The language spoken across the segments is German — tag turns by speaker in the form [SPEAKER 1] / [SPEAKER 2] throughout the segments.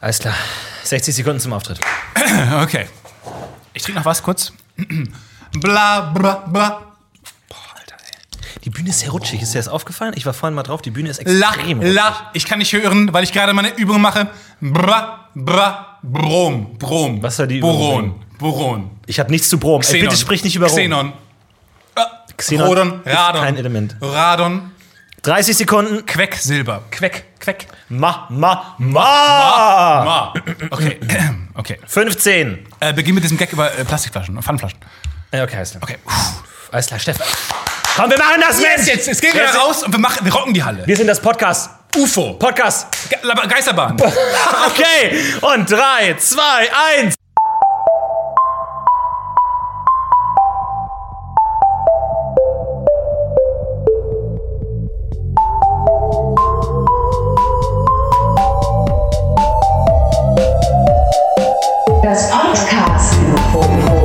[SPEAKER 1] Alles klar. 60 Sekunden zum Auftritt.
[SPEAKER 2] Okay. Ich trinke noch was kurz. bla, bla, bla.
[SPEAKER 1] Die Bühne ist sehr rutschig. Ist dir das aufgefallen? Ich war vorhin mal drauf. Die Bühne ist
[SPEAKER 3] Lach,
[SPEAKER 1] extrem rutschig.
[SPEAKER 3] lach. Ich kann nicht hören, weil ich gerade meine Übung mache. Bra, bra, brom, brom.
[SPEAKER 1] Was soll die Übung
[SPEAKER 3] Boron, Boron.
[SPEAKER 1] Ich habe nichts zu proben. Ey,
[SPEAKER 3] Xenon.
[SPEAKER 1] bitte sprich nicht über Rom.
[SPEAKER 3] Xenon. Äh,
[SPEAKER 1] Xenon
[SPEAKER 3] Rodon,
[SPEAKER 1] ist
[SPEAKER 3] Radon.
[SPEAKER 1] kein Element.
[SPEAKER 3] Radon,
[SPEAKER 1] 30 Sekunden.
[SPEAKER 3] Quecksilber.
[SPEAKER 1] Queck, queck. Ah! Ma, ma, ma.
[SPEAKER 3] Ma. Okay, okay.
[SPEAKER 1] 15.
[SPEAKER 3] Äh, beginn mit diesem Gag über äh, Plastikflaschen und Pfannenflaschen.
[SPEAKER 1] Äh, Okay, alles klar.
[SPEAKER 3] Okay.
[SPEAKER 1] Alles klar, Stefan. Komm, wir machen das, Mensch.
[SPEAKER 3] Jetzt, es geht
[SPEAKER 1] wir
[SPEAKER 3] wieder
[SPEAKER 1] sind,
[SPEAKER 3] raus und wir, machen, wir rocken die Halle.
[SPEAKER 1] Wir sind das Podcast.
[SPEAKER 3] UFO.
[SPEAKER 1] Podcast.
[SPEAKER 3] Ge Geisterbahn.
[SPEAKER 1] Okay. Und 3, 2, 1.
[SPEAKER 4] Das Podcast.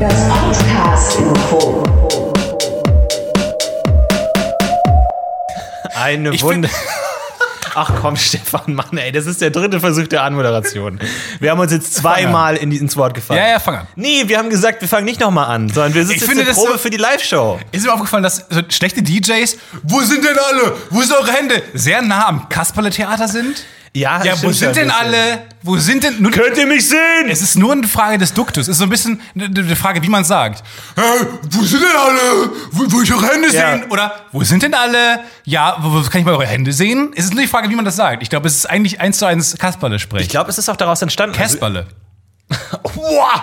[SPEAKER 4] Das Podcast.
[SPEAKER 1] Eine Wunde. Ach komm, Stefan, Mann, ey, das ist der dritte Versuch der Anmoderation. Wir haben uns jetzt zweimal in, die- ins Wort gefallen.
[SPEAKER 3] Ja, ja, fang an.
[SPEAKER 1] Nee, wir haben gesagt, wir fangen nicht nochmal an, sondern wir sind
[SPEAKER 3] Ich
[SPEAKER 1] jetzt
[SPEAKER 3] finde,
[SPEAKER 1] eine
[SPEAKER 3] das
[SPEAKER 1] Probe
[SPEAKER 3] so-
[SPEAKER 1] für die Live-Show.
[SPEAKER 3] Ist mir aufgefallen, dass so schlechte DJs, wo sind denn alle? Wo sind eure Hände? Sehr nah am Kasperle-Theater sind.
[SPEAKER 1] Ja,
[SPEAKER 3] Ja, wo
[SPEAKER 1] stimmt schon
[SPEAKER 3] sind denn
[SPEAKER 1] ein bisschen.
[SPEAKER 3] alle? Wo sind denn. Nur,
[SPEAKER 1] Könnt ihr mich sehen?
[SPEAKER 3] es ist nur eine Frage des Duktus. Es ist so ein bisschen eine- eine Frage, wie man sagt. Hey, wo sind denn alle? Wo, wo ich eure Hände
[SPEAKER 1] Ja.
[SPEAKER 3] sehen? Oder wo sind denn alle? Ja, wo, wo- kann ich mal eure Hände sehen? Es ist nur die Frage, wie man das sagt. Ich glaube, es ist eigentlich eins zu eins
[SPEAKER 1] ich
[SPEAKER 3] Kasperle-Sprech.
[SPEAKER 1] glaube, es ist auch daraus entstanden.
[SPEAKER 3] Kasperle.
[SPEAKER 1] Also, wow!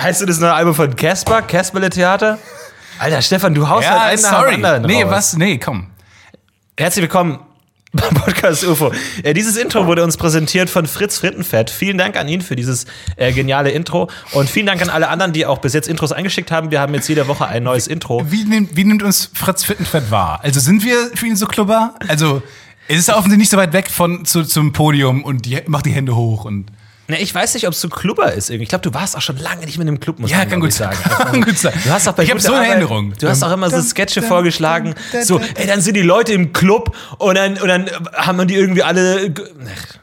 [SPEAKER 1] Heißt du das neue Album von Casper? Casperle Theater? Alter, Stefan, du haust halt
[SPEAKER 3] Ja,
[SPEAKER 1] einen nach dem
[SPEAKER 3] sorry.
[SPEAKER 1] anderen
[SPEAKER 3] Nee,
[SPEAKER 1] raus.
[SPEAKER 3] was? Nee, komm.
[SPEAKER 1] Herzlich willkommen beim Podcast UFO. Äh, dieses Intro wurde uns präsentiert von Fritz Frittenfett. Vielen Dank an ihn für dieses äh, geniale Intro und vielen Dank an alle anderen, die auch bis jetzt Intros eingeschickt haben. Wir haben jetzt jede Woche ein neues Intro.
[SPEAKER 3] Wie nimmt, wie nimmt uns Fritz Fittenfett wahr? Also sind wir für ihn so klubber? Also es ist offensichtlich nicht so weit weg von, zu, zum Podium und die, macht die Hände hoch und.
[SPEAKER 1] Na, ich weiß nicht, ob es so Klubber ist. irgendwie. Ich glaube, du warst auch schon lange nicht mehr im Club, muss
[SPEAKER 3] Ja,
[SPEAKER 1] man
[SPEAKER 3] kann
[SPEAKER 1] glaub
[SPEAKER 3] gut
[SPEAKER 1] ich
[SPEAKER 3] sein.
[SPEAKER 1] sagen.
[SPEAKER 3] Kann gut sein.
[SPEAKER 1] Du hast auch bei
[SPEAKER 3] ich habe
[SPEAKER 1] guter
[SPEAKER 3] so eine
[SPEAKER 1] Arbeit-
[SPEAKER 3] Erinnerung.
[SPEAKER 1] Du hast auch immer so Sketche vorgeschlagen. So, ey, dann sind die Leute im Club und dann, und dann äh, haben die irgendwie alle. ge- Ach,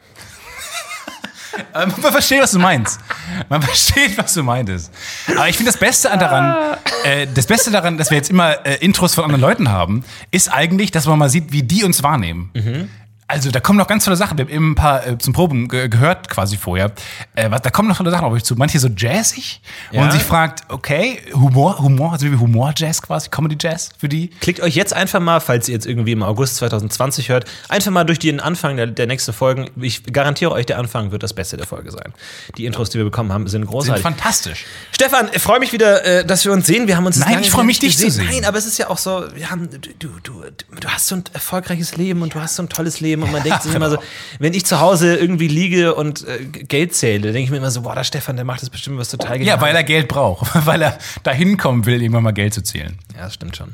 [SPEAKER 3] Ähm, Man versteht, was du meinst. Man versteht, was du meintest. Aber ich finde das Beste an daran, äh, das Beste daran, dass wir jetzt immer äh, Intros von anderen Leuten haben, ist eigentlich, dass man mal sieht, wie die uns wahrnehmen.
[SPEAKER 1] Mhm.
[SPEAKER 3] Also da kommen noch ganz tolle Sachen. Wir haben eben ein paar äh, zum Proben ge gehört quasi vorher. Äh, was, da kommen noch tolle Sachen auf euch zu. Manche so jazzig, wo man
[SPEAKER 1] Ja.
[SPEAKER 3] sich fragt, okay, Humor, Humor, also wie Humor-Jazz quasi, Comedy-Jazz für die.
[SPEAKER 1] Klickt euch jetzt einfach mal, falls ihr jetzt irgendwie im August 2020 hört, einfach mal durch den Anfang der, der nächsten Folgen. Ich garantiere euch, der Anfang wird das Beste der Folge sein. Die Intros, die wir bekommen haben, sind
[SPEAKER 3] Sind
[SPEAKER 1] großartig.
[SPEAKER 3] fantastisch.
[SPEAKER 1] Stefan, ich freue mich wieder, äh, dass wir uns sehen. Wir haben uns
[SPEAKER 3] Nein,
[SPEAKER 1] lange
[SPEAKER 3] ich freu mich,
[SPEAKER 1] nicht
[SPEAKER 3] dich zu
[SPEAKER 1] gesehen.
[SPEAKER 3] sehen.
[SPEAKER 1] Nein, aber es ist ja auch so, wir haben, du, du, du, du hast so ein erfolgreiches Leben und du hast so ein tolles Leben und man denkt sich immer
[SPEAKER 3] genau.
[SPEAKER 1] so, wenn ich zu Hause irgendwie liege und äh, Geld zähle, denke ich mir immer so, boah, der Stefan, der macht das bestimmt was total
[SPEAKER 3] Ja, weil er Geld braucht, weil er dahin kommen will, irgendwann mal Geld zu zählen.
[SPEAKER 1] Ja, das stimmt schon.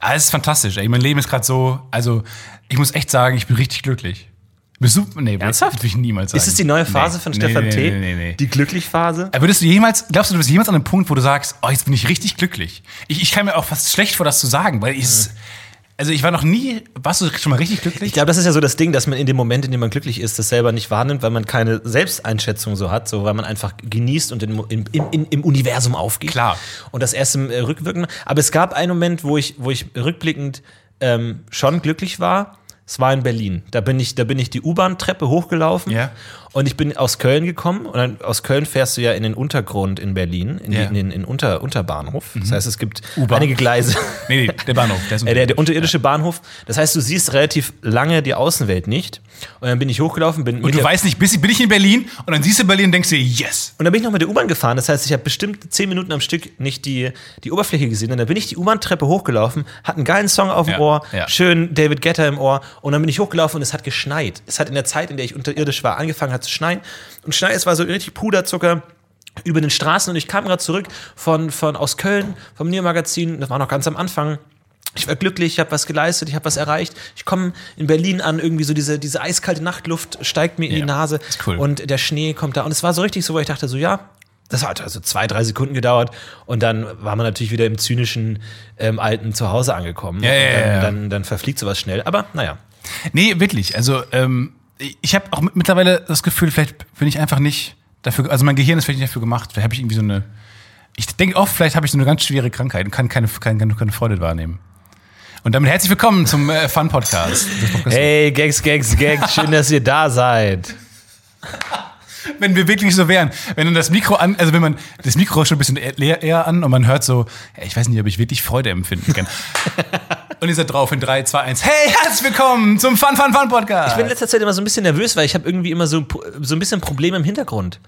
[SPEAKER 3] Ah, es ist fantastisch. Ey. Mein Leben ist gerade so, also ich muss echt sagen, ich bin richtig glücklich. Bist du? Nee,
[SPEAKER 1] Ernsthaft?
[SPEAKER 3] Will ich niemals sagen.
[SPEAKER 1] Ist es die neue Phase
[SPEAKER 3] Nee.
[SPEAKER 1] von
[SPEAKER 3] Nee,
[SPEAKER 1] Stefan
[SPEAKER 3] nee,
[SPEAKER 1] T?
[SPEAKER 3] Nee, nee, nee.
[SPEAKER 1] Die Glücklich-Phase?
[SPEAKER 3] Aber Würdest du jemals, glaubst du, du bist jemals an einem Punkt, wo du sagst, oh, jetzt bin ich richtig glücklich? Ich, ich kann mir auch fast schlecht vor, das zu sagen, weil ich, also ich war noch nie, warst du schon mal richtig glücklich?
[SPEAKER 1] Ich glaube, das ist ja so das Ding, dass man in dem Moment, in dem man glücklich ist, das selber nicht wahrnimmt, weil man keine Selbsteinschätzung so hat, so weil man einfach genießt und im, im, im, im Universum aufgeht.
[SPEAKER 3] Klar.
[SPEAKER 1] Und das erst im äh, Rückwirken. Aber es gab einen Moment, wo ich, wo ich rückblickend ähm, schon glücklich war. Es war in Berlin. Da bin ich, da bin ich die U-Bahn-Treppe hochgelaufen
[SPEAKER 3] Ja.
[SPEAKER 1] und ich bin aus Köln gekommen und dann aus Köln fährst du ja in den Untergrund in Berlin, in, die-
[SPEAKER 3] Ja. Mhm.
[SPEAKER 1] in den in Unter, Unterbahnhof. Das heißt, es gibt
[SPEAKER 3] U-Bahn.
[SPEAKER 1] einige Gleise.
[SPEAKER 3] nee, nee, der Bahnhof. Der ist
[SPEAKER 1] Äh, der, der unterirdische Bahnhof. Das heißt, du siehst relativ lange die Außenwelt nicht. Und dann bin ich hochgelaufen, bin mit
[SPEAKER 3] und du
[SPEAKER 1] der,
[SPEAKER 3] weißt nicht, bis, bin ich in Berlin? Und dann siehst du Berlin und denkst dir, yes.
[SPEAKER 1] und dann bin ich noch mit der U-Bahn gefahren. Das heißt, ich habe bestimmt zehn Minuten am Stück nicht die, die Oberfläche gesehen. Und dann bin ich die U-Bahn-Treppe hochgelaufen, hatte einen geilen Song auf dem
[SPEAKER 3] Ja,
[SPEAKER 1] Ohr,
[SPEAKER 3] ja.
[SPEAKER 1] schön David Guetta im Ohr. Und dann bin ich hochgelaufen und es hat geschneit. Es hat in der Zeit, in der ich unterirdisch war, angefangen hat zu schneien. Und Schnee, es war so richtig Puderzucker über den Straßen. Und ich kam gerade zurück von, von aus Köln, vom Neo-Magazin. Das war noch ganz am Anfang. Ich war glücklich, ich habe was geleistet, ich habe was erreicht. Ich komme in Berlin an, irgendwie so diese, diese eiskalte Nachtluft steigt mir in die
[SPEAKER 3] Ja,
[SPEAKER 1] Nase
[SPEAKER 3] ist cool.
[SPEAKER 1] und der Schnee kommt da. Und es war so richtig so, wo ich dachte so, ja, das hat also zwei, drei Sekunden gedauert. Und dann war man natürlich wieder im zynischen ähm, alten Zuhause angekommen.
[SPEAKER 3] Ja, ja,
[SPEAKER 1] und dann,
[SPEAKER 3] ja, ja.
[SPEAKER 1] Dann, dann verfliegt sowas schnell. Aber naja,
[SPEAKER 3] Nee, wirklich. Also, ähm, ich habe auch mit- mittlerweile das Gefühl, vielleicht bin ich einfach nicht dafür, also mein Gehirn ist vielleicht nicht dafür gemacht. Vielleicht habe ich irgendwie so eine, ich denke oft, vielleicht habe ich so eine ganz schwere Krankheit und kann keine, keine, keine, keine Freude wahrnehmen. Und damit herzlich willkommen zum äh, Fun-Podcast. Das Podcast-
[SPEAKER 1] hey, Gags, Gags, Gags, schön, dass ihr da seid.
[SPEAKER 3] Wenn wir wirklich so wären, wenn dann das Mikro an, also wenn man das Mikro ist schon ein bisschen eher- leer eher an und man hört so, ja, ich weiß nicht, ob ich wirklich Freude empfinden kann. und ihr seid drauf in 3, 2, 1. Hey, herzlich willkommen zum Fun Fun Fun Podcast.
[SPEAKER 1] Ich bin in letzter Zeit immer so ein bisschen nervös, weil ich habe irgendwie immer so, so ein bisschen Probleme im Hintergrund.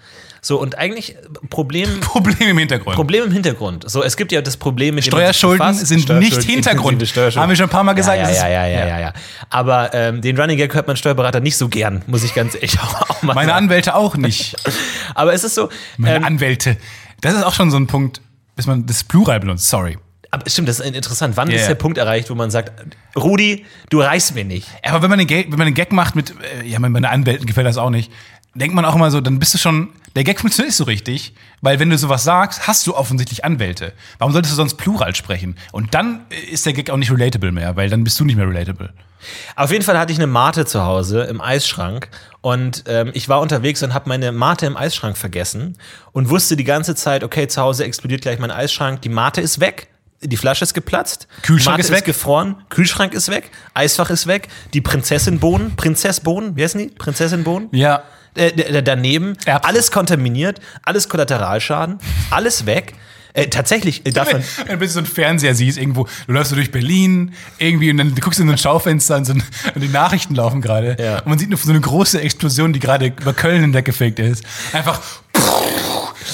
[SPEAKER 1] So, und eigentlich Problem,
[SPEAKER 3] Problem im Hintergrund.
[SPEAKER 1] Problem im Hintergrund. So, es gibt ja das Problem mit dem man sich
[SPEAKER 3] Steuerschulden
[SPEAKER 1] befasst.
[SPEAKER 3] sind
[SPEAKER 1] Steuerschulden,
[SPEAKER 3] nicht Hintergrund.
[SPEAKER 1] inklusive Steuerschulden.
[SPEAKER 3] Haben wir schon ein paar Mal gesagt.
[SPEAKER 1] Ja,
[SPEAKER 3] es ist-
[SPEAKER 1] ja, ja, ja, ja, ja, ja. Aber ähm, den Running Gag hört mein Steuerberater nicht so gern, muss ich ganz ehrlich auch auch mal
[SPEAKER 3] Meine
[SPEAKER 1] sagen.
[SPEAKER 3] Anwälte auch nicht.
[SPEAKER 1] Aber es ist so, ähm,
[SPEAKER 3] Meine Anwälte. Das ist auch schon so ein Punkt, bis man das Plural benutzt. Sorry.
[SPEAKER 1] aber stimmt, das ist interessant. Wann
[SPEAKER 3] Ja,
[SPEAKER 1] ist
[SPEAKER 3] ja.
[SPEAKER 1] der Punkt erreicht, wo man sagt, Rudi, du reichst mir nicht?
[SPEAKER 3] Aber wenn man den, Gag- wenn man den Gag macht mit, äh, ja, meine- meine Anwälten gefällt das auch nicht, denkt man auch immer so, dann bist du schon, der Gag funktioniert nicht so richtig, weil wenn du sowas sagst, hast du offensichtlich Anwälte. Warum solltest du sonst Plural sprechen? Und dann äh, ist der Gag auch nicht relatable mehr, weil dann bist du nicht mehr relatable.
[SPEAKER 1] Auf jeden Fall hatte ich eine Mate zu Hause im Eisschrank und ähm, ich war unterwegs und habe meine Mate im Eisschrank vergessen und wusste die ganze Zeit, okay, zu Hause explodiert gleich mein Eisschrank, die Mate ist weg. Die Flasche ist geplatzt,
[SPEAKER 3] Kühlschrank
[SPEAKER 1] Mate
[SPEAKER 3] ist weg.
[SPEAKER 1] gefroren, Kühlschrank ist weg, Eisfach ist weg, die Prinzessin Bohnen, Prinzess Bohnen, wie heißen die? Prinzessin Bohnen?
[SPEAKER 3] Ja.
[SPEAKER 1] äh, d- d- daneben,
[SPEAKER 3] Erbsen.
[SPEAKER 1] alles kontaminiert, alles Kollateralschaden, alles weg. Äh, tatsächlich, äh, davon.
[SPEAKER 3] Wenn du bist so einen Fernseher siehst, irgendwo, du läufst so durch Berlin, irgendwie, und dann guckst du in so ein Schaufenster und, so ein, und die Nachrichten laufen gerade.
[SPEAKER 1] Ja.
[SPEAKER 3] Und man sieht nur so eine große Explosion, die gerade über Köln hinweggefegt ist. Einfach,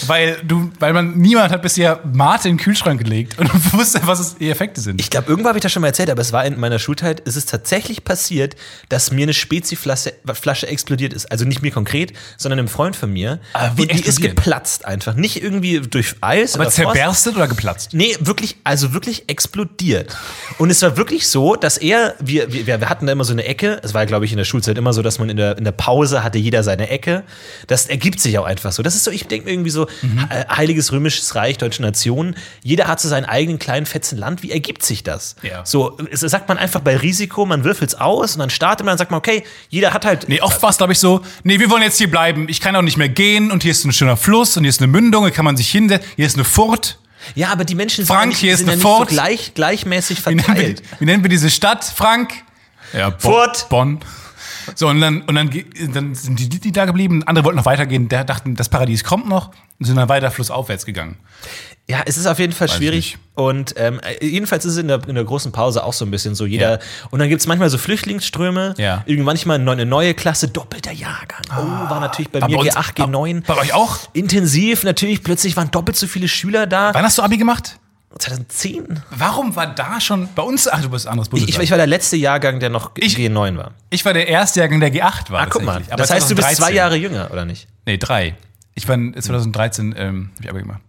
[SPEAKER 3] weil du, weil man, niemand hat bisher Mate in den Kühlschrank gelegt und wusste, was es, die Effekte sind.
[SPEAKER 1] Ich glaube, irgendwo habe ich das schon mal erzählt, aber es war in meiner Schulzeit, ist es tatsächlich passiert, dass mir eine Speziflasche Flasche explodiert ist. Also nicht mir konkret, sondern einem Freund von mir.
[SPEAKER 3] Ah, wie
[SPEAKER 1] und die ist
[SPEAKER 3] explodiert?
[SPEAKER 1] geplatzt einfach. Nicht irgendwie durch Eis
[SPEAKER 3] aber
[SPEAKER 1] oder Frost.
[SPEAKER 3] zerberstet oder geplatzt?
[SPEAKER 1] Nee, wirklich, also wirklich explodiert. Und es war wirklich so, dass er, wir, wir, wir hatten da immer so eine Ecke, es war, glaube ich, in der Schulzeit immer so, dass man in der, in der Pause hatte jeder seine Ecke. Das ergibt sich auch einfach so. Das ist so, ich denke mir irgendwie so, so
[SPEAKER 3] Mhm.
[SPEAKER 1] äh, Heiliges Römisches Reich, deutsche Nation. Jeder hat so seinen eigenen kleinen Fetzen Land. Wie ergibt sich das?
[SPEAKER 3] Ja.
[SPEAKER 1] So es sagt man einfach bei Risiko, man würfelt's aus und dann startet man, dann sagt man, okay, jeder hat halt.
[SPEAKER 3] Nee, oft war es, glaube ich, so, nee, wir wollen jetzt hier bleiben. Ich kann auch nicht mehr gehen und hier ist ein schöner Fluss und hier ist eine Mündung, hier kann man sich hinsetzen, hier ist eine Furt.
[SPEAKER 1] Ja, aber die Menschen
[SPEAKER 3] Frank,
[SPEAKER 1] sind,
[SPEAKER 3] hier
[SPEAKER 1] ja
[SPEAKER 3] ist
[SPEAKER 1] nicht, sind ja nicht
[SPEAKER 3] eine Ford.
[SPEAKER 1] so gleich, gleichmäßig
[SPEAKER 3] Wie nennen, wir,
[SPEAKER 1] verteilt.
[SPEAKER 3] wie nennen wir diese Stadt, Frank? Ja, Bo
[SPEAKER 1] Furt.
[SPEAKER 3] Bonn. So, und dann, und dann, ge- dann sind die, die da geblieben, andere wollten noch weitergehen, der dachten, das Paradies kommt noch und sind dann weiter flussaufwärts gegangen.
[SPEAKER 1] Ja, es ist auf jeden Fall
[SPEAKER 3] ich
[SPEAKER 1] schwierig.
[SPEAKER 3] nicht.
[SPEAKER 1] Und ähm, jedenfalls ist es in der, in der großen Pause auch so ein bisschen so jeder.
[SPEAKER 3] Ja.
[SPEAKER 1] Und dann gibt's manchmal so Flüchtlingsströme,
[SPEAKER 3] Ja. Ah,
[SPEAKER 1] irgendwie manchmal eine neue- eine neue Klasse, doppelter Jahrgang. Oh, war natürlich bei mir
[SPEAKER 3] uns-
[SPEAKER 1] G8, G9.
[SPEAKER 3] Bei euch auch?
[SPEAKER 1] Intensiv, natürlich, plötzlich waren doppelt so viele Schüler da.
[SPEAKER 3] Wann hast du Abi gemacht?
[SPEAKER 1] 2010?
[SPEAKER 3] Warum war da schon bei uns, ach, du bist anderes
[SPEAKER 1] Ich, ich, war- ich war der letzte Jahrgang, der noch G-
[SPEAKER 3] Ich-
[SPEAKER 1] G9 war.
[SPEAKER 3] Ich war der Erstjahrgang, der G8 war.
[SPEAKER 1] Ah, guck mal.
[SPEAKER 3] tatsächlich. Aber
[SPEAKER 1] das heißt, du bist zwei
[SPEAKER 3] 2013.
[SPEAKER 1] Jahre Hm. jünger, oder nicht?
[SPEAKER 3] Nee, drei. Ich war in 2013, ähm, hab ich Abi gemacht.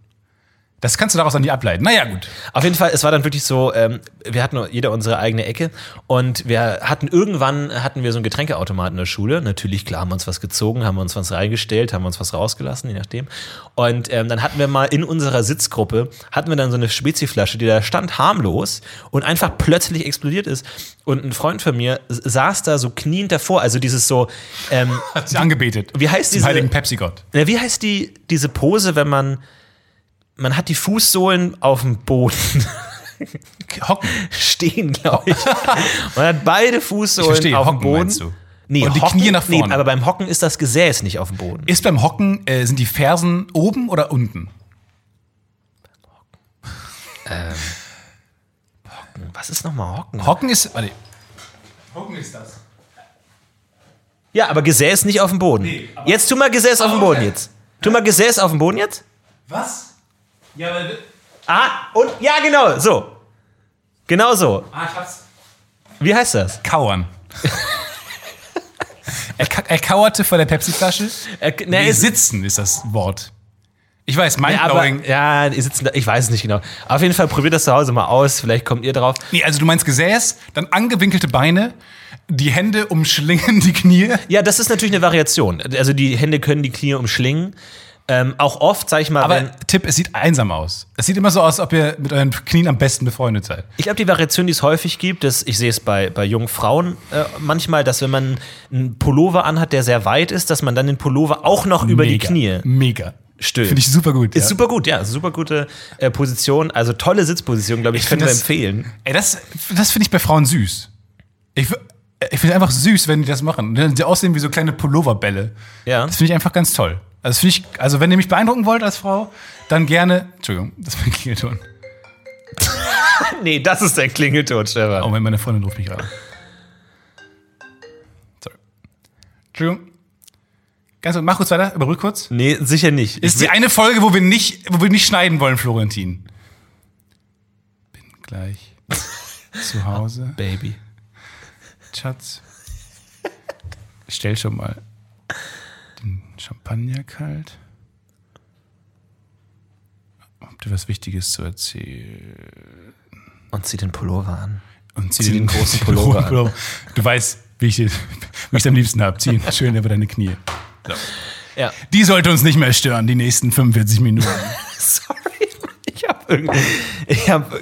[SPEAKER 3] Das kannst du daraus dann nicht ableiten. Naja, gut.
[SPEAKER 1] Auf jeden Fall, es war dann wirklich so, ähm, wir hatten jeder unsere eigene Ecke und wir hatten irgendwann hatten wir so einen Getränkeautomaten in der Schule. Natürlich, klar, haben wir uns was gezogen, haben wir uns was reingestellt, haben wir uns was rausgelassen, je nachdem. Und ähm, dann hatten wir mal in unserer Sitzgruppe, hatten wir dann so eine Speziflasche, die da stand harmlos und einfach plötzlich explodiert ist. Und ein Freund von mir s- saß da so kniend davor, also dieses so, ähm,
[SPEAKER 3] Hat sie angebetet.
[SPEAKER 1] wie heißt
[SPEAKER 3] Zum
[SPEAKER 1] diese-
[SPEAKER 3] heiligen Pepsi-Gott.
[SPEAKER 1] na, wie heißt die, diese Pose, wenn man, man hat die Fußsohlen auf dem Boden.
[SPEAKER 3] Hocken.
[SPEAKER 1] stehen, glaube ich. Man hat beide Fußsohlen
[SPEAKER 3] Ich verstehe,
[SPEAKER 1] auf dem
[SPEAKER 3] hocken
[SPEAKER 1] Boden.
[SPEAKER 3] meinst du?
[SPEAKER 1] Nee,
[SPEAKER 3] Und die
[SPEAKER 1] hocken,
[SPEAKER 3] Knie nach vorne.
[SPEAKER 1] Nee, aber beim Hocken ist das Gesäß nicht auf dem Boden.
[SPEAKER 3] Ist beim Hocken, äh, sind die Fersen oben oder unten?
[SPEAKER 1] Was ist nochmal Hocken?
[SPEAKER 3] Hocken ist, warte. Hocken ist das.
[SPEAKER 1] Ja, aber Gesäß nicht auf dem Boden.
[SPEAKER 3] aber-
[SPEAKER 1] jetzt tu mal Gesäß auf dem Boden
[SPEAKER 3] okay.
[SPEAKER 1] jetzt. Tu mal Gesäß auf dem Boden jetzt.
[SPEAKER 3] Was? Ja, aber,
[SPEAKER 1] Ah, und ja, genau, so. Genau so.
[SPEAKER 3] ah, ich hab's.
[SPEAKER 1] Wie heißt das?
[SPEAKER 3] Kauern. er, ka er kauerte vor der Pepsi-Flasche.
[SPEAKER 1] Äh,
[SPEAKER 3] Nee,
[SPEAKER 1] nee, es-
[SPEAKER 3] sitzen ist das Wort. Ich weiß,
[SPEAKER 1] ja, aber,
[SPEAKER 3] mindblowing.
[SPEAKER 1] ja, ihr sitzt da, ich weiß es nicht genau. Auf jeden Fall probiert das zu Hause mal aus, vielleicht kommt ihr drauf.
[SPEAKER 3] Nee, also du meinst Gesäß, dann angewinkelte Beine, die Hände umschlingen die Knie.
[SPEAKER 1] Ja, das ist natürlich eine Variation. Also die Hände können die Knie umschlingen. Ähm, auch oft, sag ich mal,
[SPEAKER 3] Aber
[SPEAKER 1] wenn,
[SPEAKER 3] Tipp, es sieht einsam aus. Es sieht immer so aus, als ob ihr mit euren Knien am besten befreundet seid.
[SPEAKER 1] Ich glaube, die Variation, die es häufig gibt, ist, ich sehe es bei, bei jungen Frauen äh, manchmal, dass wenn man einen Pullover anhat, der sehr weit ist, dass man dann den Pullover auch noch über die
[SPEAKER 3] Mega.
[SPEAKER 1] Knie
[SPEAKER 3] Mega.
[SPEAKER 1] stülpt.
[SPEAKER 3] Finde ich super gut.
[SPEAKER 1] Ist super gut, ja. Super gute äh, Position. Also tolle Sitzposition, glaube ich,
[SPEAKER 3] Ich
[SPEAKER 1] können
[SPEAKER 3] find
[SPEAKER 1] wir
[SPEAKER 3] das-
[SPEAKER 1] empfehlen.
[SPEAKER 3] Ey, das, das finde ich bei Frauen süß. Ich, fi- ich finde einfach süß, wenn die das machen. Wenn Die aussehen wie so kleine Pulloverbälle.
[SPEAKER 1] Ja.
[SPEAKER 3] Das finde ich einfach ganz toll. Also, das finde ich, also wenn ihr mich beeindrucken wollt als Frau, dann gerne. Entschuldigung, das war ein Klingelton.
[SPEAKER 1] Nee, das ist der Klingelton, Stefan.
[SPEAKER 3] Oh, mein- meine Freundin ruft mich gerade. an. Sorry. Entschuldigung. Ganz kurz, mach kurz weiter, überbrück kurz.
[SPEAKER 1] Nee, sicher nicht.
[SPEAKER 3] Ist die eine Folge, wo wir nicht, wo wir nicht schneiden wollen, Florentin. Bin gleich zu Hause.
[SPEAKER 1] Baby.
[SPEAKER 3] Schatz, stell schon mal den Champagner kalt. Habt ihr was Wichtiges zu erzählen?
[SPEAKER 1] Und zieh den Pullover an.
[SPEAKER 3] Und zieh,
[SPEAKER 1] den großen
[SPEAKER 3] den
[SPEAKER 1] Pullover
[SPEAKER 3] roten
[SPEAKER 1] an.
[SPEAKER 3] Du weißt, wie ich es am liebsten habe. Zieh ihn schön über deine Knie.
[SPEAKER 1] Ja.
[SPEAKER 3] Die sollte uns nicht mehr stören, die nächsten 45 Minuten.
[SPEAKER 1] Sorry, ich habe irgendwie, ich hab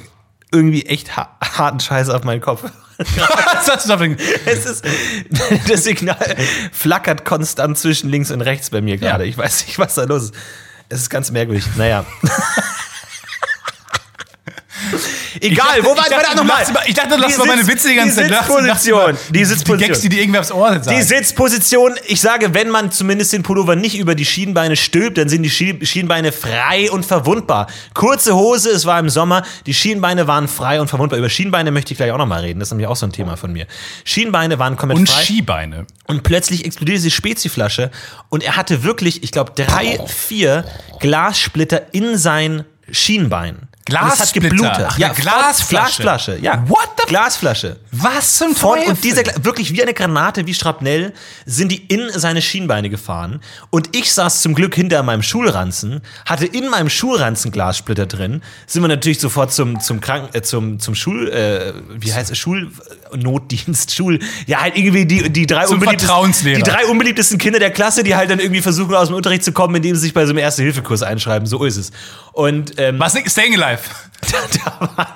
[SPEAKER 1] irgendwie echt ha harten Scheiß auf meinen Kopf.
[SPEAKER 3] Was hast du da für ein-
[SPEAKER 1] Es ist, das Signal flackert konstant zwischen links und rechts bei mir gerade.
[SPEAKER 3] Ja.
[SPEAKER 1] Ich weiß nicht, was da los ist. Es ist ganz merkwürdig. Naja. Egal,
[SPEAKER 3] dachte-
[SPEAKER 1] wo waren wir
[SPEAKER 3] ich dachte,
[SPEAKER 1] da
[SPEAKER 3] du
[SPEAKER 1] nochmal?
[SPEAKER 3] lachst über- ich dachte, du lachst über meine Witze die ganze Zeit.
[SPEAKER 1] Die
[SPEAKER 3] Du lachst- du lachst über
[SPEAKER 1] Sitzposition. Die
[SPEAKER 3] Die Gags, die
[SPEAKER 1] Sitzposition.
[SPEAKER 3] dir irgendwie aufs Ohr sagen.
[SPEAKER 1] Die Sitzposition, ich sage, wenn man zumindest den Pullover nicht über die Schienbeine stülpt, dann sind die Schie- Schienbeine frei und verwundbar. Kurze Hose, es war im Sommer, die Schienbeine waren frei und verwundbar. Über Schienbeine möchte ich gleich auch nochmal reden, das ist nämlich auch so ein Thema von mir. Schienbeine waren komplett
[SPEAKER 3] und
[SPEAKER 1] frei.
[SPEAKER 3] Skibeine.
[SPEAKER 1] Und plötzlich explodierte die Speziflasche und er hatte wirklich, ich glaube, drei, vier Glassplitter in sein Schienbein. Und es hat
[SPEAKER 3] Glassplitter?
[SPEAKER 1] geblutet.
[SPEAKER 3] Ach, eine
[SPEAKER 1] voll-
[SPEAKER 3] Glasflasche.
[SPEAKER 1] Glasflasche, ja.
[SPEAKER 3] What the-
[SPEAKER 1] Glasflasche.
[SPEAKER 3] Was zum
[SPEAKER 1] Von,
[SPEAKER 3] Teufel?
[SPEAKER 1] und diese, Gla- wirklich wie eine Granate, wie Schrapnell, sind die in seine Schienbeine gefahren. Und ich saß zum Glück hinter meinem Schulranzen, hatte in meinem Schulranzen Glassplitter drin. Sind wir natürlich sofort zum, zum Kranken, äh, zum, zum Schul, äh, wie heißt es, Schul, Notdienst, Schul, ja, halt irgendwie die, die drei
[SPEAKER 3] Zum
[SPEAKER 1] unbeliebtesten,
[SPEAKER 3] Vertrauenslehrer.
[SPEAKER 1] die drei unbeliebtesten Kinder der Klasse, die halt dann irgendwie versuchen, aus dem Unterricht zu kommen, indem sie sich bei so einem Erste-Hilfe-Kurs einschreiben. So ist es. Und, ähm,
[SPEAKER 3] Was? Staying Alive.
[SPEAKER 1] da war,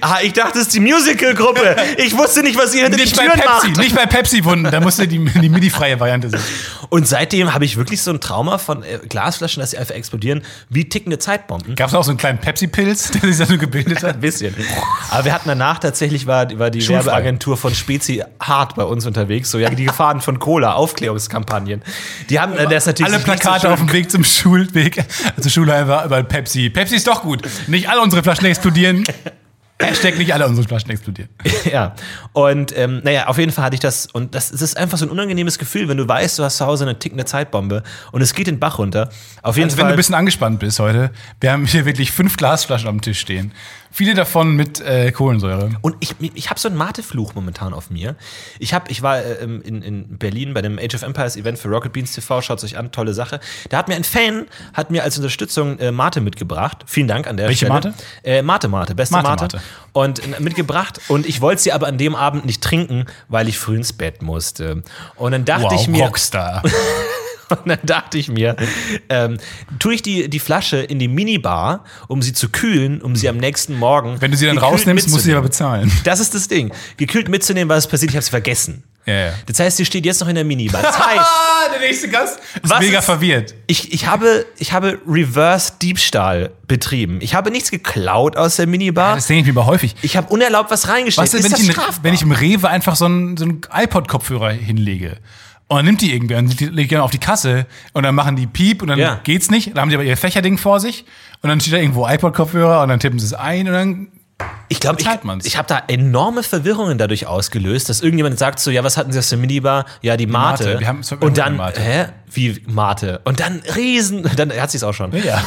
[SPEAKER 1] ah, ich dachte, es ist die Musical-Gruppe. Ich wusste nicht, was ihr hinter
[SPEAKER 3] Nicht
[SPEAKER 1] den
[SPEAKER 3] bei
[SPEAKER 1] Türen
[SPEAKER 3] Pepsi,
[SPEAKER 1] macht.
[SPEAKER 3] nicht bei Pepsi-Wunden. Da musste die, die midi-freie Variante sein.
[SPEAKER 1] Und seitdem habe ich wirklich so ein Trauma von äh, Glasflaschen, dass sie einfach explodieren, wie tickende Zeitbomben.
[SPEAKER 3] Gab es auch so einen kleinen Pepsi-Pilz, der sich da so gebildet hat?
[SPEAKER 1] Ein bisschen. Aber wir hatten danach tatsächlich, war, war die
[SPEAKER 3] Schulfrei.
[SPEAKER 1] Werbeagentur von Spezi hart bei uns unterwegs. So, ja, die Gefahren von Cola, Aufklärungskampagnen. Die haben, äh, das ist natürlich
[SPEAKER 3] Alle
[SPEAKER 1] nicht so
[SPEAKER 3] Plakate
[SPEAKER 1] schön.
[SPEAKER 3] auf dem Weg zum Schulweg, zur Schule einfach überall Pepsi. Pepsi ist doch gut. Nicht alle unsere Flaschen explodieren. Hashtag nicht alle unsere Flaschen explodieren. Also
[SPEAKER 1] Ja. Und ähm, naja, auf jeden Fall hatte ich das. Und das, es ist einfach so ein unangenehmes Gefühl, wenn du weißt, du hast zu Hause eine tickende Zeitbombe und es geht den Bach runter. Auf jeden
[SPEAKER 3] Also wenn
[SPEAKER 1] Fall.
[SPEAKER 3] du ein bisschen angespannt bist heute, wir haben hier wirklich fünf Glasflaschen am Tisch stehen. Viele davon mit äh, Kohlensäure.
[SPEAKER 1] und ich, ich habe so einen Matefluch momentan auf mir. Ich, hab, ich war äh, im- in, in Berlin bei dem Age of Empires Event für Rocket Beans TV. Schaut euch an, tolle Sache. Da hat mir ein Fan hat mir als Unterstützung äh, Mate mitgebracht. Vielen Dank an der
[SPEAKER 3] Welche
[SPEAKER 1] Stelle.
[SPEAKER 3] Mate?
[SPEAKER 1] Äh, Mate Mate, beste Mate.
[SPEAKER 3] Mate
[SPEAKER 1] Mate.
[SPEAKER 3] Mate.
[SPEAKER 1] Und äh, mitgebracht. Und ich wollte sie aber an dem Abend nicht trinken, weil ich früh ins Bett musste. Und dann dachte ich mir.
[SPEAKER 3] Rockstar.
[SPEAKER 1] Und dann dachte ich mir, ähm, tue ich die, die Flasche in die Minibar, um sie zu kühlen, um sie am nächsten Morgen.
[SPEAKER 3] Wenn du sie dann
[SPEAKER 1] gekühlt
[SPEAKER 3] rausnimmst, musst du sie aber
[SPEAKER 1] mitzunehmen.
[SPEAKER 3] bezahlen.
[SPEAKER 1] Das ist das Ding. Gekühlt mitzunehmen, was passiert, ich habe sie vergessen.
[SPEAKER 3] Ja, ja.
[SPEAKER 1] Das heißt, sie steht jetzt noch in der Minibar. Das heißt,
[SPEAKER 3] Ah, der nächste Gast ist
[SPEAKER 1] Was
[SPEAKER 3] mega
[SPEAKER 1] ist-
[SPEAKER 3] verwirrt.
[SPEAKER 1] ich, ich, habe, ich habe Reverse-Diebstahl betrieben. Ich habe nichts geklaut aus der Minibar.
[SPEAKER 3] Das denke ich mir aber häufig.
[SPEAKER 1] ich habe unerlaubt was reingestellt.
[SPEAKER 3] Was ist, wenn,
[SPEAKER 1] das
[SPEAKER 3] ich in,
[SPEAKER 1] strafbar?
[SPEAKER 3] wenn ich im Rewe einfach so einen, so einen iPod-Kopfhörer hinlege? Und dann nimmt die irgendwer und die- legt die dann auf die Kasse und dann machen die Piep und dann
[SPEAKER 1] Ja.
[SPEAKER 3] geht's nicht. Dann haben die aber ihr Fächerding vor sich und dann steht da irgendwo iPod-Kopfhörer und dann tippen sie es ein und dann
[SPEAKER 1] Ich glaube, ich,
[SPEAKER 3] Bezahlt man's.
[SPEAKER 1] ich habe da enorme Verwirrungen dadurch ausgelöst, dass irgendjemand sagt so, ja, was hatten Sie aus der Minibar? Ja, die Mate.
[SPEAKER 3] Mate, wir haben- wir haben
[SPEAKER 1] und dann,
[SPEAKER 3] eine Mate.
[SPEAKER 1] hä? Wie Mate? Und dann riesen, dann hat sie es auch schon.
[SPEAKER 3] Ja.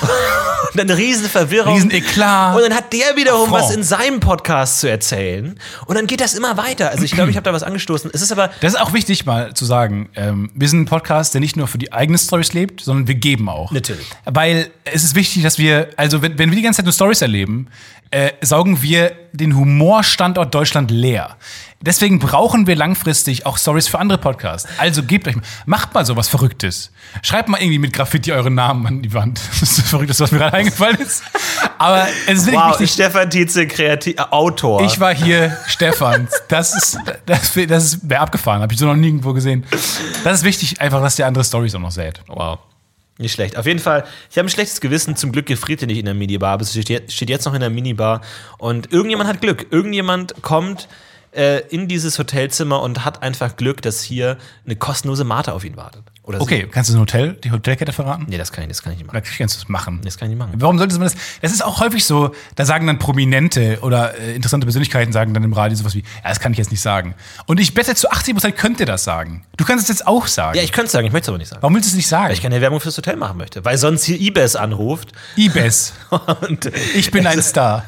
[SPEAKER 1] Und dann riesen Verwirrung.
[SPEAKER 3] Rieseneklat.
[SPEAKER 1] Und dann hat der wiederum
[SPEAKER 3] Affront.
[SPEAKER 1] was in seinem Podcast zu erzählen. Und dann geht das immer weiter. Also ich glaube, ich habe da was angestoßen. Es ist aber,
[SPEAKER 3] Das ist auch wichtig mal zu sagen. Ähm, wir sind ein Podcast, der nicht nur für die eigenen Stories lebt, sondern wir geben auch.
[SPEAKER 1] Natürlich.
[SPEAKER 3] Weil es ist wichtig, dass wir, also wenn, wenn wir die ganze Zeit nur Stories erleben, äh, saugen wir den Humorstandort Deutschland leer. Deswegen brauchen wir langfristig auch Stories für andere Podcasts. Also gebt euch, mal- macht mal sowas Verrücktes. Schreibt mal irgendwie mit Graffiti euren Namen an die Wand. Das ist das Verrückteste, was mir gerade eingefallen ist. Aber es ist wirklich
[SPEAKER 1] wow,
[SPEAKER 3] wichtig,
[SPEAKER 1] Stefan Tietze, Kreativ Autor.
[SPEAKER 3] ich war hier Stefan. Das ist, das, das ist, wer abgefahren, habe ich so noch nirgendwo gesehen. Das ist wichtig, einfach, dass der andere Stories auch noch sät.
[SPEAKER 1] Wow. Nicht schlecht. Auf jeden Fall, ich habe ein schlechtes Gewissen. Zum Glück gefriert er nicht in der Minibar, aber es steht je- steht jetzt noch in der Minibar. Und irgendjemand hat Glück. Irgendjemand kommt äh, in dieses Hotelzimmer und hat einfach Glück, dass hier eine kostenlose Mate auf ihn wartet. Oder
[SPEAKER 3] Okay, kannst du das Hotel, die Hotelkette verraten?
[SPEAKER 1] Sie. Nee, das kann ich, das kann ich nicht
[SPEAKER 3] Oder
[SPEAKER 1] machen.
[SPEAKER 3] kannst du es machen?
[SPEAKER 1] Das kann ich nicht machen.
[SPEAKER 3] Warum sollte man das? Das ist auch häufig so, da sagen dann Prominente oder äh, interessante Persönlichkeiten sagen dann im Radio sowas wie, ja, das kann ich jetzt nicht sagen. Und ich wette, zu 80% könnt ihr das sagen. Du kannst es jetzt auch sagen.
[SPEAKER 1] Ja, ich könnte es sagen, ich möchte es aber nicht sagen.
[SPEAKER 3] Warum willst du es nicht sagen?
[SPEAKER 1] Ich keine Werbung fürs Hotel machen möchte, weil sonst hier Ibis anruft.
[SPEAKER 3] Ibis.
[SPEAKER 1] Und
[SPEAKER 3] Ich bin ein Star.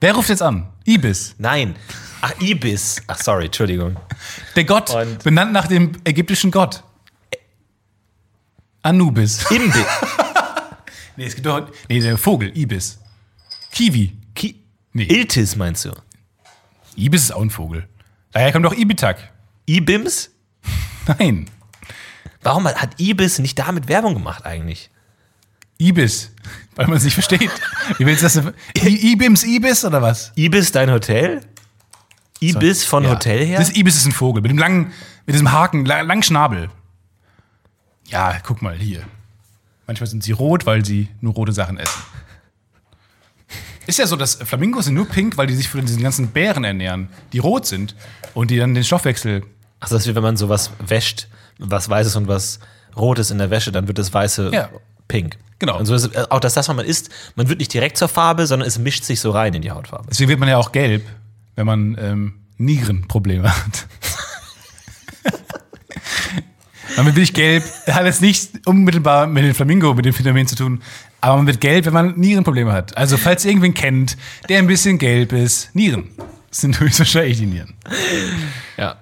[SPEAKER 3] Wer ruft jetzt an? Ibis.
[SPEAKER 1] Nein. Ach, Ibis. Ach, sorry, Entschuldigung.
[SPEAKER 3] Der Gott,
[SPEAKER 1] Und-
[SPEAKER 3] benannt nach dem ägyptischen Gott. Anubis.
[SPEAKER 1] Imbi.
[SPEAKER 3] Nee, es gibt doch. Nee, der Vogel, Ibis. Kiwi.
[SPEAKER 1] Ki
[SPEAKER 3] Nee.
[SPEAKER 1] Iltis meinst du?
[SPEAKER 3] Ibis ist auch ein Vogel. Daher kommt doch Ibitak.
[SPEAKER 1] Ibims?
[SPEAKER 3] Nein.
[SPEAKER 1] Warum hat Ibis nicht damit Werbung gemacht eigentlich?
[SPEAKER 3] Ibis. Weil man es nicht versteht. Wie willst du das denn? I Ibims Ibis oder was?
[SPEAKER 1] Ibis dein Hotel? Ibis von
[SPEAKER 3] Ja.
[SPEAKER 1] Hotel her?
[SPEAKER 3] Das Ibis ist ein Vogel. Mit dem langen, mit diesem Haken, la- langen Schnabel. Ja, guck mal hier. Manchmal sind sie rot, weil sie nur rote Sachen essen. Ist ja so, dass Flamingos sind nur pink, weil die sich von diesen ganzen Bären ernähren, die rot sind und die dann den Stoffwechsel.
[SPEAKER 1] Ach, das ist wie wenn man sowas wäscht, was Weißes und was Rotes in der Wäsche, dann wird das Weiße
[SPEAKER 3] Ja.
[SPEAKER 1] pink.
[SPEAKER 3] Genau.
[SPEAKER 1] Und so ist es, äh, auch das, das, was man isst, man wird nicht direkt zur Farbe, sondern es mischt sich so rein in die Hautfarbe.
[SPEAKER 3] Deswegen wird man ja auch gelb, wenn man ähm, Nierenprobleme hat. man wird wirklich gelb, hat jetzt nicht unmittelbar mit dem Flamingo, mit dem Phänomen zu tun, aber man wird gelb, wenn man Nierenprobleme hat. Also falls ihr irgendwen kennt, der ein bisschen gelb ist, Nieren. Das sind höchstwahrscheinlich die Nieren.
[SPEAKER 1] Ja.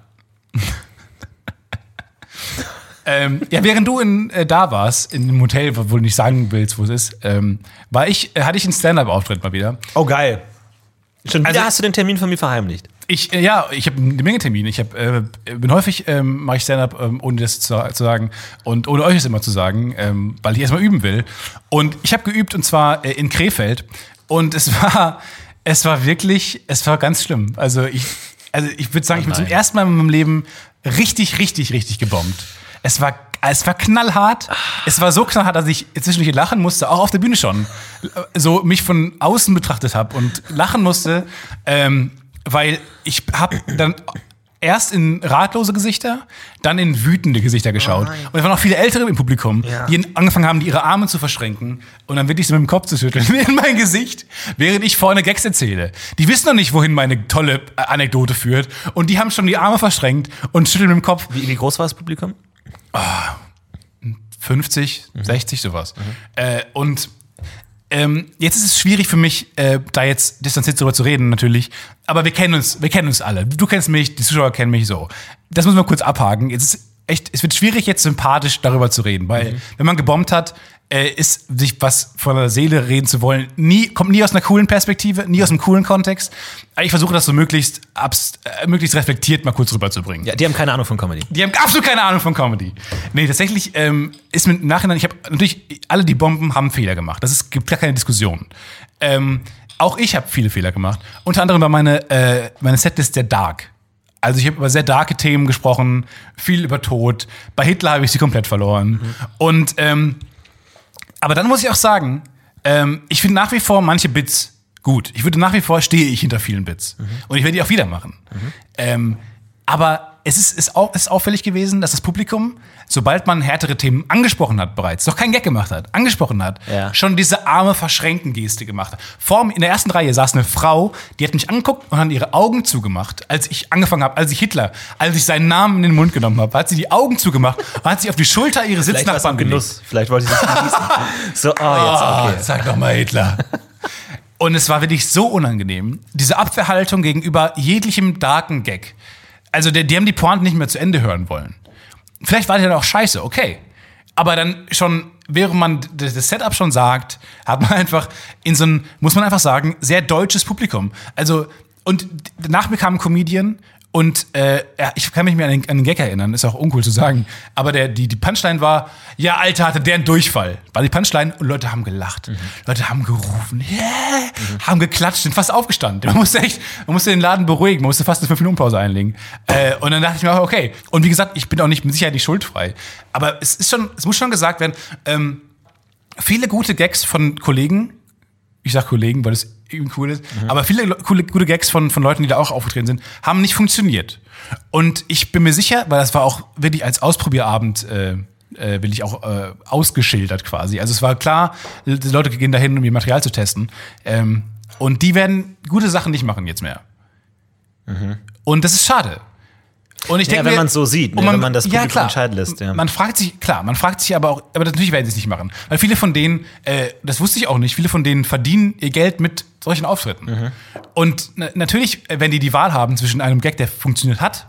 [SPEAKER 3] Ähm, ja, während du in, äh, da warst, in einem Hotel, wo, wo du nicht sagen willst, wo es ist, ähm, war ich, äh, hatte ich einen Stand-up-Auftritt mal wieder.
[SPEAKER 1] Oh, geil. Schon wieder
[SPEAKER 3] Also-
[SPEAKER 1] hast du den Termin von mir verheimlicht.
[SPEAKER 3] Ich, äh, ja, ich habe eine Menge Termine. Ich hab, äh, bin häufig, ähm, mache ich Stand-up, ähm, ohne das zu, zu sagen und ohne euch es immer zu sagen, ähm, weil ich erstmal üben will. Und ich habe geübt und zwar äh, in Krefeld und es war, es war wirklich, es war ganz schlimm. Also ich, also ich würde sagen, ich bin zum ersten Mal in meinem Leben richtig, richtig, richtig gebombt. Es war, es war knallhart. Es war so knallhart, dass ich zwischendurch lachen musste, auch auf der Bühne schon. Äh, So mich von außen betrachtet habe und lachen musste. Ähm, weil ich habe dann erst in ratlose Gesichter, dann in wütende Gesichter geschaut. und es waren auch viele Ältere im Publikum, die angefangen haben, ihre Arme zu verschränken und dann wirklich so mit dem Kopf zu schütteln in mein Gesicht, während ich vorne Gags erzähle. Die wissen noch nicht, wohin meine tolle äh, Anekdote führt und die haben schon die Arme verschränkt und schütteln mit dem Kopf.
[SPEAKER 1] Wie, wie groß war das Publikum?
[SPEAKER 3] 50, 60, sowas. Äh, und ähm, jetzt ist es schwierig für mich, äh, da jetzt distanziert drüber zu reden, natürlich. Aber wir kennen uns, wir kennen uns alle. Du kennst mich, die Zuschauer kennen mich so. Das müssen wir kurz abhaken. Jetzt ist echt, es wird schwierig, jetzt sympathisch darüber zu reden, weil wenn man gebombt hat, äh, ist sich was von der Seele reden zu wollen, nie, kommt nie aus einer coolen Perspektive, nie aus einem coolen Kontext. Aber Ich versuche das so möglichst, abs äh, möglichst reflektiert mal kurz rüberzubringen.
[SPEAKER 1] Ja, die haben keine Ahnung von Comedy.
[SPEAKER 3] Die haben absolut keine Ahnung von Comedy. Nee, tatsächlich ähm, ist mir im Nachhinein, ich habe natürlich, alle die Bomben haben Fehler gemacht. Das ist, gibt gar keine Diskussion. Ähm, auch ich habe viele Fehler gemacht. Unter anderem war meine, äh, meine Setlist sehr dark. Also ich habe über sehr darke Themen gesprochen, viel über Tod. Bei Hitler habe ich sie komplett verloren. Und ähm, aber dann muss ich auch sagen, ähm, ich finde nach wie vor manche Bits gut. Ich würde nach wie vor stehe ich hinter vielen Bits.
[SPEAKER 1] Mhm.
[SPEAKER 3] Und ich werde die auch wieder machen. Ähm, aber es ist, ist, auch, ist auffällig gewesen, dass das Publikum, sobald man härtere Themen angesprochen hat bereits, doch keinen Gag gemacht hat, angesprochen hat,
[SPEAKER 1] Ja.
[SPEAKER 3] schon diese arme verschränken Geste gemacht hat. Vor, mir- in der ersten Reihe saß eine Frau, die hat mich angeguckt und hat ihre Augen zugemacht, als ich angefangen habe, als ich Hitler, als ich seinen Namen in den Mund genommen habe, hat sie die Augen zugemacht und hat sich auf die Schulter ihres
[SPEAKER 1] Vielleicht war es
[SPEAKER 3] Sitznachbarn
[SPEAKER 1] ein
[SPEAKER 3] gelegt.
[SPEAKER 1] Genuss. Vielleicht wollte ich es genießen. So, ah,
[SPEAKER 3] Ah,
[SPEAKER 1] jetzt, okay.
[SPEAKER 3] sag doch mal Hitler. Und es war wirklich so unangenehm, diese Abwehrhaltung gegenüber jeglichem darken Gag. Also die, die haben die Pointe nicht mehr zu Ende hören wollen. Vielleicht war die dann auch scheiße, okay. Aber dann schon, während man d- das Setup schon sagt, hat man einfach in so ein, muss man einfach sagen, sehr deutsches Publikum. Also, und d- nach mir kam ein Comedian und äh, ja, ich kann mich mehr an den, an den Gag erinnern, ist auch uncool zu sagen. Aber der, die, die Punchline war, ja, Alter, hatte der einen Durchfall. War die Punchline und Leute haben gelacht. Leute haben gerufen, yeah, haben geklatscht, sind fast aufgestanden. Man musste echt, man musste den Laden beruhigen, man musste fast eine 5-Minuten-Pause einlegen. Äh, und dann dachte ich mir, okay. Und wie gesagt, ich bin auch nicht mit Sicherheit nicht schuldfrei. Aber es ist schon, es muss schon gesagt werden, ähm, viele gute Gags von Kollegen, ich sag Kollegen, weil das eben cool ist,
[SPEAKER 1] Mhm.
[SPEAKER 3] aber viele le- coole, gute Gags von, von Leuten, die da auch aufgetreten sind, haben nicht funktioniert. Und ich bin mir sicher, weil das war auch wirklich als Ausprobierabend, äh, äh, will ich auch äh, ausgeschildert quasi. Also es war klar, die Leute gehen dahin, um ihr Material zu testen. Ähm, und die werden gute Sachen nicht machen jetzt mehr. Und das ist schade. Und ich
[SPEAKER 1] Mhm. Ja,
[SPEAKER 3] denke
[SPEAKER 1] wenn
[SPEAKER 3] mir-
[SPEAKER 1] man es so sieht, ne,
[SPEAKER 3] und
[SPEAKER 1] wenn man das Publikum
[SPEAKER 3] klar.
[SPEAKER 1] entscheiden lässt, ja.
[SPEAKER 3] Man fragt sich, klar, man fragt sich aber auch, aber natürlich werden sie es nicht machen. Weil viele von denen, äh, das wusste ich auch nicht, viele von denen verdienen ihr Geld mit solchen Auftritten.
[SPEAKER 1] Mhm.
[SPEAKER 3] Und na natürlich, äh, wenn die die Wahl haben zwischen einem Gag, der funktioniert hat,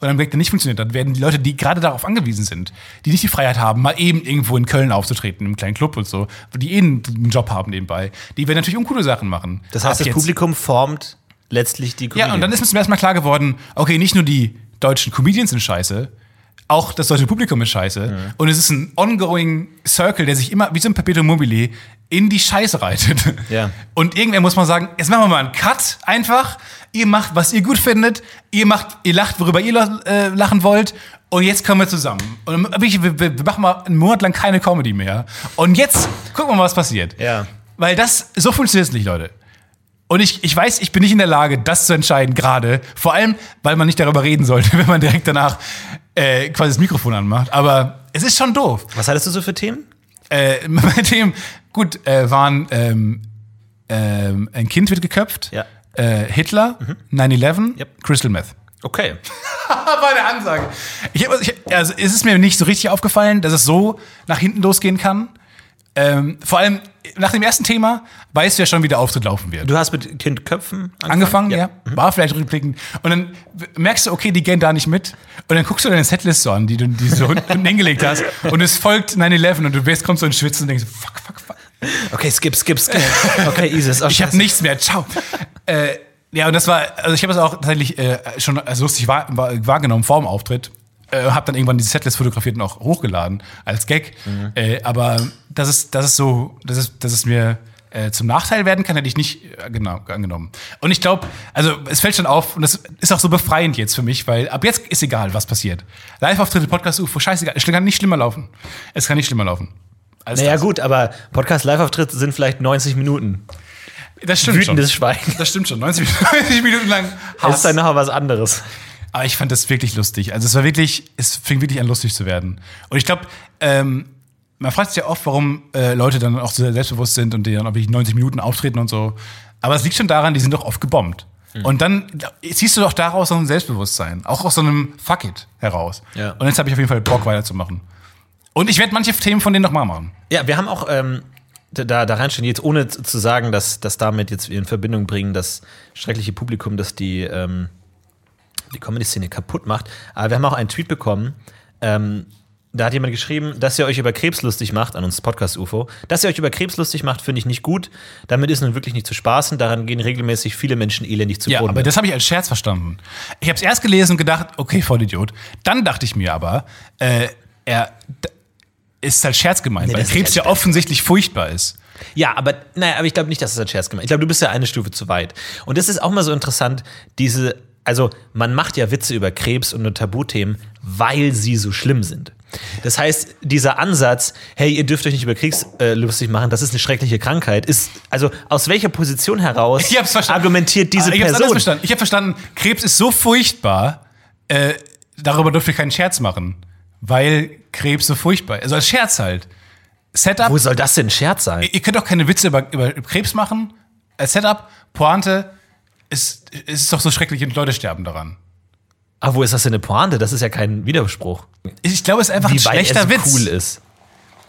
[SPEAKER 3] und einem Gag, der nicht funktioniert hat, werden die Leute, die gerade darauf angewiesen sind, die nicht die Freiheit haben, mal eben irgendwo in Köln aufzutreten, im kleinen Club und so, die eh einen Job haben nebenbei, die werden natürlich uncoole Sachen machen.
[SPEAKER 1] Das heißt,
[SPEAKER 3] Ab
[SPEAKER 1] das
[SPEAKER 3] jetzt-
[SPEAKER 1] Publikum formt letztlich die Comedy.
[SPEAKER 3] ja, und dann ist mir zum ersten Mal klar geworden, okay, nicht nur die deutschen Comedians sind scheiße, auch das deutsche Publikum ist scheiße. Und es ist ein ongoing Circle, der sich immer wie so ein Perpetuum mobile in die Scheiße reitet.
[SPEAKER 1] Ja.
[SPEAKER 3] Und irgendwann muss man sagen, jetzt machen wir mal einen Cut einfach. Ihr macht, was ihr gut findet. Ihr macht, ihr lacht, worüber ihr lo- äh, lachen wollt. Und jetzt kommen wir zusammen. Und dann- wirklich, wir, wir wir machen mal einen Monat lang keine Comedy mehr. Und jetzt gucken wir mal, was passiert.
[SPEAKER 1] Ja.
[SPEAKER 3] Weil das, so funktioniert es nicht, Leute. Und ich, ich weiß, ich bin nicht in der Lage, das zu entscheiden gerade. Vor allem, weil man nicht darüber reden sollte, wenn man direkt danach äh, quasi das Mikrofon anmacht. Aber es ist schon doof.
[SPEAKER 1] Was hattest du so für Themen?
[SPEAKER 3] Äh, bei dem, gut, äh, waren ähm, ähm, ein Kind wird geköpft,
[SPEAKER 1] Ja. Mhm.
[SPEAKER 3] äh, Hitler, 9-11,
[SPEAKER 1] Yep.
[SPEAKER 3] Crystal Meth.
[SPEAKER 1] Okay.
[SPEAKER 3] war eine Ansage. Ich, hab- ich, also es ist mir nicht so richtig aufgefallen, dass es so nach hinten losgehen kann. Ähm, vor allem nach dem ersten Thema weißt du ja schon, wie der Auftritt laufen wird
[SPEAKER 1] Du hast mit Kindköpfen
[SPEAKER 3] angefangen, ja. Mhm. War vielleicht rückblickend. Und dann merkst du, okay, die gehen da nicht mit. Und dann guckst du deine Setlist so an, die du die du so unten hingelegt hast. Und es folgt 9-11 und du bist, kommst so in Schwitzen und denkst, fuck, fuck, fuck.
[SPEAKER 1] Okay, skip, skip, skip. Okay, Isis. Oh,
[SPEAKER 3] Ich habe
[SPEAKER 1] scheiße.
[SPEAKER 3] nichts mehr. Ciao. äh, Ja, und das war, also ich habe das auch tatsächlich äh, schon als lustig wahr, wahr- wahrgenommen vor dem Auftritt. Äh, habe dann irgendwann diese Setlist fotografiert und auch hochgeladen als Gag.
[SPEAKER 1] Mhm.
[SPEAKER 3] Äh, aber das ist, das ist so, das ist, dass es mir äh, zum Nachteil werden kann, hätte ich nicht äh, genau, angenommen. Und ich glaube, also es fällt schon auf und das ist auch so befreiend jetzt für mich, weil ab jetzt ist egal, was passiert. Live-Auftritte, Podcast, UFO, scheißegal. Es kann nicht schlimmer laufen. Es kann nicht schlimmer laufen. Als
[SPEAKER 1] Naja,
[SPEAKER 3] das.
[SPEAKER 1] gut, aber Podcast-Live-Auftritt sind vielleicht 90 Minuten.
[SPEAKER 3] das stimmt
[SPEAKER 1] Wütendes
[SPEAKER 3] schon.
[SPEAKER 1] Schweigen.
[SPEAKER 3] Das stimmt schon. 90, 90 Minuten lang
[SPEAKER 1] Das ist dann nachher was anderes.
[SPEAKER 3] Aber ich fand das wirklich lustig. Also es war wirklich, es fing wirklich an lustig zu werden. Und ich glaube, ähm, man fragt sich ja oft, warum äh, Leute dann auch so sehr selbstbewusst sind und die dann auch wirklich 90 Minuten auftreten und so. Aber es liegt schon daran, die sind doch oft gebombt.
[SPEAKER 1] Hm.
[SPEAKER 3] Und dann siehst du doch daraus so ein Selbstbewusstsein, auch aus so einem Fuck it heraus.
[SPEAKER 1] Ja.
[SPEAKER 3] Und jetzt habe ich auf jeden Fall Bock weiterzumachen. Und ich werde manche Themen von denen nochmal machen.
[SPEAKER 1] Ja, wir haben auch ähm, da, da reinstehen, jetzt ohne z- zu sagen, dass das damit jetzt wir in Verbindung bringen, das schreckliche Publikum, das die, ähm, die Comedy-Szene kaputt macht. Aber wir haben auch einen Tweet bekommen. Ähm, da hat jemand geschrieben, dass ihr euch über Krebs lustig macht, an uns Podcast-UFO. Dass ihr euch über Krebs lustig macht, finde ich nicht gut. Damit ist nun wirklich nicht zu spaßen. Daran gehen regelmäßig viele Menschen elendig zu
[SPEAKER 3] Ja,
[SPEAKER 1] Boden.
[SPEAKER 3] aber das habe ich als Scherz verstanden. Ich habe es erst gelesen und gedacht, okay, voll Idiot. Dann dachte ich mir aber, äh, er d- ist halt Scherz gemeint, weil
[SPEAKER 1] das ist
[SPEAKER 3] Krebs ja offensichtlich furchtbar ist.
[SPEAKER 1] Ja, aber naja, aber ich glaube nicht, dass es ein Scherz gemacht. Ich glaube, du bist ja eine Stufe zu weit. Und das ist auch mal so interessant, diese, also man macht ja Witze über Krebs und nur Tabuthemen, weil sie so schlimm sind. Das heißt, dieser Ansatz, hey, ihr dürft euch nicht über Kriegs äh, lustig machen, das ist eine schreckliche Krankheit, ist, also aus welcher Position heraus
[SPEAKER 3] Ich hab's verstanden.
[SPEAKER 1] argumentiert diese
[SPEAKER 3] Ah, ich hab's anders
[SPEAKER 1] Person?
[SPEAKER 3] verstanden. Ich habe verstanden, Krebs ist so furchtbar, äh, darüber dürfen wir keinen Scherz machen, weil Krebs so furchtbar ist. Also als Scherz halt. Setup,
[SPEAKER 1] Wo soll das denn ein Scherz sein?
[SPEAKER 3] ihr könnt doch keine Witze über, über Krebs machen. Als Setup, Pointe, es, es ist doch so schrecklich und Leute sterben daran.
[SPEAKER 1] Ah, wo ist das denn eine Pointe? Das ist ja kein Widerspruch.
[SPEAKER 3] Ich glaube, es ist einfach ein
[SPEAKER 1] Wie weit
[SPEAKER 3] schlechter
[SPEAKER 1] es
[SPEAKER 3] Witz.
[SPEAKER 1] cool ist.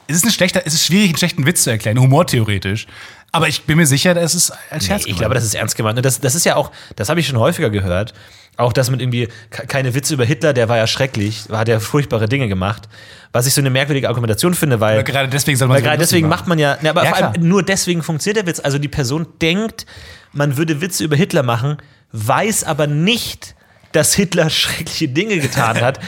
[SPEAKER 3] es ist ein schlechter, es ist schwierig, einen schlechten Witz zu erklären, humortheoretisch. Aber ich bin mir sicher, dass es als Scherz
[SPEAKER 1] Ich glaube, das ist ernst gemeint. Und Das, das ist ja auch, das habe ich schon häufiger gehört. Auch das mit irgendwie ke- keine Witze über Hitler, der war ja schrecklich, hat ja furchtbare Dinge gemacht. Was ich so eine merkwürdige Argumentation finde, weil,
[SPEAKER 3] Weil gerade deswegen soll man
[SPEAKER 1] weil
[SPEAKER 3] so
[SPEAKER 1] gerade
[SPEAKER 3] lustig
[SPEAKER 1] deswegen
[SPEAKER 3] machen.
[SPEAKER 1] macht man ja, ne, aber
[SPEAKER 3] Ja,
[SPEAKER 1] vor allem
[SPEAKER 3] klar.
[SPEAKER 1] nur deswegen funktioniert der Witz. Also die Person denkt, man würde Witze über Hitler machen, weiß aber nicht, dass Hitler schreckliche Dinge getan hat.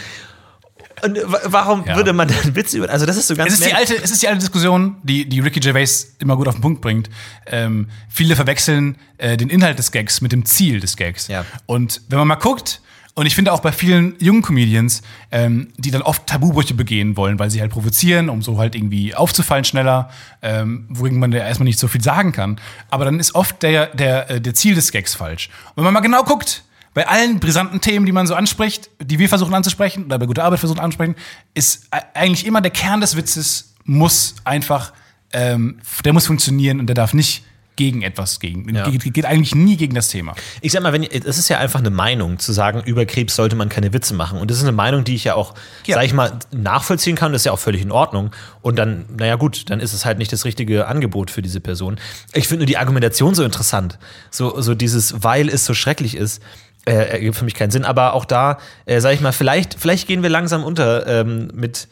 [SPEAKER 1] Und wa- warum
[SPEAKER 3] Ja.
[SPEAKER 1] würde man dann Witze über? Also das ist so ganz
[SPEAKER 3] es ist, die
[SPEAKER 1] merkwürdig.
[SPEAKER 3] alte, es ist die alte Diskussion, die, die Ricky Gervais immer gut auf den Punkt bringt. Ähm, viele verwechseln äh, den Inhalt des Gags mit dem Ziel des Gags.
[SPEAKER 1] Ja.
[SPEAKER 3] Und wenn man mal guckt, und ich finde auch bei vielen jungen Comedians, ähm, die dann oft Tabubrüche begehen wollen, weil sie halt provozieren, um so halt irgendwie aufzufallen schneller, ähm, worin man ja erstmal nicht so viel sagen kann. Aber dann ist oft der, der, äh, der Ziel des Gags falsch. Und wenn man mal genau guckt, bei allen brisanten Themen, die man so anspricht, die wir versuchen anzusprechen oder bei guter Arbeit versuchen anzusprechen, ist e- eigentlich immer der Kern des Witzes muss einfach, ähm, der muss funktionieren und der darf nicht gegen etwas gegen.
[SPEAKER 1] Ja.
[SPEAKER 3] Geht, geht eigentlich nie gegen das Thema.
[SPEAKER 1] ich sag mal, wenn es ist ja einfach eine Meinung zu sagen, über Krebs sollte man keine Witze machen und das ist eine Meinung, die ich ja auch,
[SPEAKER 3] Ja.
[SPEAKER 1] sag ich mal, nachvollziehen kann, das ist ja auch völlig in Ordnung und dann naja gut, dann ist es halt nicht das richtige Angebot für diese Person. Ich finde nur die Argumentation so interessant, so so dieses weil es so schrecklich ist. Äh, ergibt für mich keinen Sinn, aber auch da, äh, sag ich mal, vielleicht, vielleicht gehen wir langsam unter ähm, mit,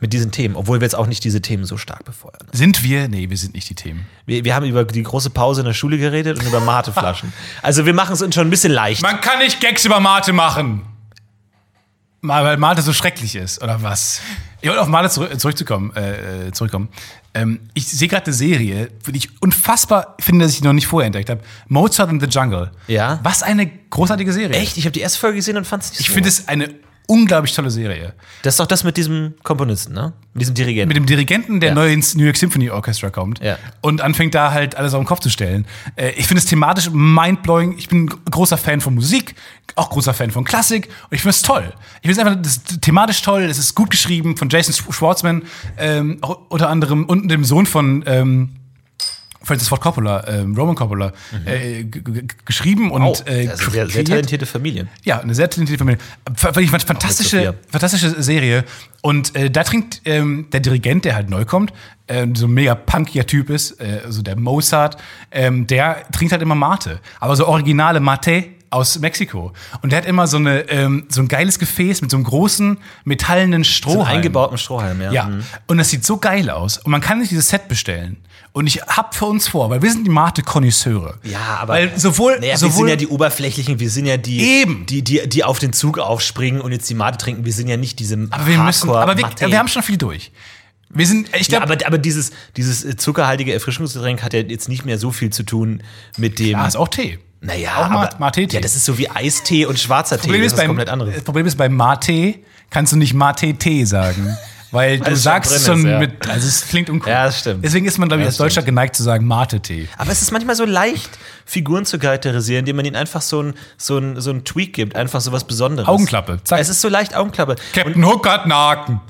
[SPEAKER 1] mit diesen Themen, obwohl wir jetzt auch nicht diese Themen so stark befeuern.
[SPEAKER 3] Sind wir? Nee, wir sind nicht die Themen.
[SPEAKER 1] Wir, wir haben über die große Pause in der Schule geredet und über Mateflaschen. also wir machen es uns schon ein bisschen leicht.
[SPEAKER 3] Man kann nicht Gags über Mate machen. Mal, weil Mate so schrecklich ist, oder was? Ich wollte auf Mate zurück, zurückzukommen, äh, äh, zurückkommen. Ähm, ich sehe gerade eine Serie, die ich unfassbar finde, dass ich die noch nicht vorher entdeckt habe. Mozart in the Jungle.
[SPEAKER 1] Ja.
[SPEAKER 3] Was eine großartige Serie.
[SPEAKER 1] Echt? Ich habe die erste Folge gesehen und fand es nicht
[SPEAKER 3] Ich
[SPEAKER 1] so.
[SPEAKER 3] finde es eine unglaublich tolle Serie.
[SPEAKER 1] das ist doch das mit diesem Komponisten, ne? Mit diesem Dirigenten.
[SPEAKER 3] Mit dem Dirigenten, der
[SPEAKER 1] Ja.
[SPEAKER 3] neu ins New York Symphony Orchestra kommt
[SPEAKER 1] Ja.
[SPEAKER 3] und anfängt da halt alles auf den Kopf zu stellen. Äh, ich finde es thematisch mindblowing. Ich bin ein großer Fan von Musik, auch großer Fan von Klassik und ich finde es toll. Ich finde es einfach das ist thematisch toll, es ist gut geschrieben von Jason Schw- Schwartzman, ähm, auch unter anderem und dem Sohn von ähm, Francis Ford Coppola, ähm, Roman Coppola, äh, g- g- g- geschrieben
[SPEAKER 1] Oh,
[SPEAKER 3] und äh,
[SPEAKER 1] das sind Mhm. sehr, sehr
[SPEAKER 3] kreiert.
[SPEAKER 1] talentierte Familien.
[SPEAKER 3] Ja, eine sehr talentierte Familie. F- Wirklich eine fantastische,
[SPEAKER 1] Sophia.
[SPEAKER 3] fantastische Serie. Und äh, da trinkt ähm, der Dirigent, der halt neu kommt, ähm, so ein mega punkiger Typ ist, äh, so der Mozart, ähm, der trinkt halt immer Mate. Aber so originale Mate aus Mexiko. Und der hat immer so, eine, ähm, so ein geiles Gefäß mit so einem großen metallenen Strohhalm.
[SPEAKER 1] Eingebauten Strohhalm, ja. Mhm.
[SPEAKER 3] Ja, und das sieht so geil aus. Und man kann sich dieses Set bestellen. Und ich hab für uns vor, weil wir sind die Mate-Konnoisseure.
[SPEAKER 1] Ja, aber
[SPEAKER 3] Weil sowohl,
[SPEAKER 1] naja, wir
[SPEAKER 3] sowohl
[SPEAKER 1] sind ja die oberflächlichen, wir sind ja die,
[SPEAKER 3] Eben.
[SPEAKER 1] die, die, die auf den Zug aufspringen und jetzt die Mate trinken. Wir sind ja nicht diesem
[SPEAKER 3] aber wir müssen,
[SPEAKER 1] Hardcore
[SPEAKER 3] aber wir,
[SPEAKER 1] Matte.
[SPEAKER 3] wir haben schon viel durch. Wir sind, ich
[SPEAKER 1] ja,
[SPEAKER 3] glaube,
[SPEAKER 1] aber, aber dieses, dieses äh, zuckerhaltige Erfrischungsgetränk hat ja jetzt nicht mehr so viel zu tun mit dem.
[SPEAKER 3] ist auch Tee.
[SPEAKER 1] naja,
[SPEAKER 3] auch Ma-
[SPEAKER 1] aber,
[SPEAKER 3] Mate-Tee.
[SPEAKER 1] ja, das ist so wie Eistee und schwarzer Tee.
[SPEAKER 3] Problem
[SPEAKER 1] das
[SPEAKER 3] ist, beim,
[SPEAKER 1] komplett anderes.
[SPEAKER 3] das Problem ist, beim Mate kannst du nicht Mate-Tee sagen. Weil du
[SPEAKER 1] es schon
[SPEAKER 3] sagst
[SPEAKER 1] drin ist,
[SPEAKER 3] schon
[SPEAKER 1] ja.
[SPEAKER 3] mit, also es klingt uncool.
[SPEAKER 1] Ja, das stimmt.
[SPEAKER 3] Deswegen ist man, glaube ich,
[SPEAKER 1] Ja,
[SPEAKER 3] als
[SPEAKER 1] das stimmt.
[SPEAKER 3] Deutscher geneigt zu sagen Mate-Tee.
[SPEAKER 1] Aber es ist manchmal so leicht, Figuren zu charakterisieren, indem man ihnen einfach so einen so ein, so ein Tweak gibt, einfach so was Besonderes.
[SPEAKER 3] Augenklappe, zack.
[SPEAKER 1] Es ist so leicht Augenklappe.
[SPEAKER 3] Captain Hook hat einen Haken.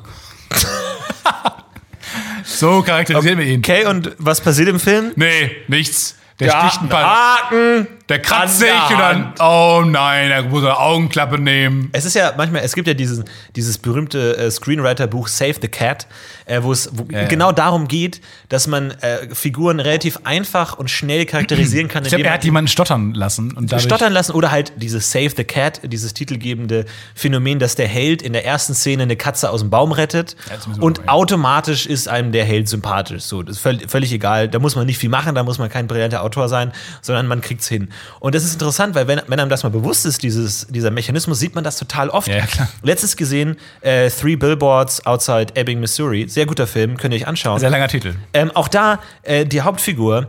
[SPEAKER 3] so charakterisieren wir ihn.
[SPEAKER 1] Okay, und was passiert im Film?
[SPEAKER 3] Nee, nichts. Der
[SPEAKER 1] Ja, ah,
[SPEAKER 3] sticht ein paar.
[SPEAKER 1] Haken.
[SPEAKER 3] Der
[SPEAKER 1] an
[SPEAKER 3] kratzt sich
[SPEAKER 1] der
[SPEAKER 3] und dann. Oh nein, er muss eine Augenklappe nehmen.
[SPEAKER 1] Es ist ja manchmal, es gibt ja diesen, dieses berühmte äh, Screenwriter-Buch Save the Cat, äh, wo es wo
[SPEAKER 3] ja.
[SPEAKER 1] genau darum geht, dass man äh, Figuren relativ einfach und schnell charakterisieren kann,
[SPEAKER 3] Ich glaube, er hat jemanden stottern lassen. Und dadurch,
[SPEAKER 1] stottern lassen oder halt dieses Save the Cat, dieses titelgebende Phänomen, dass der Held in der ersten Szene eine Katze aus dem Baum rettet
[SPEAKER 3] Ja, das müssen wir
[SPEAKER 1] und
[SPEAKER 3] mal-
[SPEAKER 1] automatisch ist einem der Held sympathisch. So, das ist völlig, völlig egal. Da muss man nicht viel machen, da muss man kein brillanter Autor sein, sondern man kriegt's hin. Und das ist interessant, weil wenn, wenn einem das mal bewusst ist, dieses, dieser Mechanismus, sieht man das total oft.
[SPEAKER 3] Ja, ja, klar.
[SPEAKER 1] Letztes gesehen, äh, Three Billboards Outside Ebbing, Missouri. Sehr guter Film, könnt ihr euch anschauen.
[SPEAKER 3] Sehr langer Titel.
[SPEAKER 1] Ähm, auch da, äh, die Hauptfigur,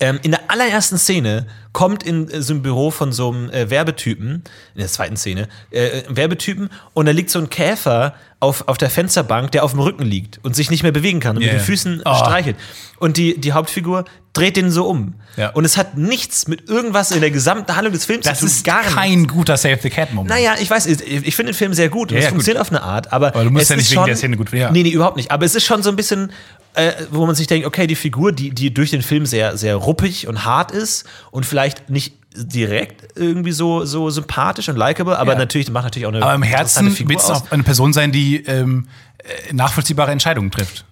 [SPEAKER 1] ähm, in der allerersten Szene kommt in äh, so ein Büro von so einem äh, Werbetypen, in der zweiten Szene, äh, ein Werbetypen, und da liegt so ein Käfer auf, auf der Fensterbank, der auf dem Rücken liegt und sich nicht mehr bewegen kann und
[SPEAKER 3] Yeah.
[SPEAKER 1] mit den Füßen
[SPEAKER 3] Oh.
[SPEAKER 1] streichelt. Und die, die Hauptfigur dreht den so um.
[SPEAKER 3] Ja.
[SPEAKER 1] Und es hat nichts mit irgendwas in der gesamten Handlung des Films
[SPEAKER 3] Das
[SPEAKER 1] zu tun.
[SPEAKER 3] ist kein guter Save the Cat-Moment.
[SPEAKER 1] Naja, ich weiß, ich, ich finde den Film sehr gut und
[SPEAKER 3] Ja,
[SPEAKER 1] es
[SPEAKER 3] ja, gut.
[SPEAKER 1] funktioniert auf eine Art, aber.
[SPEAKER 3] Aber du musst
[SPEAKER 1] es
[SPEAKER 3] ja nicht
[SPEAKER 1] ist
[SPEAKER 3] wegen der Szene gut- ja.
[SPEAKER 1] Nee, nee, überhaupt nicht. Aber es ist schon so ein bisschen, äh, wo man sich denkt, okay, die Figur, die, die durch den Film sehr, sehr ruppig und hart ist und vielleicht nicht direkt irgendwie so, so sympathisch und likable, aber
[SPEAKER 3] Ja.
[SPEAKER 1] natürlich macht natürlich auch eine
[SPEAKER 3] Aber im
[SPEAKER 1] interessante
[SPEAKER 3] Herzen
[SPEAKER 1] Figur
[SPEAKER 3] willst du
[SPEAKER 1] aus.
[SPEAKER 3] auch eine Person sein, die ähm, äh, nachvollziehbare Entscheidungen trifft.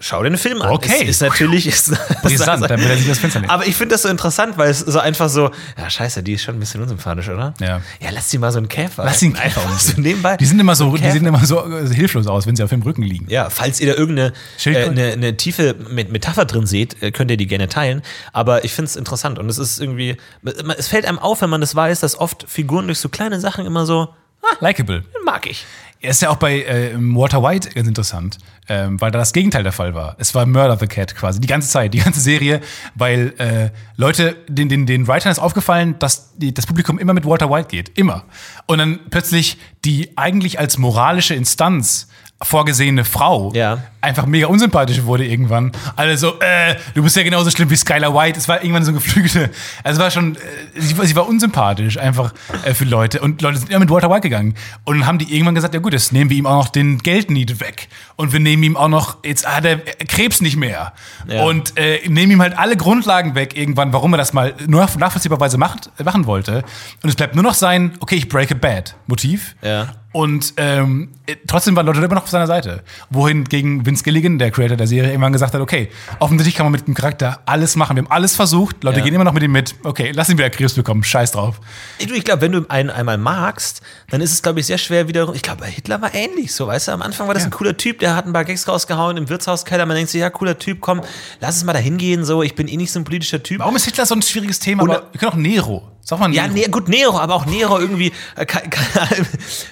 [SPEAKER 1] schau dir den Film an.
[SPEAKER 3] Okay.
[SPEAKER 1] Es Ist natürlich. Ist,
[SPEAKER 3] Brisant, damit er sich das Fenster legt.
[SPEAKER 1] Aber ich finde das so interessant, weil es so einfach so, ja, scheiße, die ist schon ein bisschen unsympathisch, oder?
[SPEAKER 3] Ja.
[SPEAKER 1] Ja, lass sie mal so einen Käfer.
[SPEAKER 3] Lass ihn einfach
[SPEAKER 1] so
[SPEAKER 3] umsehen.
[SPEAKER 1] nebenbei.
[SPEAKER 3] Die sind immer so,
[SPEAKER 1] einen
[SPEAKER 3] die
[SPEAKER 1] Käfer.
[SPEAKER 3] sehen immer so äh, hilflos aus, wenn sie auf dem Rücken liegen.
[SPEAKER 1] Ja, falls ihr da irgendeine äh,
[SPEAKER 3] Schildkröte?
[SPEAKER 1] eine, eine tiefe Met- Metapher drin seht, äh, könnt ihr die gerne teilen. Aber ich finde es interessant und es ist irgendwie, man- es fällt einem auf, wenn man das weiß, dass oft Figuren durch so kleine Sachen immer so, ah,
[SPEAKER 3] Likeable.
[SPEAKER 1] mag ich.
[SPEAKER 3] Er ist ja auch bei äh, Walter White ganz interessant, ähm, weil da das Gegenteil der Fall war. Es war Murder the Cat quasi, die ganze Zeit, die ganze Serie, weil äh, Leute, den, den, den Writern ist aufgefallen, dass die, das Publikum immer mit Walter White geht. Immer. Und dann plötzlich die eigentlich als moralische Instanz vorgesehene Frau
[SPEAKER 1] Ja.
[SPEAKER 3] einfach mega unsympathisch wurde irgendwann. Alle so, äh, du bist ja genauso schlimm wie Skylar White. Es war irgendwann so ein geflügelte. Also es war schon, äh, sie, war- sie war unsympathisch einfach äh, für Leute. Und Leute sind immer mit Walter White gegangen. Und dann haben die irgendwann gesagt, ja gut, jetzt nehmen wir ihm auch noch den Geldnied weg. Und wir nehmen ihm auch noch, jetzt hat er Krebs nicht mehr.
[SPEAKER 1] Ja.
[SPEAKER 3] Und äh, nehmen ihm halt alle Grundlagen weg irgendwann, warum er das mal nur nach- nachvollziehbarweise macht, machen wollte. Und es bleibt nur noch sein, okay, ich break a bad Motiv.
[SPEAKER 1] Ja.
[SPEAKER 3] Und ähm, äh, trotzdem waren Leute immer noch auf seiner Seite. Wohin gegen Vince Gilligan, der Creator der Serie, irgendwann gesagt hat, okay, offensichtlich kann man mit dem Charakter alles machen. Wir haben alles versucht, Leute
[SPEAKER 1] Ja.
[SPEAKER 3] gehen immer noch mit ihm mit. Okay, lass ihn wieder Krebs bekommen, scheiß drauf.
[SPEAKER 1] Ey, du, Ich glaube, wenn du einen einmal magst, dann ist es, glaube ich, sehr schwer wieder. Ich glaube, bei Hitler war ähnlich so, weißt du? Am Anfang war das ein cooler Typ, der hat ein paar Gags rausgehauen im Wirtshauskeller. Man denkt sich, ja, cooler Typ, komm, lass es mal da hingehen, so. Ich bin eh nicht so ein politischer Typ.
[SPEAKER 3] Warum ist Hitler so ein schwieriges Thema?
[SPEAKER 1] Und-
[SPEAKER 3] aber wir können auch Nero. Sag mal Nero.
[SPEAKER 1] Ja, ne, gut, Nero, aber auch Nero irgendwie, äh, ke- ke-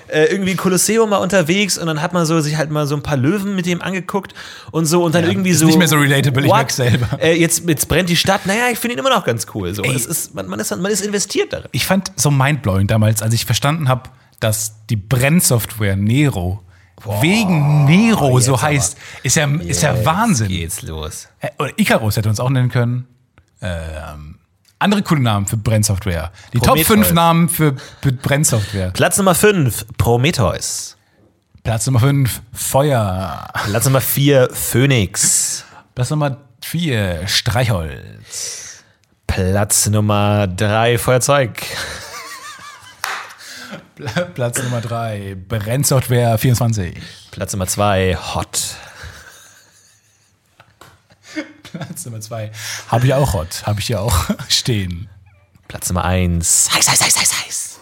[SPEAKER 1] äh, irgendwie Kolosseum mal unterwegs und dann hat man so sich halt mal so ein paar Löwen mit dem angeguckt und so und dann irgendwie
[SPEAKER 3] ist
[SPEAKER 1] so.
[SPEAKER 3] nicht mehr so relatable, ich
[SPEAKER 1] what?
[SPEAKER 3] merk's selber.
[SPEAKER 1] Äh, jetzt, jetzt brennt die Stadt, naja, ich finde ihn immer noch ganz cool. So.
[SPEAKER 3] Ey.
[SPEAKER 1] Es ist, man, man, ist, man ist investiert darin.
[SPEAKER 3] ich fand so mindblowing damals, als ich verstanden habe, dass die Brennsoftware Nero wegen Nero so heißt, ist ja, ist ja Wahnsinn.
[SPEAKER 1] Geht's los.
[SPEAKER 3] Äh, Oder Icarus hätte uns auch nennen können. Ähm, andere coole Namen für Brennsoftware. Die
[SPEAKER 1] Prometheus.
[SPEAKER 3] Top 5 Namen für B- Brennsoftware.
[SPEAKER 1] Platz Nummer 5, Prometheus.
[SPEAKER 3] Platz Nummer 5, Feuer.
[SPEAKER 1] Platz Nummer 4, Phoenix.
[SPEAKER 3] Platz Nummer 4, Streichholz.
[SPEAKER 1] Platz Nummer 3, Feuerzeug.
[SPEAKER 3] Pla- Platz Nummer 3, Brennsoftware 24.
[SPEAKER 1] Platz Nummer 2, Hot.
[SPEAKER 3] Platz Nummer 2, habe ich auch hot, habe ich ja auch stehen.
[SPEAKER 1] Platz Nummer 1, heiß, heiß, heiß, heiß, heiß.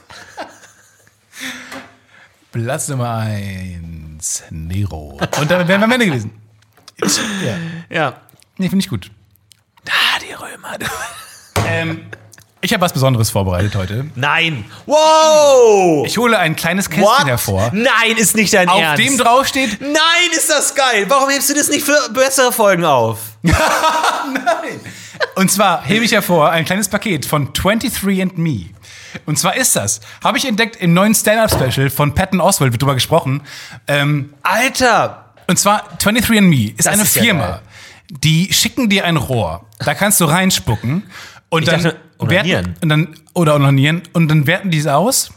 [SPEAKER 3] Platz Nummer eins, Nero. Und damit wären wir am Ende gewesen. Ja.
[SPEAKER 1] Ja.
[SPEAKER 3] Nee, finde ich gut.
[SPEAKER 1] Ah, die Römer.
[SPEAKER 3] Ähm, ich habe was Besonderes vorbereitet heute.
[SPEAKER 1] Nein. Wow.
[SPEAKER 3] Ich hole ein kleines Kästchen
[SPEAKER 1] What?
[SPEAKER 3] hervor,
[SPEAKER 1] Nein, ist nicht dein
[SPEAKER 3] auf
[SPEAKER 1] Ernst.
[SPEAKER 3] dem draufsteht
[SPEAKER 1] Nein, ist das geil. Warum hebst du das nicht für bessere Folgen auf?
[SPEAKER 3] Und zwar hebe ich hervor ein kleines Paket von 23andMe. Und zwar ist das, habe ich entdeckt im neuen Stand-Up-Special von Patton Oswald, wird drüber gesprochen. Ähm,
[SPEAKER 1] Alter.
[SPEAKER 3] und zwar 23andMe ist
[SPEAKER 1] Das
[SPEAKER 3] eine
[SPEAKER 1] ist ja
[SPEAKER 3] Firma,
[SPEAKER 1] geil.
[SPEAKER 3] die schicken dir ein Rohr, da kannst du reinspucken und dann
[SPEAKER 1] dachte,
[SPEAKER 3] werten,
[SPEAKER 1] onanieren.
[SPEAKER 3] und dann oder onanieren und dann werten die es aus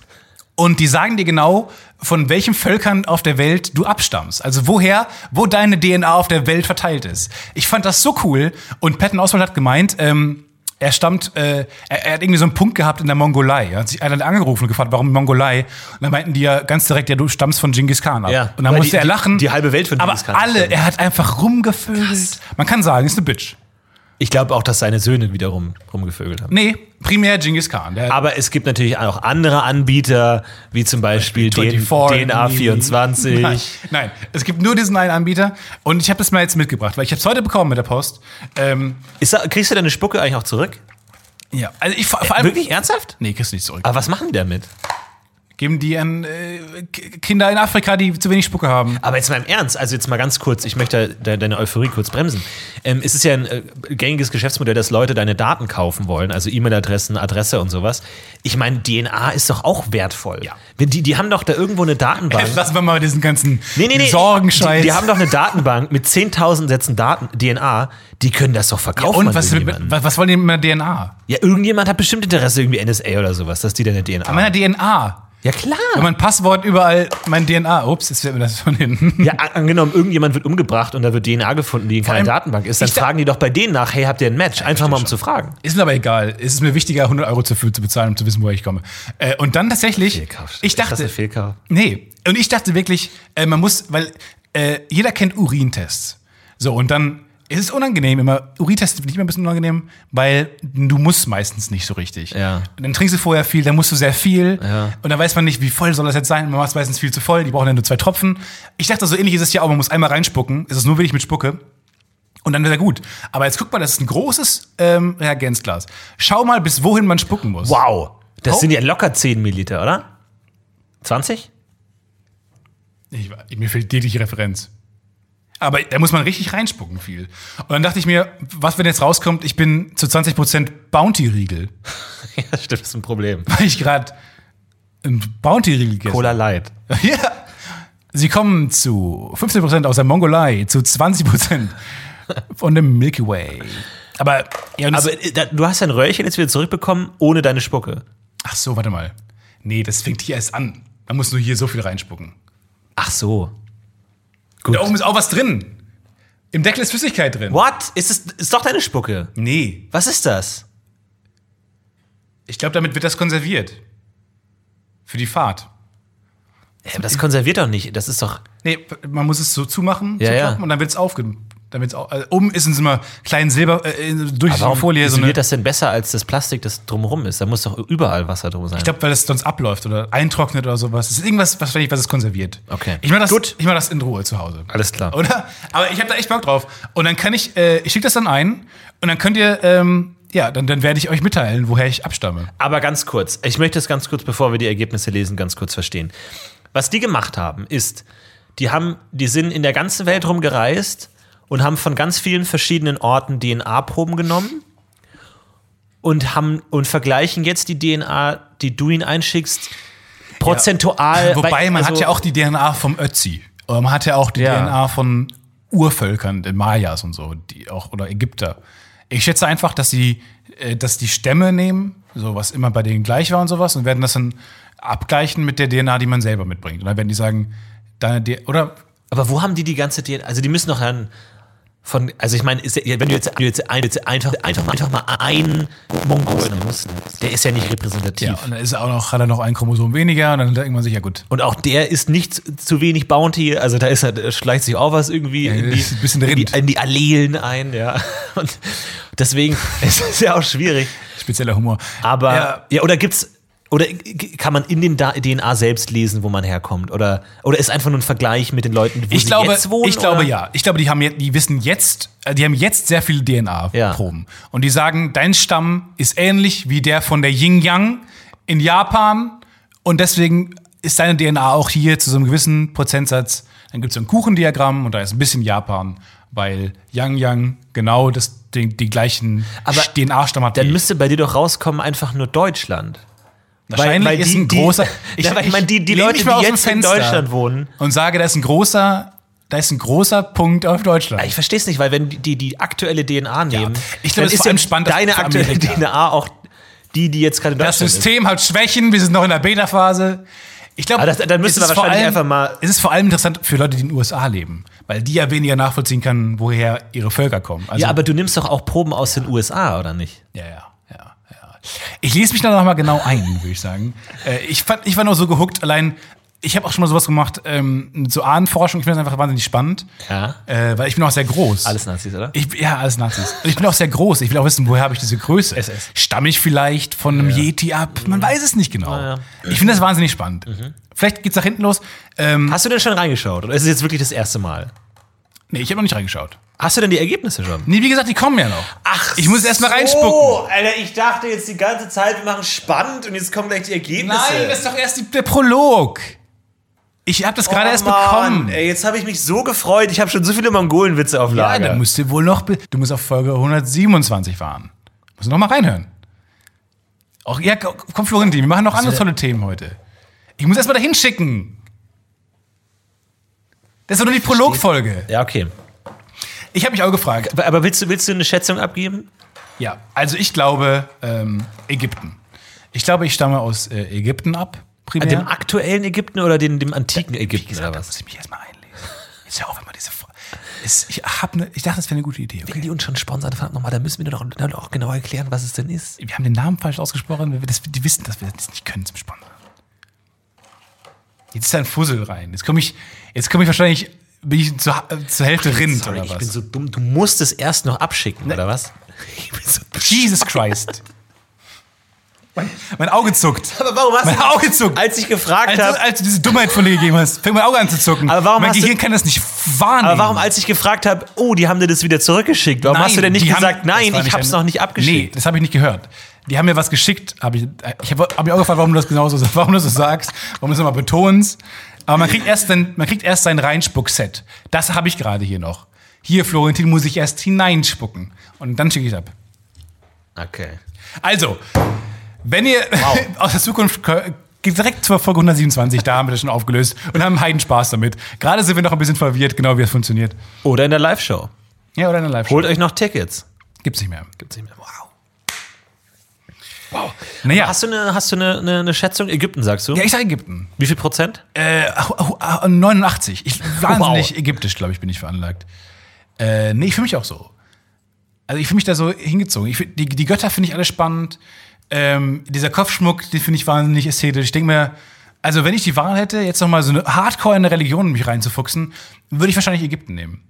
[SPEAKER 3] und die sagen dir genau, von welchen Völkern auf der Welt du abstammst. Also woher, wo deine DNA auf der Welt verteilt ist. Ich fand das so cool. Und Patton Oswald hat gemeint, ähm, er stammt, äh, er, er hat irgendwie so einen Punkt gehabt in der Mongolei. Er hat sich einer angerufen und gefragt, warum Mongolei? Und dann meinten die ja ganz direkt, ja, du stammst von Genghis Khan ab.
[SPEAKER 1] Ja,
[SPEAKER 3] und dann
[SPEAKER 1] weil die-
[SPEAKER 3] musste er lachen.
[SPEAKER 1] die- die halbe Welt von
[SPEAKER 3] Aber
[SPEAKER 1] Genghis Khan
[SPEAKER 3] alle,
[SPEAKER 1] stammt.
[SPEAKER 3] er hat einfach rumgevögelt. Man kann sagen, ist eine Bitch.
[SPEAKER 1] Ich glaube auch, dass seine Söhne wiederum rumgevögelt haben.
[SPEAKER 3] Nee, primär Genghis Khan. Der
[SPEAKER 1] Aber es gibt natürlich auch andere Anbieter, wie zum Beispiel den,
[SPEAKER 3] 24, Nein,
[SPEAKER 1] DNA24.
[SPEAKER 3] nein, es gibt nur diesen einen Anbieter und ich habe das mal jetzt mitgebracht, weil ich habe es heute bekommen mit der Post. Ähm,
[SPEAKER 1] Ist da, kriegst du deine Spucke eigentlich auch zurück?
[SPEAKER 3] ja, also ich vor, vor allem
[SPEAKER 1] Äh, Wirklich ernsthaft?
[SPEAKER 3] Nee, kriegst du nicht zurück.
[SPEAKER 1] Aber was machen die damit?
[SPEAKER 3] Geben die an äh, K- Kinder in Afrika, die zu wenig Spucke haben.
[SPEAKER 1] Aber jetzt mal im Ernst, also jetzt mal ganz kurz, ich möchte de deine Euphorie kurz bremsen. Ähm, es ist ja ein äh, gängiges Geschäftsmodell, dass Leute deine Daten kaufen wollen, also E-Mail-Adressen, Adresse und sowas. Ich meine, DNA ist doch auch wertvoll.
[SPEAKER 3] Ja.
[SPEAKER 1] Wenn Die, die haben doch da irgendwo eine Datenbank.
[SPEAKER 3] Jetzt lassen wir mal diesen ganzen
[SPEAKER 1] Nee, nee, nee.
[SPEAKER 3] Sorgenscheiß.
[SPEAKER 1] Die, die haben doch eine Datenbank mit 10.000 Sätzen Daten, DNA. Die können das doch verkaufen.
[SPEAKER 3] und
[SPEAKER 1] an
[SPEAKER 3] was,
[SPEAKER 1] irgendjemanden.
[SPEAKER 3] was, was wollen die mit meiner DNA?
[SPEAKER 1] Ja, irgendjemand hat bestimmt Interesse, irgendwie NSA oder sowas, dass die deine DNA.
[SPEAKER 3] An meiner DNA.
[SPEAKER 1] ja, klar.
[SPEAKER 3] Wenn mein Passwort überall mein DNA. Ups, jetzt wird mir das von hinten.
[SPEAKER 1] Ja, a- angenommen, irgendjemand wird umgebracht und da wird DNA gefunden, die in keiner
[SPEAKER 3] allem-
[SPEAKER 1] Datenbank ist. Dann
[SPEAKER 3] ich da-
[SPEAKER 1] fragen die doch bei denen nach, hey, habt ihr ein Match? Einfach mal, um zu fragen.
[SPEAKER 3] Ist mir aber egal. Es ist mir wichtiger, 100 Euro dafür zu bezahlen, um zu wissen, woher ich komme. Äh, und dann tatsächlich. ich
[SPEAKER 1] Ist das
[SPEAKER 3] dachte,
[SPEAKER 1] eine Fehlkauf?
[SPEAKER 3] Nee, und ich dachte wirklich, äh, man muss, weil äh, jeder kennt Urintests. So, und dann ist es unangenehm immer. Urintests finde ich immer ein bisschen unangenehm, weil du musst meistens nicht so richtig.
[SPEAKER 1] Ja.
[SPEAKER 3] Und dann trinkst du vorher viel, dann musst du sehr viel.
[SPEAKER 1] Ja.
[SPEAKER 3] Und dann weiß man nicht, wie voll soll das jetzt sein. Man macht es meistens viel zu voll, die brauchen dann nur zwei Tropfen. Ich dachte, so ähnlich ist es ja auch, man muss einmal reinspucken. Es ist nur wenig mit Spucke. Und dann wird er gut. Aber jetzt guck mal, das ist ein großes ähm, Reagenzglas. Schau mal, bis wohin man spucken muss.
[SPEAKER 1] Wow. Das
[SPEAKER 3] Oh.
[SPEAKER 1] sind ja locker 10 Milliliter, oder? 20?
[SPEAKER 3] Ich, mir fehlt jegliche Referenz. Aber da muss man richtig reinspucken viel. Und dann dachte ich mir, was, wenn jetzt rauskommt, ich bin zu 20% Bounty-Riegel.
[SPEAKER 1] Ja, stimmt, das ist ein Problem.
[SPEAKER 3] Weil ich gerade ein Bounty-Riegel gegessen
[SPEAKER 1] Cola Light.
[SPEAKER 3] habe. Ja. Sie kommen zu 15% aus der Mongolei, zu 20% von dem Milky Way. Aber, ja, und das-
[SPEAKER 1] Aber äh, da, du hast dein Röhrchen jetzt wieder zurückbekommen, ohne deine Spucke.
[SPEAKER 3] ach so, warte mal. Nee, das fängt hier erst an. Man muss nur hier so viel reinspucken.
[SPEAKER 1] Ach so.
[SPEAKER 3] Da oben ist auch was drin. Im Deckel ist Flüssigkeit drin.
[SPEAKER 1] What? Ist es ist doch deine Spucke.
[SPEAKER 3] Nee,
[SPEAKER 1] Was ist das?
[SPEAKER 3] Ich glaube, damit wird das konserviert. Für die Fahrt.
[SPEAKER 1] Hä, aber Das konserviert doch nicht. Das ist doch.
[SPEAKER 3] Nee, man muss es so zumachen,
[SPEAKER 1] Ja,
[SPEAKER 3] so
[SPEAKER 1] ja.
[SPEAKER 3] klappen, und dann wird es aufge... Dann wird's au also oben ist in so einer kleinen Silber... Äh, in- durch so eine
[SPEAKER 1] Warum
[SPEAKER 3] Folie so eine...
[SPEAKER 1] isoliert das denn besser als das Plastik, das drumherum ist? Da muss doch überall Wasser drum sein.
[SPEAKER 3] Ich glaube, weil das sonst abläuft oder eintrocknet oder sowas. Das ist irgendwas, was, was es konserviert.
[SPEAKER 1] Okay.
[SPEAKER 3] Ich mache das,
[SPEAKER 1] Gut.
[SPEAKER 3] ich mach das in Ruhe zu Hause.
[SPEAKER 1] Alles klar.
[SPEAKER 3] Oder? Aber ich habe da echt Bock drauf. Und dann kann ich... Äh, ich schicke das dann ein und dann könnt ihr... Ähm, ja, dann, dann werde ich euch mitteilen, woher ich abstamme.
[SPEAKER 1] Aber ganz kurz, ich möchte es ganz kurz, bevor wir die Ergebnisse lesen, ganz kurz verstehen. Was die gemacht haben, ist, die haben, die sind in der ganzen Welt rumgereist und haben von ganz vielen verschiedenen Orten DNA-Proben genommen und haben und vergleichen jetzt die DNA, die du ihn einschickst, prozentual.
[SPEAKER 3] Wobei,
[SPEAKER 1] weil-
[SPEAKER 3] man hat
[SPEAKER 1] also-
[SPEAKER 3] ja auch die DNA vom Ötzi. Oder man hat ja auch die
[SPEAKER 1] Ja.
[SPEAKER 3] DNA von Urvölkern, den Mayas und so, die auch, oder Ägypter. Ich schätze einfach, dass sie, äh, dass die Stämme nehmen, so was immer bei denen gleich war und sowas, und werden das dann abgleichen mit der DNA, die man selber mitbringt. Und dann werden die sagen, deine D oder
[SPEAKER 1] Aber wo haben die die ganze DNA? Also die müssen doch dann von, also ich meine, ist ja- wenn du jetzt, wenn du jetzt, ein, jetzt einfach, einfach, mal- einfach mal einen Mongolen nimmst, der ist ja nicht repräsentativ.
[SPEAKER 3] ja, und dann ist er auch noch, hat er noch ein Chromosom weniger und dann denkt man sich, ja gut.
[SPEAKER 1] Und auch der ist nicht zu- zu wenig Bounty, also da ist halt, schleicht sich auch was irgendwie in,
[SPEAKER 3] das
[SPEAKER 1] die,
[SPEAKER 3] ist ein bisschen
[SPEAKER 1] in, die,
[SPEAKER 3] Rind.
[SPEAKER 1] in die Allelen ein, ja. Und deswegen es ist es ja auch schwierig.
[SPEAKER 3] Spezieller Humor.
[SPEAKER 1] Aber
[SPEAKER 3] Ja.
[SPEAKER 1] ja, oder gibt's Oder g- kann man in den Da- DNA selbst lesen, wo man herkommt? Oder, oder ist einfach nur ein Vergleich mit den Leuten, wo
[SPEAKER 3] Ich
[SPEAKER 1] sie
[SPEAKER 3] glaube,
[SPEAKER 1] jetzt wohnen?
[SPEAKER 3] ich glaube
[SPEAKER 1] oder?
[SPEAKER 3] ja. Ich glaube, die haben jetzt, die wissen jetzt, äh, die haben jetzt sehr viele DNA-Proben. Und die sagen, dein Stamm ist ähnlich wie der von der Yin Yang in Japan. Und deswegen ist deine DNA auch hier zu so einem gewissen Prozentsatz. Dann gibt es so ein Kuchendiagramm und da ist ein bisschen Japan, weil Yang Yang genau das, die, die gleichen
[SPEAKER 1] Aber
[SPEAKER 3] DNA-Stamm hat.
[SPEAKER 1] Dann
[SPEAKER 3] wie ich.
[SPEAKER 1] müsste bei dir doch rauskommen, einfach nur Deutschland.
[SPEAKER 3] Wahrscheinlich
[SPEAKER 1] weil
[SPEAKER 3] ist
[SPEAKER 1] die-
[SPEAKER 3] ein
[SPEAKER 1] die-
[SPEAKER 3] großer.
[SPEAKER 1] Ja, weil ich meine, die- die
[SPEAKER 3] lehn
[SPEAKER 1] Leute,
[SPEAKER 3] mich mal
[SPEAKER 1] die
[SPEAKER 3] aus dem
[SPEAKER 1] jetzt in
[SPEAKER 3] Fenster
[SPEAKER 1] Deutschland wohnen.
[SPEAKER 3] Und sage, da ist ein großer, da ist ein großer Punkt auf Deutschland.
[SPEAKER 1] Ich verstehe es nicht, weil wenn die, die, die aktuelle DNA nehmen,
[SPEAKER 3] Ich glaube,
[SPEAKER 1] dann
[SPEAKER 3] es ist vor allem spannend, dass
[SPEAKER 1] deine
[SPEAKER 3] für
[SPEAKER 1] aktuelle
[SPEAKER 3] Amerika-
[SPEAKER 1] DNA auch die, die jetzt gerade in
[SPEAKER 3] Das
[SPEAKER 1] Deutschland ist.
[SPEAKER 3] System hat Schwächen, wir sind noch in der Beta-Phase. Ich glaube,
[SPEAKER 1] Aber das- dann müssen
[SPEAKER 3] es
[SPEAKER 1] wir
[SPEAKER 3] ist vor
[SPEAKER 1] wahrscheinlich
[SPEAKER 3] allem,
[SPEAKER 1] einfach mal-
[SPEAKER 3] Es ist vor allem interessant für Leute, die in den USA leben, weil die ja weniger nachvollziehen können, woher ihre Völker kommen. Also,
[SPEAKER 1] Ja, aber du nimmst doch auch Proben aus den USA, oder nicht?
[SPEAKER 3] ja, ja, ja, ja. Ich lese mich da noch mal genau ein, würde ich sagen. Äh, ich, fand, ich war nur so gehuckt, allein. Ich habe auch schon mal sowas gemacht ähm, mit so Ahnenforschung. Ich finde das einfach wahnsinnig spannend,
[SPEAKER 1] Ja.
[SPEAKER 3] äh, weil ich bin auch sehr groß.
[SPEAKER 1] Alles Nazis, oder?
[SPEAKER 3] Ich, ja, alles Nazis. Und ich bin auch sehr groß. Ich will auch wissen, woher habe ich diese Größe? Stamme ich vielleicht von einem Yeti ab? Man weiß es nicht genau. Ich finde das wahnsinnig spannend. Vielleicht geht's nach hinten los. Ähm,
[SPEAKER 1] Hast du denn schon reingeschaut? Oder ist es jetzt wirklich das erste Mal?
[SPEAKER 3] nee, ich habe noch nicht reingeschaut.
[SPEAKER 1] Hast du denn die Ergebnisse schon?
[SPEAKER 3] Nee, wie gesagt, die kommen ja noch.
[SPEAKER 1] Ach,
[SPEAKER 3] Ich muss erst mal reinspucken.
[SPEAKER 1] Oh, Alter, ich dachte jetzt die ganze Zeit, wir machen spannend und jetzt kommen gleich die Ergebnisse.
[SPEAKER 3] Nein, das ist doch erst die, der Prolog. Ich habe das gerade erst bekommen.
[SPEAKER 1] Oh Ey, jetzt habe ich mich so gefreut. Ich habe schon so viele Mongolenwitze auf
[SPEAKER 3] ja,
[SPEAKER 1] Lager.
[SPEAKER 3] dann musst du wohl noch. be- Du musst auf Folge 127 fahren. Musst du noch mal reinhören. Auch, ja, komm, Florentin, wir machen noch andere tolle Themen heute. Ich muss erst mal dahin schicken. Das ist doch nur die Prologfolge.
[SPEAKER 1] ja, okay.
[SPEAKER 3] Ich habe mich auch gefragt.
[SPEAKER 1] Aber- Aber willst du, willst du eine Schätzung abgeben?
[SPEAKER 3] Ja, also ich glaube ähm, Ägypten. Ich glaube, ich stamme aus äh, Ägypten ab, primär.
[SPEAKER 1] Äh, Dem aktuellen Ägypten oder den, dem antiken Ägypten oder
[SPEAKER 3] da
[SPEAKER 1] was?
[SPEAKER 3] muss ich mich erst mal einlesen. Jetzt hör auf immer diese Frage. Ich, hab ne, ich dachte, das wäre eine gute Idee.
[SPEAKER 1] Wenn
[SPEAKER 3] Okay.
[SPEAKER 1] die uns schon sponsern, verdammt nochmal, dann müssen wir doch dann auch genau erklären, was es denn ist.
[SPEAKER 3] Wir haben den Namen falsch ausgesprochen. weil wir Das, die wissen, dass wir das nicht können zum Sponsor. Jetzt ist da ein Fussel rein. Jetzt komme ich, jetzt komme ich wahrscheinlich, bin ich zur, äh, zur Hälfte Rind
[SPEAKER 1] Sorry,
[SPEAKER 3] oder
[SPEAKER 1] ich bin
[SPEAKER 3] was?
[SPEAKER 1] so dumm. Du musst es erst noch abschicken, oder was?
[SPEAKER 3] Ich bin so Jesus Christ. mein, mein Auge zuckt.
[SPEAKER 1] Aber warum hast
[SPEAKER 3] mein
[SPEAKER 1] du-
[SPEAKER 3] Auge zuckt.
[SPEAKER 1] Als ich gefragt
[SPEAKER 3] als, du,
[SPEAKER 1] habe,
[SPEAKER 3] als du diese Dummheit von dir gegeben hast, fängt mein Auge an zu zucken.
[SPEAKER 1] Aber warum
[SPEAKER 3] mein
[SPEAKER 1] hast du-
[SPEAKER 3] Gehirn kann das nicht wahrnehmen.
[SPEAKER 1] aber warum, als ich gefragt habe, oh, die haben dir das wieder zurückgeschickt, warum hast du denn nicht
[SPEAKER 3] die
[SPEAKER 1] gesagt,
[SPEAKER 3] haben- das
[SPEAKER 1] nein,
[SPEAKER 3] war
[SPEAKER 1] ich hab's
[SPEAKER 3] ein-
[SPEAKER 1] noch nicht abgeschickt?
[SPEAKER 3] Nee, das habe ich nicht gehört. Die haben mir was geschickt. Hab ich äh, ich habe hab mich auch gefragt, warum du das genauso warum du das so sagst, warum du das nochmal betonst. Aber man kriegt erst, dann, man kriegt erst sein Reinspuckset. Das habe ich gerade hier noch. Hier, Florentin, muss ich erst hineinspucken. Und dann schicke ich ab.
[SPEAKER 1] Okay.
[SPEAKER 3] Also, wenn ihr aus der Zukunft kö- geht direkt zur Folge 127, da haben wir das schon aufgelöst und haben heiden Spaß damit. Gerade sind wir noch ein bisschen verwirrt, genau wie es funktioniert.
[SPEAKER 1] Oder in der Live-Show.
[SPEAKER 3] Ja, oder in der Live-Show.
[SPEAKER 1] Holt euch noch Tickets.
[SPEAKER 3] Gibt's nicht mehr.
[SPEAKER 1] Gibt's nicht mehr. Wow.
[SPEAKER 3] Naja,
[SPEAKER 1] Hast du eine, hast du eine, eine, eine Schätzung? Ägypten, sagst du?
[SPEAKER 3] ja, ich sage Ägypten.
[SPEAKER 1] Wie viel Prozent?
[SPEAKER 3] Äh, au- au- au- 89. Ich, wahnsinnig ägyptisch, glaube ich, bin ich veranlagt. Äh, nee, ich fühle mich auch so. Also ich fühle mich da so hingezogen. Ich, find- die, die Götter finde ich alle spannend. Ähm, dieser Kopfschmuck, den finde ich wahnsinnig ästhetisch. Ich denke mir, also wenn ich die Wahl hätte, jetzt noch mal so eine Hardcore in eine Religion mich reinzufuchsen, würde ich wahrscheinlich Ägypten nehmen.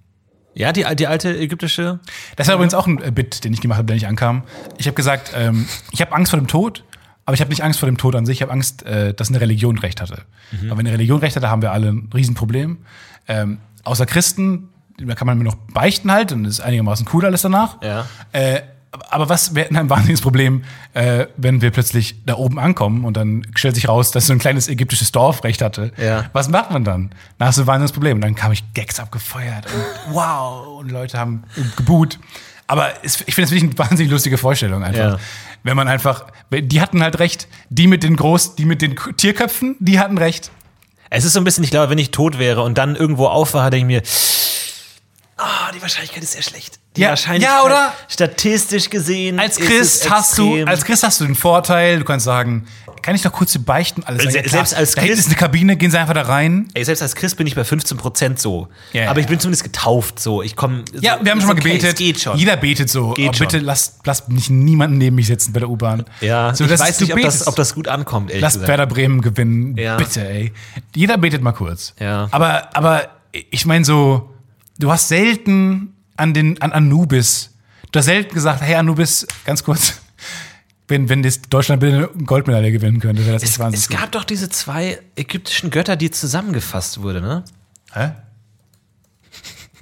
[SPEAKER 1] Ja, die, die alte ägyptische.
[SPEAKER 3] Das war übrigens auch ein äh, Bit, den ich gemacht habe, der nicht ankam. Ich habe gesagt, ähm, ich habe Angst vor dem Tod, aber ich habe nicht Angst vor dem Tod an sich. Ich habe Angst, äh, dass eine Religion Recht hatte. Aber wenn eine Religion Recht hatte, haben wir alle ein Riesenproblem. Ähm, außer Christen, da kann man mir noch beichten halt und das ist einigermaßen cool alles danach.
[SPEAKER 1] Ja.
[SPEAKER 3] Äh, aber was wäre denn ein wahnsinniges Problem, äh, wenn wir plötzlich da oben ankommen und dann stellt sich raus, dass so ein kleines ägyptisches Dorf Recht hatte?
[SPEAKER 1] Ja.
[SPEAKER 3] Was macht man dann? Na, hast du ein wahnsinniges Problem. Und dann kam ich Gags abgefeuert und wow, und Leute haben geboot. Aber es, ich finde es wirklich eine wahnsinnig lustige Vorstellung einfach.
[SPEAKER 1] Ja.
[SPEAKER 3] Wenn man einfach, die hatten halt recht, die mit den Groß, die mit den K- Tierköpfen, die hatten recht.
[SPEAKER 1] Es ist so ein bisschen, ich glaube, wenn ich tot wäre und dann irgendwo aufwache, denke ich mir, ah, die Wahrscheinlichkeit ist sehr schlecht. Die
[SPEAKER 3] Ja,
[SPEAKER 1] Wahrscheinlichkeit,
[SPEAKER 3] ja, oder?
[SPEAKER 1] Statistisch gesehen.
[SPEAKER 3] Als
[SPEAKER 1] ist
[SPEAKER 3] Christ
[SPEAKER 1] es
[SPEAKER 3] hast du,
[SPEAKER 1] extrem.
[SPEAKER 3] als Christ hast du den Vorteil, du kannst sagen, kann ich noch kurz zu beichten? Alles
[SPEAKER 1] Se-
[SPEAKER 3] sagen, ja, klar.
[SPEAKER 1] selbst als
[SPEAKER 3] da hinten
[SPEAKER 1] Christ-
[SPEAKER 3] ist eine Kabine, gehen sie einfach da rein.
[SPEAKER 1] Ey, selbst als Christ bin ich bei 15 Prozent so.
[SPEAKER 3] Ja, ja.
[SPEAKER 1] Aber ich bin zumindest getauft so. Ich komme.
[SPEAKER 3] Ja, wir haben schon mal gebetet.
[SPEAKER 1] Es geht schon.
[SPEAKER 3] Jeder betet so.
[SPEAKER 1] Geht
[SPEAKER 3] oh, bitte
[SPEAKER 1] schon.
[SPEAKER 3] lasst, lasst nicht niemanden neben mich sitzen bei der U-Bahn.
[SPEAKER 1] ja,
[SPEAKER 3] so,
[SPEAKER 1] ich
[SPEAKER 3] dass
[SPEAKER 1] weiß
[SPEAKER 3] du
[SPEAKER 1] nicht, ob das,
[SPEAKER 3] betest.
[SPEAKER 1] ob das gut ankommt, ehrlich
[SPEAKER 3] Lasst
[SPEAKER 1] gesagt.
[SPEAKER 3] Werder Bremen gewinnen.
[SPEAKER 1] Ja.
[SPEAKER 3] Bitte, ey. Jeder betet mal kurz.
[SPEAKER 1] Ja.
[SPEAKER 3] Aber, aber ich meine so, du hast selten an den an Anubis, du hast selten gesagt, hey Anubis, ganz kurz, wenn, wenn das Deutschland bitte eine Goldmedaille gewinnen könnte, wäre das
[SPEAKER 1] Es,
[SPEAKER 3] echt wahnsinnig.
[SPEAKER 1] es gab doch diese zwei ägyptischen Götter, die zusammengefasst wurden, ne?
[SPEAKER 3] gut. Hä?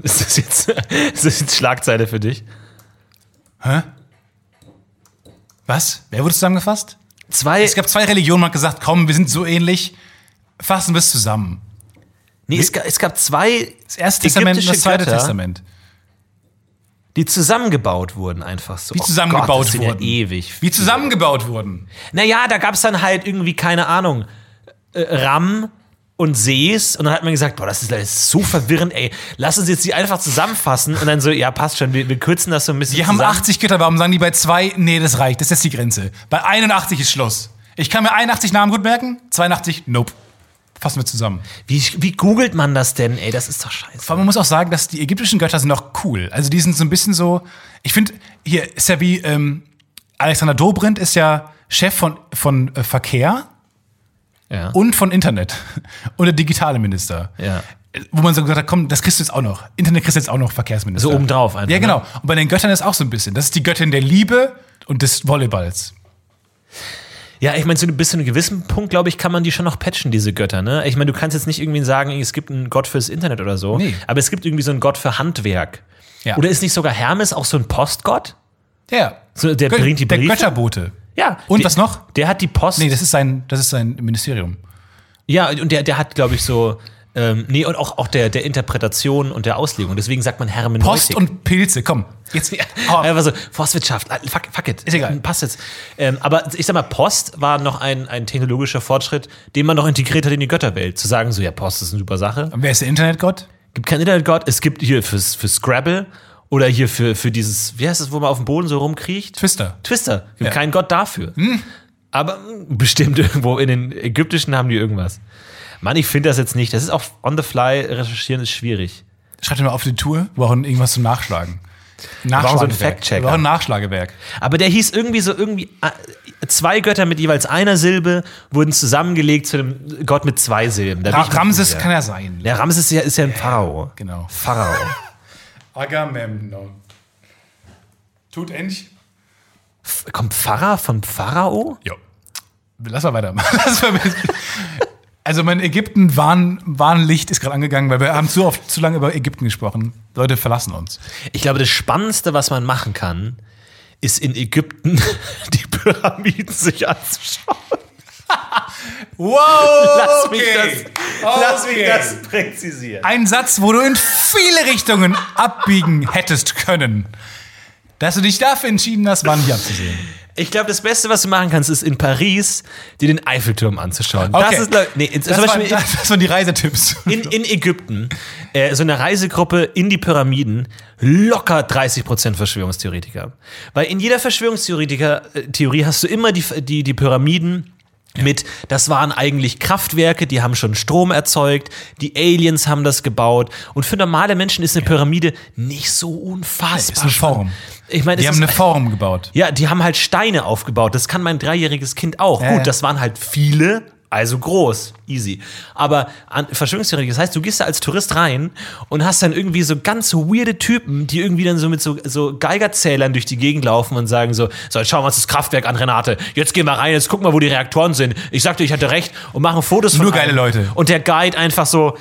[SPEAKER 1] Ist das jetzt, ist das jetzt Schlagzeile für dich?
[SPEAKER 3] Was? Wer wurde zusammengefasst?
[SPEAKER 1] Zwei,
[SPEAKER 3] Es gab zwei Religionen, man hat gesagt, komm, wir sind so ähnlich, fassen wir es zusammen.
[SPEAKER 1] nee, es, gab, es gab zwei,
[SPEAKER 3] Das erste Testament und das
[SPEAKER 1] Ägyptische
[SPEAKER 3] zweite
[SPEAKER 1] Götter.
[SPEAKER 3] Testament.
[SPEAKER 1] die zusammengebaut wurden einfach so.
[SPEAKER 3] Wie
[SPEAKER 1] Oh
[SPEAKER 3] zusammengebaut
[SPEAKER 1] Gott, das sind
[SPEAKER 3] wurden.
[SPEAKER 1] Ja ewig.
[SPEAKER 3] Wie zusammengebaut wurden.
[SPEAKER 1] Naja, da gab es dann halt irgendwie, keine Ahnung, äh, Ram und Sees. Und dann hat man gesagt, boah, das ist, das ist so verwirrend, ey. Lass uns jetzt die einfach zusammenfassen. Und dann so, ja, passt schon, wir, wir kürzen das so ein bisschen
[SPEAKER 3] Die haben
[SPEAKER 1] zusammen.
[SPEAKER 3] 80 Götter, warum sagen die bei zwei, nee, das reicht, das ist jetzt die Grenze. Bei 81 ist Schluss. Ich kann mir 81 Namen gut merken, 82, nope. Fassen wir zusammen.
[SPEAKER 1] Wie, wie googelt man das denn, ey? Das ist doch scheiße.
[SPEAKER 3] Vor allem, man muss auch sagen, dass die ägyptischen Götter sind auch cool. Also die sind so ein bisschen so, ich finde, hier ist ja wie, ähm, Alexander Dobrindt ist ja Chef von, von äh, Verkehr
[SPEAKER 1] Ja.
[SPEAKER 3] und von Internet. Und der digitale Minister.
[SPEAKER 1] ja.
[SPEAKER 3] wo man so gesagt hat, komm, das kriegst du jetzt auch noch. Internet kriegst du jetzt auch noch Verkehrsminister.
[SPEAKER 1] So obendrauf einfach,
[SPEAKER 3] Ja, genau.
[SPEAKER 1] ne?
[SPEAKER 3] Und bei den Göttern ist auch so ein bisschen. Das ist die Göttin der Liebe und des Volleyballs.
[SPEAKER 1] Ja, ich meine, so bis zu einem gewissen Punkt, glaube ich, kann man die schon noch patchen, diese Götter, ne? Ich meine, du kannst jetzt nicht irgendwie sagen, es gibt einen Gott fürs Internet oder so,
[SPEAKER 3] Nee.
[SPEAKER 1] aber es gibt irgendwie so einen Gott für Handwerk.
[SPEAKER 3] Ja.
[SPEAKER 1] Oder ist nicht sogar Hermes auch so ein Postgott?
[SPEAKER 3] Ja.
[SPEAKER 1] So, der
[SPEAKER 3] Gö-
[SPEAKER 1] bringt die
[SPEAKER 3] der
[SPEAKER 1] Briefe?
[SPEAKER 3] Götterbote.
[SPEAKER 1] Ja.
[SPEAKER 3] Und
[SPEAKER 1] der,
[SPEAKER 3] was noch?
[SPEAKER 1] Der hat die Post.
[SPEAKER 3] Nee, das ist sein, das ist sein Ministerium.
[SPEAKER 1] ja, und der, der hat, glaube ich, so. Ähm, nee, und auch, auch der, der Interpretation und der Auslegung. Deswegen sagt man Hermeneutik.
[SPEAKER 3] Post und Pilze, komm. Jetzt, hau ab.
[SPEAKER 1] Einfach so, Forstwirtschaft, ah, fuck, fuck it. Ist
[SPEAKER 3] egal.
[SPEAKER 1] Passt jetzt. Ähm, aber ich sag mal, Post war noch ein, ein technologischer Fortschritt, den man noch integriert hat in die Götterwelt. Zu sagen, so, ja, Post ist eine super Sache.
[SPEAKER 3] Wer ist der Internetgott?
[SPEAKER 1] gibt keinen Internetgott. Es gibt hier für, für Scrabble oder hier für, für dieses, wie heißt es, wo man auf dem Boden so rumkriecht?
[SPEAKER 3] Twister.
[SPEAKER 1] Twister. Gibt
[SPEAKER 3] Ja. Hm.
[SPEAKER 1] keinen Gott dafür. Aber mh, bestimmt irgendwo in den Ägyptischen haben die irgendwas. Mann, ich finde das jetzt nicht. Das ist auch on the fly recherchieren ist schwierig.
[SPEAKER 3] Schreibt mir mal auf die Tour. Wir brauchen irgendwas zum Nachschlagen.
[SPEAKER 1] brauchen so einen
[SPEAKER 3] Nachschlagewerk.
[SPEAKER 1] Fact-Checker.
[SPEAKER 3] Wir brauchen ein Nachschlagewerk.
[SPEAKER 1] Aber der hieß irgendwie so irgendwie äh, zwei Götter mit jeweils einer Silbe wurden zusammengelegt zu einem Gott mit zwei Silben. Da bin
[SPEAKER 3] Ra
[SPEAKER 1] ich mir
[SPEAKER 3] Ramses
[SPEAKER 1] unsicher.
[SPEAKER 3] kann er sein.
[SPEAKER 1] Ja, Ramses ist ja, ist ja ein Pharao.
[SPEAKER 3] Genau.
[SPEAKER 1] Pharao.
[SPEAKER 3] Agamemnon. Tut endlich.
[SPEAKER 1] F- Kommt Pfarrer von Pharao?
[SPEAKER 3] Ja. Lass mal weitermachen. Lass mal mit- also mein Ägypten Warn, Warnlicht ist gerade angegangen, weil wir haben zu oft zu lange über Ägypten gesprochen. Leute verlassen uns.
[SPEAKER 1] Ich glaube, das Spannendste, was man machen kann, ist in Ägypten die Pyramiden sich anzuschauen.
[SPEAKER 3] Wow!
[SPEAKER 1] Lass mich das, lass mich das präzisieren.
[SPEAKER 3] Ein Satz, wo du in viele Richtungen abbiegen hättest können. Dass du dich dafür entschieden hast, war nicht abzusehen.
[SPEAKER 1] Ich glaube, das Beste, was du machen kannst, ist in Paris dir den Eiffelturm anzuschauen.
[SPEAKER 3] Okay.
[SPEAKER 1] Das ist, glaub- nee,
[SPEAKER 3] Das,
[SPEAKER 1] zum
[SPEAKER 3] waren,
[SPEAKER 1] Beispiel
[SPEAKER 3] das, das waren die Reisetipps.
[SPEAKER 1] in, in Ägypten, äh, so eine Reisegruppe in die Pyramiden, locker 30% Verschwörungstheoretiker. Weil in jeder Verschwörungstheoretiker-Theorie hast du immer die, die, die Pyramiden mit, das waren eigentlich Kraftwerke, die haben schon Strom erzeugt, die Aliens haben das gebaut. Und für normale Menschen ist eine Pyramide nicht so unfassbar.
[SPEAKER 3] Ist eine
[SPEAKER 1] spannend.
[SPEAKER 3] Form.
[SPEAKER 1] Ich meine, es
[SPEAKER 3] Die haben
[SPEAKER 1] ist-
[SPEAKER 3] eine Form gebaut.
[SPEAKER 1] ja, die haben halt Steine aufgebaut. Das kann mein dreijähriges Kind auch.
[SPEAKER 3] Ja,
[SPEAKER 1] Gut,
[SPEAKER 3] ja.
[SPEAKER 1] das waren halt viele, also groß, easy. Aber an Verschwörungstheorie, das heißt, du gehst da als Tourist rein und hast dann irgendwie so ganz weirde Typen, die irgendwie dann so mit so, so Geigerzählern durch die Gegend laufen und sagen so, so, jetzt schauen wir uns das Kraftwerk an, Renate. Jetzt gehen wir rein, jetzt gucken wir, wo die Reaktoren sind. Ich sagte, ich hatte recht und machen Fotos von
[SPEAKER 3] Nur geile
[SPEAKER 1] allem.
[SPEAKER 3] Leute.
[SPEAKER 1] Und der Guide einfach so,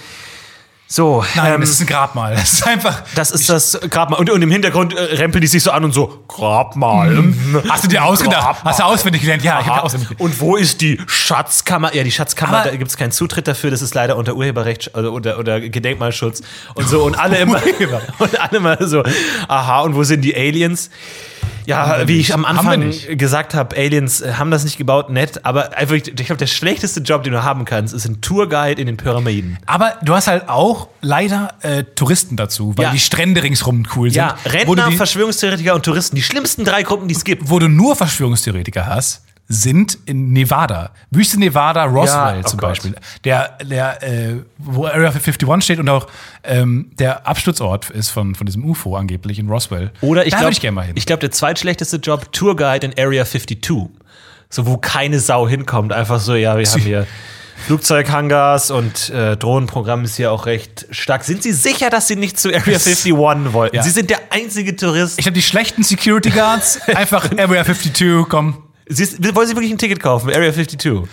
[SPEAKER 1] so,
[SPEAKER 3] Nein,
[SPEAKER 1] ähm,
[SPEAKER 3] das ist ein Grabmal. Das ist einfach.
[SPEAKER 1] das ist das Grabmal. Und, und im Hintergrund äh, rempeln die sich so an und so, Grabmal. Mhm.
[SPEAKER 3] Hast du dir ausgedacht?
[SPEAKER 1] Grabmal.
[SPEAKER 3] Hast du auswendig gelernt? Ja, ich habe
[SPEAKER 1] Aha.
[SPEAKER 3] auswendig gelernt.
[SPEAKER 1] Und wo ist die Schatzkammer? Ja, die Schatzkammer,
[SPEAKER 3] Aber-
[SPEAKER 1] da gibt es keinen Zutritt dafür. Das ist leider unter Urheberrecht oder, oder, oder Gedenkmalschutz und so. Und alle immer,
[SPEAKER 3] Urheber.
[SPEAKER 1] und alle immer so, aha, und wo sind die Aliens? Ja, wie ich am
[SPEAKER 3] Haben wir
[SPEAKER 1] Anfang
[SPEAKER 3] nicht.
[SPEAKER 1] gesagt habe, Aliens äh, haben das nicht gebaut, nett, aber einfach, ich glaube, der schlechteste Job, den du haben kannst, ist ein Tourguide in den Pyramiden.
[SPEAKER 3] Aber du hast halt auch leider äh, Touristen dazu, weil
[SPEAKER 1] Ja.
[SPEAKER 3] die Strände ringsrum cool sind.
[SPEAKER 1] Ja,
[SPEAKER 3] wo, du
[SPEAKER 1] Rentner,
[SPEAKER 3] die,
[SPEAKER 1] Verschwörungstheoretiker und Touristen, die schlimmsten drei Gruppen, die es gibt.
[SPEAKER 3] wo du nur Verschwörungstheoretiker hast, sind in Nevada. Wüste Nevada, Roswell
[SPEAKER 1] Ja, oh
[SPEAKER 3] zum
[SPEAKER 1] Gott.
[SPEAKER 3] Beispiel. Der, der äh, wo Area 51 steht und auch ähm, der Absturzort ist von, von diesem UFO angeblich in Roswell.
[SPEAKER 1] Oder ich
[SPEAKER 3] da
[SPEAKER 1] glaube,
[SPEAKER 3] würde ich gerne mal hin.
[SPEAKER 1] ich glaube, der zweitschlechteste Job Tourguide in Area 52. So, wo keine Sau hinkommt. Einfach so, ja, wir haben hier Flugzeughangars und äh, Drohnenprogramm ist hier auch recht stark. Sind Sie sicher, dass Sie nicht zu Area 51 wollten?
[SPEAKER 3] Ja.
[SPEAKER 1] Sie sind der einzige Tourist.
[SPEAKER 3] Ich habe die schlechten Security Guards, einfach Area 52, komm.
[SPEAKER 1] Sie ist, wollen Sie wirklich ein Ticket kaufen? Area 52.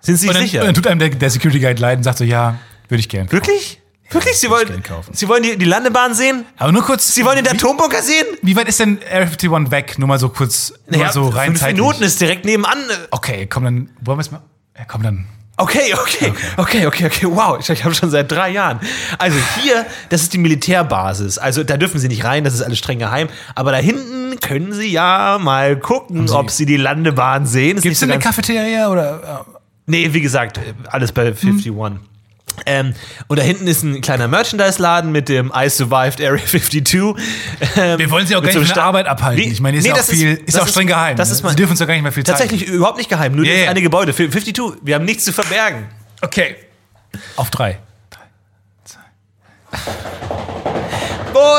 [SPEAKER 1] Sind Sie
[SPEAKER 3] Und dann, und
[SPEAKER 1] sicher?
[SPEAKER 3] dann tut einem der, der Security Guide leid und sagt so, ja, würde ich gern.
[SPEAKER 1] wirklich? Wirklich? Sie wollen,
[SPEAKER 3] gerne kaufen.
[SPEAKER 1] Sie wollen die, die Landebahn sehen?
[SPEAKER 3] Aber nur kurz.
[SPEAKER 1] Sie wollen den
[SPEAKER 3] wie,
[SPEAKER 1] Atombunker sehen?
[SPEAKER 3] wie weit ist denn Area 51 weg? Nur mal so kurz, nur mal so rein
[SPEAKER 1] fünf
[SPEAKER 3] zeitlich.
[SPEAKER 1] Minuten ist direkt nebenan. äh,
[SPEAKER 3] Okay, komm dann, wollen wir es mal? Ja, komm dann.
[SPEAKER 1] Okay, okay, okay, okay, okay. Wow, ich, ich habe schon seit drei Jahren. Also hier, das ist die Militärbasis. Also da dürfen Sie nicht rein, das ist alles streng geheim. Aber da hinten können Sie ja mal gucken, ob Sie die Landebahn sehen. Ist
[SPEAKER 3] Gibt's
[SPEAKER 1] nicht
[SPEAKER 3] denn
[SPEAKER 1] so
[SPEAKER 3] eine
[SPEAKER 1] ganz-
[SPEAKER 3] Cafeteria oder?
[SPEAKER 1] Nee, wie gesagt, alles bei
[SPEAKER 3] Mhm.
[SPEAKER 1] 51. Ähm, und da hinten ist ein kleiner Merchandise-Laden mit dem I Survived Area 52. Ähm,
[SPEAKER 3] Wir wollen sie auch
[SPEAKER 1] mit
[SPEAKER 3] gar
[SPEAKER 1] so
[SPEAKER 3] nicht von der
[SPEAKER 1] Sta-
[SPEAKER 3] Arbeit abhalten.
[SPEAKER 1] Nee,
[SPEAKER 3] ich meine, ist
[SPEAKER 1] nee,
[SPEAKER 3] ja auch
[SPEAKER 1] das
[SPEAKER 3] viel, ist,
[SPEAKER 1] das
[SPEAKER 3] auch streng geheim.
[SPEAKER 1] Das
[SPEAKER 3] ne?
[SPEAKER 1] ist mal,
[SPEAKER 3] sie dürfen uns ja gar nicht mehr viel Zeit.
[SPEAKER 1] tatsächlich überhaupt nicht geheim, nur
[SPEAKER 3] Ja,
[SPEAKER 1] yeah,
[SPEAKER 3] ja.
[SPEAKER 1] eine Gebäude. 52, wir haben nichts zu verbergen.
[SPEAKER 3] Okay. Auf drei.
[SPEAKER 1] Wo?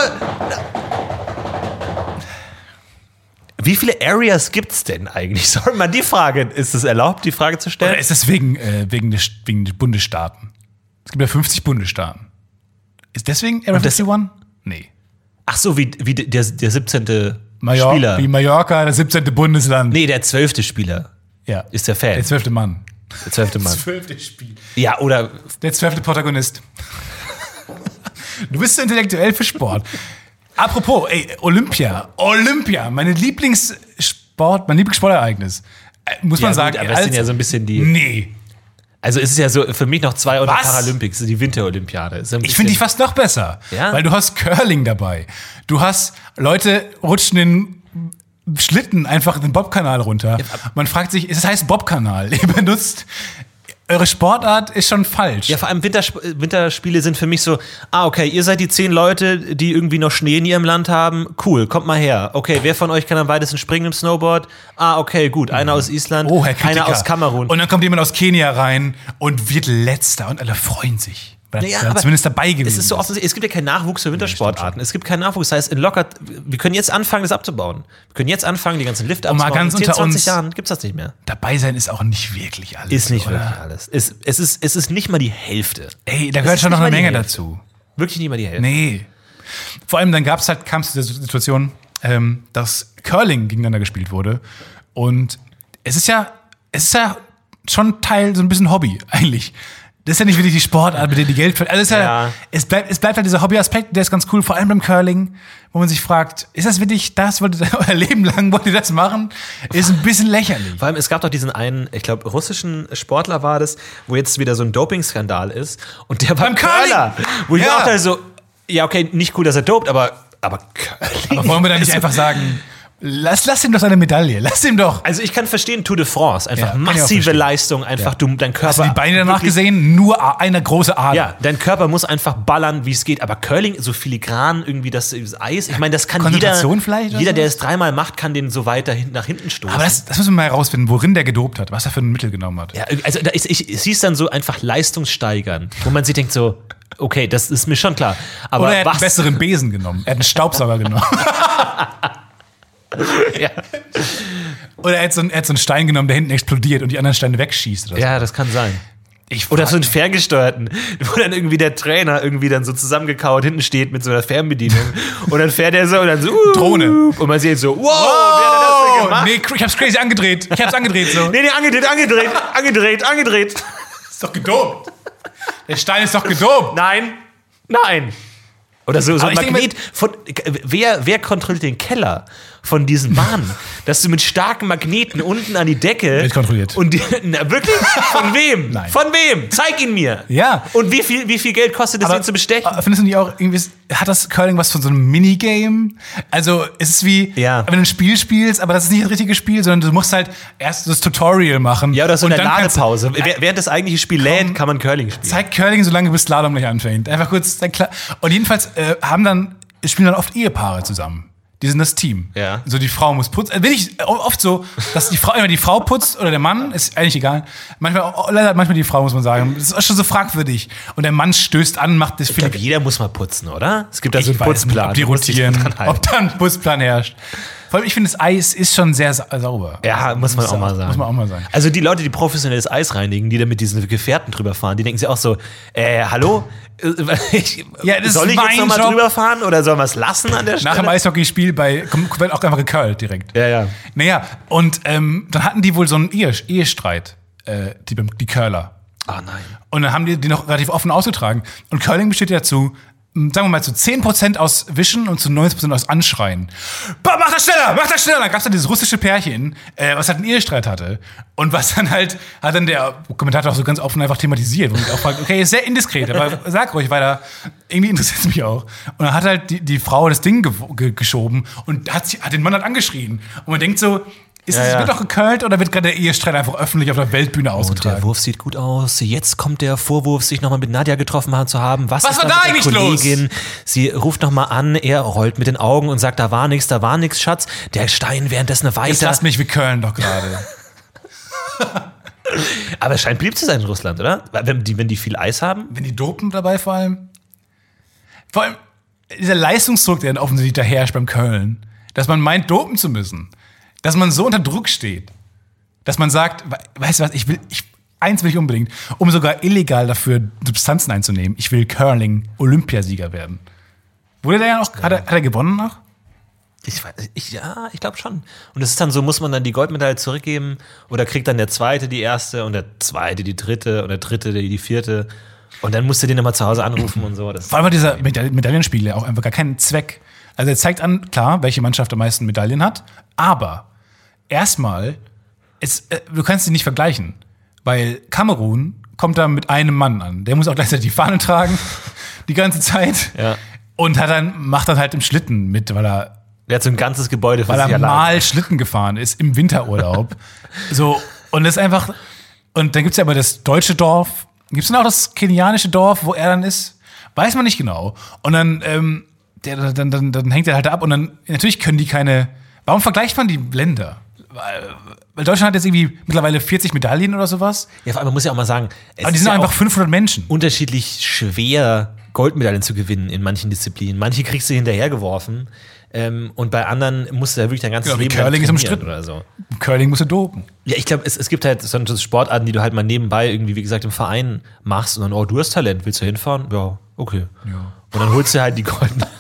[SPEAKER 1] Wie viele Areas gibt's denn eigentlich? Sorry, mal die Frage. Ist es erlaubt, die Frage zu
[SPEAKER 3] Oder
[SPEAKER 1] stellen?
[SPEAKER 3] ist das wegen, äh, wegen, des, wegen des Bundesstaaten? Es gibt ja 50 Bundesstaaten. Ist deswegen Area
[SPEAKER 1] das-
[SPEAKER 3] 51? Nee.
[SPEAKER 1] Ach so, wie, wie der, der 17.
[SPEAKER 3] Major
[SPEAKER 1] Spieler.
[SPEAKER 3] Wie Mallorca, das 17. Bundesland.
[SPEAKER 1] Nee, der 12. Spieler.
[SPEAKER 3] Ja.
[SPEAKER 1] Ist der Fan.
[SPEAKER 3] Der zwölfte Mann.
[SPEAKER 1] Der 12. Mann.
[SPEAKER 3] zwölfte Spiel.
[SPEAKER 1] Ja, oder
[SPEAKER 3] Der zwölfte Protagonist. du bist so intellektuell für Sport. Apropos, ey, Olympia. Olympia, meine Lieblingssport, mein Lieblingssportereignis. Äh, Muss
[SPEAKER 1] Ja,
[SPEAKER 3] man
[SPEAKER 1] gut,
[SPEAKER 3] sagen.
[SPEAKER 1] aber es sind ja so ein bisschen die-
[SPEAKER 3] Nee.
[SPEAKER 1] Also es ist ja so für mich noch zwei oder
[SPEAKER 3] Was?
[SPEAKER 1] Paralympics, die Winterolympiade. Ist ein
[SPEAKER 3] Ich finde die
[SPEAKER 1] bisschen-
[SPEAKER 3] fast noch besser.
[SPEAKER 1] Ja.
[SPEAKER 3] Weil du hast Curling dabei. Du hast, Leute rutschen in Schlitten einfach in den Bobkanal runter. Man fragt sich, es heißt Bobkanal. Ihr benutzt, eure Sportart ist schon falsch.
[SPEAKER 1] ja, vor allem Wintersp äh, Winterspiele sind für mich so, ah, okay, ihr seid die zehn Leute, die irgendwie noch Schnee in ihrem Land haben. Cool, kommt mal her. Okay, wer von euch kann am weitesten springen im Snowboard? Ah, okay, gut. Einer aus Island,
[SPEAKER 3] Oh, Herr Kritiker.
[SPEAKER 1] einer aus Kamerun.
[SPEAKER 3] Und dann kommt jemand aus Kenia rein und wird letzter und alle freuen sich. Weil
[SPEAKER 1] Naja,
[SPEAKER 3] er
[SPEAKER 1] aber
[SPEAKER 3] zumindest dabei gewesen
[SPEAKER 1] Es ist so offensichtlich, es gibt ja keinen Nachwuchs für Wintersportarten. Es gibt keinen Nachwuchs. Das heißt, in locker, wir können jetzt anfangen, das abzubauen. Wir können jetzt anfangen, die ganzen Lifte
[SPEAKER 3] mal
[SPEAKER 1] abzubauen.
[SPEAKER 3] ganz
[SPEAKER 1] in 10,
[SPEAKER 3] unter
[SPEAKER 1] 20
[SPEAKER 3] uns-
[SPEAKER 1] Jahren gibt's das nicht mehr.
[SPEAKER 3] Dabei sein ist auch nicht wirklich alles.
[SPEAKER 1] Ist nicht
[SPEAKER 3] oder?
[SPEAKER 1] wirklich alles. Es, es, ist, es ist nicht mal die Hälfte.
[SPEAKER 3] Ey, da
[SPEAKER 1] Es
[SPEAKER 3] gehört
[SPEAKER 1] ist
[SPEAKER 3] schon noch
[SPEAKER 1] nicht
[SPEAKER 3] eine
[SPEAKER 1] mal die
[SPEAKER 3] Menge
[SPEAKER 1] Hälfte.
[SPEAKER 3] dazu.
[SPEAKER 1] Wirklich nicht mal die Hälfte.
[SPEAKER 3] Nee. Vor allem dann gab es halt, kam es zu der Situation, ähm, dass Curling gegeneinander gespielt wurde. Und es ist ja, es ist ja schon Teil, so ein bisschen Hobby, eigentlich. Das ist ja nicht wirklich die Sportart, mit der die Geld verdienen. Also es, ist ja.
[SPEAKER 1] Ja.
[SPEAKER 3] es, bleibt, es bleibt halt dieser Hobbyaspekt, der ist ganz cool, vor allem beim Curling, wo man sich fragt, ist das wirklich das, wollt ihr euer Leben lang wollt ihr das machen? Ist ein bisschen lächerlich.
[SPEAKER 1] Vor allem, es gab doch diesen einen, ich glaube, russischen Sportler war das, wo jetzt wieder so ein Doping-Skandal ist. Und der war
[SPEAKER 3] Beim
[SPEAKER 1] Curler. Wo ich
[SPEAKER 3] Ja.
[SPEAKER 1] auch dachte so, ja, okay, nicht cool, dass er dopt, aber, aber Curling.
[SPEAKER 3] Aber wollen wir da nicht einfach sagen, lass, lass ihm doch seine Medaille, lass ihm doch.
[SPEAKER 1] Also ich kann verstehen, Tour de France, einfach
[SPEAKER 3] Ja, kann ich auch
[SPEAKER 1] massive
[SPEAKER 3] verstehen.
[SPEAKER 1] Leistung, einfach du, dein Körper.
[SPEAKER 3] Hast du die Beine danach
[SPEAKER 1] Also wirklich-
[SPEAKER 3] gesehen? Nur a- eine große Ader.
[SPEAKER 1] Ja, dein Körper muss einfach ballern, wie es geht. Aber Curling, so filigran, irgendwie das, das Eis, ich meine, das kann jeder,
[SPEAKER 3] Konzentration vielleicht oder
[SPEAKER 1] jeder, der
[SPEAKER 3] sowas?
[SPEAKER 1] es dreimal macht, kann den so weiter hin, nach hinten stoßen.
[SPEAKER 3] Aber das, das müssen wir mal herausfinden, worin der gedopt hat, was er für ein Mittel genommen hat.
[SPEAKER 1] Ja, also da ist, ich, es hieß dann so einfach leistungssteigern, wo man sich denkt so, okay, das ist mir schon klar. Aber
[SPEAKER 3] Oder er hat einen
[SPEAKER 1] was?
[SPEAKER 3] besseren Besen genommen. Er hat einen Staubsauger genommen.
[SPEAKER 1] Ja.
[SPEAKER 3] Oder er hat, so einen, er hat so einen Stein genommen, der hinten explodiert und die anderen Steine wegschießt. Oder so.
[SPEAKER 1] ja, das kann sein.
[SPEAKER 3] Ich
[SPEAKER 1] Oder
[SPEAKER 3] frag-
[SPEAKER 1] so einen ferngesteuerten, wo dann irgendwie der Trainer irgendwie dann so zusammengekaut hinten steht mit so einer Fernbedienung. und dann fährt er so und dann so. uh,
[SPEAKER 3] Drohne.
[SPEAKER 1] Und man sieht so, wow, wer Oh, hat das denn
[SPEAKER 3] Oh,
[SPEAKER 1] gemacht?
[SPEAKER 3] nee, ich hab's crazy angedreht. Ich hab's angedreht so.
[SPEAKER 1] Nee, nee, angedreht, angedreht, angedreht, angedreht.
[SPEAKER 3] Ist doch gedopt. Der Stein ist doch gedopt.
[SPEAKER 1] Nein, nein. Oder so, so
[SPEAKER 3] Aber
[SPEAKER 1] ein
[SPEAKER 3] ich denke
[SPEAKER 1] Magnet von. Wer, wer kontrolliert den Keller von diesen Bahnen? Dass du mit starken Magneten unten an die Decke.
[SPEAKER 3] Wird kontrolliert.
[SPEAKER 1] Und die, na, wirklich? Von wem?
[SPEAKER 3] Nein.
[SPEAKER 1] Von wem? Zeig ihn mir.
[SPEAKER 3] Ja.
[SPEAKER 1] Und wie viel, wie viel Geld kostet es, ihn zu bestechen?
[SPEAKER 3] äh, Findest du nicht auch irgendwie, hat das Curling was von so einem Minigame? Also, es ist wie,
[SPEAKER 1] Ja.
[SPEAKER 3] wenn du ein Spiel spielst, aber das ist nicht das richtige Spiel, sondern du musst halt erst das Tutorial machen.
[SPEAKER 1] ja, oder so in
[SPEAKER 3] Und
[SPEAKER 1] der
[SPEAKER 3] dann kannst du-
[SPEAKER 1] Ladepause. Wer- Während das eigentliche Spiel lädt, kann man Curling spielen.
[SPEAKER 3] Zeig Curling, solange bis Slalom nicht anfängt. Einfach kurz, dann klar. Und jedenfalls äh, haben dann, spielen dann oft Ehepaare zusammen. Die sind das Team.
[SPEAKER 1] Ja.
[SPEAKER 3] So, die Frau muss putzen. Äh, Bin ich äh, oft so, dass die Frau immer die Frau putzt oder der Mann, ist eigentlich egal. Manchmal, oh, leider manchmal die Frau, muss man sagen. Das ist schon so fragwürdig. Und der Mann stößt an, macht das
[SPEAKER 1] Ich glaube, jeder muss mal putzen, oder? Es gibt da so einen
[SPEAKER 3] Ich weiß nicht,
[SPEAKER 1] Putzplan.
[SPEAKER 3] Ob die
[SPEAKER 1] Du musst dich
[SPEAKER 3] rotieren,
[SPEAKER 1] dran halten.
[SPEAKER 3] ob da ein Putzplan herrscht. Vor allem, ich finde, das Eis ist schon sehr sa sauber.
[SPEAKER 1] Ja, muss man auch mal sagen.
[SPEAKER 3] Muss man auch mal sagen.
[SPEAKER 1] Also die Leute, die professionelles Eis reinigen, die da mit diesen Gefährten drüber fahren, die denken sich auch so, äh, hallo? Äh, ich-
[SPEAKER 3] Ja, das
[SPEAKER 1] soll
[SPEAKER 3] ist
[SPEAKER 1] ich jetzt
[SPEAKER 3] mein
[SPEAKER 1] nochmal
[SPEAKER 3] Job.
[SPEAKER 1] drüber fahren oder soll man es lassen an der Stelle?
[SPEAKER 3] Nach dem Eishockeyspiel bei, komm- wird auch einfach gekörlt direkt.
[SPEAKER 1] Ja, ja.
[SPEAKER 3] Naja, und ähm, dann hatten die wohl so einen Ehe Ehestreit, äh, die, beim- die Curler.
[SPEAKER 1] Ah, nein.
[SPEAKER 3] Und dann haben die die noch relativ offen ausgetragen. Und Curling besteht ja zu, mh, sagen wir mal, zu 10% aus Wischen und zu 90% aus Anschreien. Bah, mach das schneller, mach das schneller. Dann gab es dann dieses russische Pärchen, äh, was halt einen Ehestreit hatte. Und was dann halt, hat dann der Kommentator auch so ganz offen einfach thematisiert. Und auch fragt, okay, ist sehr indiskret, aber sag ruhig weiter. Irgendwie interessiert es mich auch. Und dann hat halt die, die Frau das Ding gew- ge geschoben und hat, sie- hat den Mann halt angeschrien. Und man denkt so, ist
[SPEAKER 1] Ja,
[SPEAKER 3] es
[SPEAKER 1] ja.
[SPEAKER 3] wird doch gekörlt oder wird gerade der Ehestreit einfach öffentlich auf der Weltbühne
[SPEAKER 1] Und der
[SPEAKER 3] ausgetragen?
[SPEAKER 1] Wurf sieht gut aus. Jetzt kommt der Vorwurf, sich nochmal mit Nadja getroffen haben zu haben. Was,
[SPEAKER 3] Was
[SPEAKER 1] ist
[SPEAKER 3] war da
[SPEAKER 1] mit der
[SPEAKER 3] eigentlich los?
[SPEAKER 1] Kollegin? Sie ruft nochmal an, er rollt mit den Augen und sagt, da war nichts, da war nichts, Schatz. Der Stein währenddessen
[SPEAKER 3] Jetzt
[SPEAKER 1] weiter.
[SPEAKER 3] lasst mich, wir curlen doch gerade.
[SPEAKER 1] Aber es scheint beliebt zu sein in Russland, oder? Weil Wenn die, wenn die viel Eis haben.
[SPEAKER 3] Wenn die dopen dabei vor allem. Vor allem dieser Leistungsdruck, der dann offensichtlich da herrscht beim Köln, dass man meint, dopen zu müssen. Dass man so unter Druck steht. Dass man sagt, we- weißt du was, ich will, ich, eins will ich unbedingt, um sogar illegal dafür Substanzen einzunehmen. Ich will Curling Olympiasieger werden. Wurde der ja auch, hat, er, hat er gewonnen noch?
[SPEAKER 1] Ich, weiß- ich, ja, ich glaube schon. Und es ist dann so, muss man dann die Goldmedaille zurückgeben oder kriegt dann der Zweite die erste und der Zweite die dritte und der Dritte die, die vierte. Und dann musst du den nochmal zu Hause anrufen und so. Das
[SPEAKER 3] Vor allem hat dieser Meda Medaillenspiegel ja auch einfach gar keinen Zweck. Also er zeigt an, klar, welche Mannschaft am meisten Medaillen hat, aber erstmal, es, äh, du kannst sie nicht vergleichen, weil Kamerun kommt da mit einem Mann an. Der muss auch gleichzeitig die Fahne tragen, die ganze Zeit.
[SPEAKER 1] Ja.
[SPEAKER 3] Und hat dann, macht dann halt im Schlitten mit, weil er
[SPEAKER 1] der hat so ein ganzes Gebäude für
[SPEAKER 3] weil
[SPEAKER 1] sich
[SPEAKER 3] er
[SPEAKER 1] allein.
[SPEAKER 3] mal Schlitten gefahren ist im Winterurlaub. so, und das ist einfach. Und dann gibt es ja immer das deutsche Dorf. Gibt es dann auch das kenianische Dorf, wo er dann ist? Weiß man nicht genau. Und dann, ähm, der, dann, dann, dann hängt er halt da ab und dann, natürlich können die keine. Warum vergleicht man die Länder? Weil, weil Deutschland hat jetzt irgendwie mittlerweile 40 Medaillen oder sowas.
[SPEAKER 1] Ja, vor allem man muss ja auch mal sagen, es
[SPEAKER 3] Aber die
[SPEAKER 1] ist
[SPEAKER 3] sind
[SPEAKER 1] ja
[SPEAKER 3] einfach
[SPEAKER 1] auch
[SPEAKER 3] 500 Menschen.
[SPEAKER 1] unterschiedlich schwer, Goldmedaillen zu gewinnen in manchen Disziplinen. Manche kriegst du hinterhergeworfen ähm, und bei anderen musst du ja wirklich dein ganzes
[SPEAKER 3] Genau, wie
[SPEAKER 1] Leben lang
[SPEAKER 3] Curling ist
[SPEAKER 1] trainieren
[SPEAKER 3] umstritten.
[SPEAKER 1] oder so.
[SPEAKER 3] Im Curling musst du dopen.
[SPEAKER 1] Ja, ich glaube, es, es gibt halt so Sportarten, die du halt mal nebenbei irgendwie, wie gesagt, im Verein machst und dann, oh, du hast Talent, willst du hinfahren? Ja, okay. Und dann holst du halt die Goldene.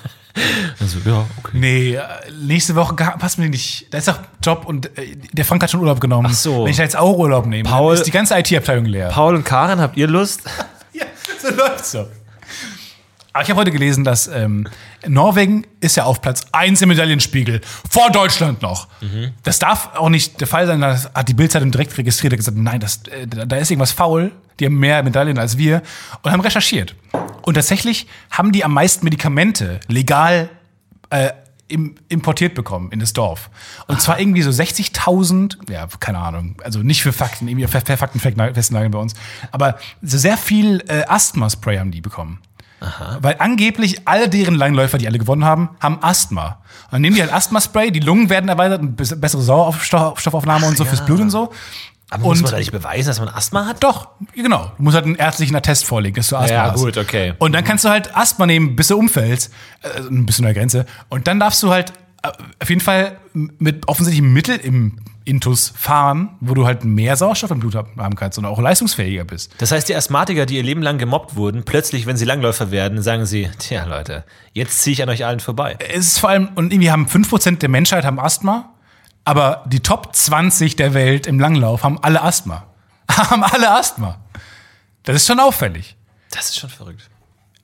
[SPEAKER 1] Also, ja, okay.
[SPEAKER 3] Nee, äh, nächste Woche ga- passt mir nicht. Da ist doch Job und äh, der Frank hat schon Urlaub genommen.
[SPEAKER 1] Ach so.
[SPEAKER 3] Wenn ich da jetzt auch Urlaub nehme,
[SPEAKER 1] Paul-
[SPEAKER 3] dann ist die ganze IT-Abteilung leer.
[SPEAKER 1] Paul und Karen, habt ihr Lust?
[SPEAKER 3] ja, so läuft's so. Aber ich habe heute gelesen, dass ähm, Norwegen ist ja auf Platz 1 im Medaillenspiegel. Vor Deutschland noch.
[SPEAKER 1] Mhm.
[SPEAKER 3] Das darf auch nicht der Fall sein. Da hat die Bildzeitung direkt registriert und gesagt, nein, das, äh, da da ist irgendwas faul. Die haben mehr Medaillen als wir. Und haben recherchiert. Und tatsächlich haben die am meisten Medikamente legal im, importiert bekommen in das Dorf. Und zwar irgendwie so 60.000, ja, keine Ahnung, also nicht für Fakten, irgendwie für, für Fakten festnageln bei uns, aber so sehr viel äh, Asthma-Spray haben die bekommen. Weil angeblich alle deren Langläufer, die alle gewonnen haben, haben Asthma. Und dann nehmen die halt Asthma-Spray, die Lungen werden erweitert und bes- bessere Sauerstoffaufnahme und so fürs Blut und so.
[SPEAKER 1] Aber
[SPEAKER 3] Und-
[SPEAKER 1] muss man da nicht beweisen, dass man Asthma hat?
[SPEAKER 3] Doch, genau. Du musst halt einen ärztlichen Attest vorlegen, dass du Asthma
[SPEAKER 1] Ja,
[SPEAKER 3] hast.
[SPEAKER 1] gut, okay.
[SPEAKER 3] Und dann kannst du halt Asthma nehmen, bis du umfällst. Also ein bisschen an der Grenze. Und dann darfst du halt äh, auf jeden Fall mit offensichtlichem Mittel im Intus fahren, wo du halt mehr Sauerstoff im Blut hab- haben kannst und auch leistungsfähiger bist.
[SPEAKER 1] Das heißt, die Asthmatiker, die ihr Leben lang gemobbt wurden, plötzlich, wenn sie Langläufer werden, sagen sie, tja, Leute, jetzt ziehe ich an euch allen vorbei.
[SPEAKER 3] Es ist vor allem, und irgendwie haben 5% der Menschheit haben Asthma, aber die Top 20 der Welt im Langlauf haben alle Asthma. haben alle Asthma. Das ist schon auffällig.
[SPEAKER 1] Das ist schon verrückt.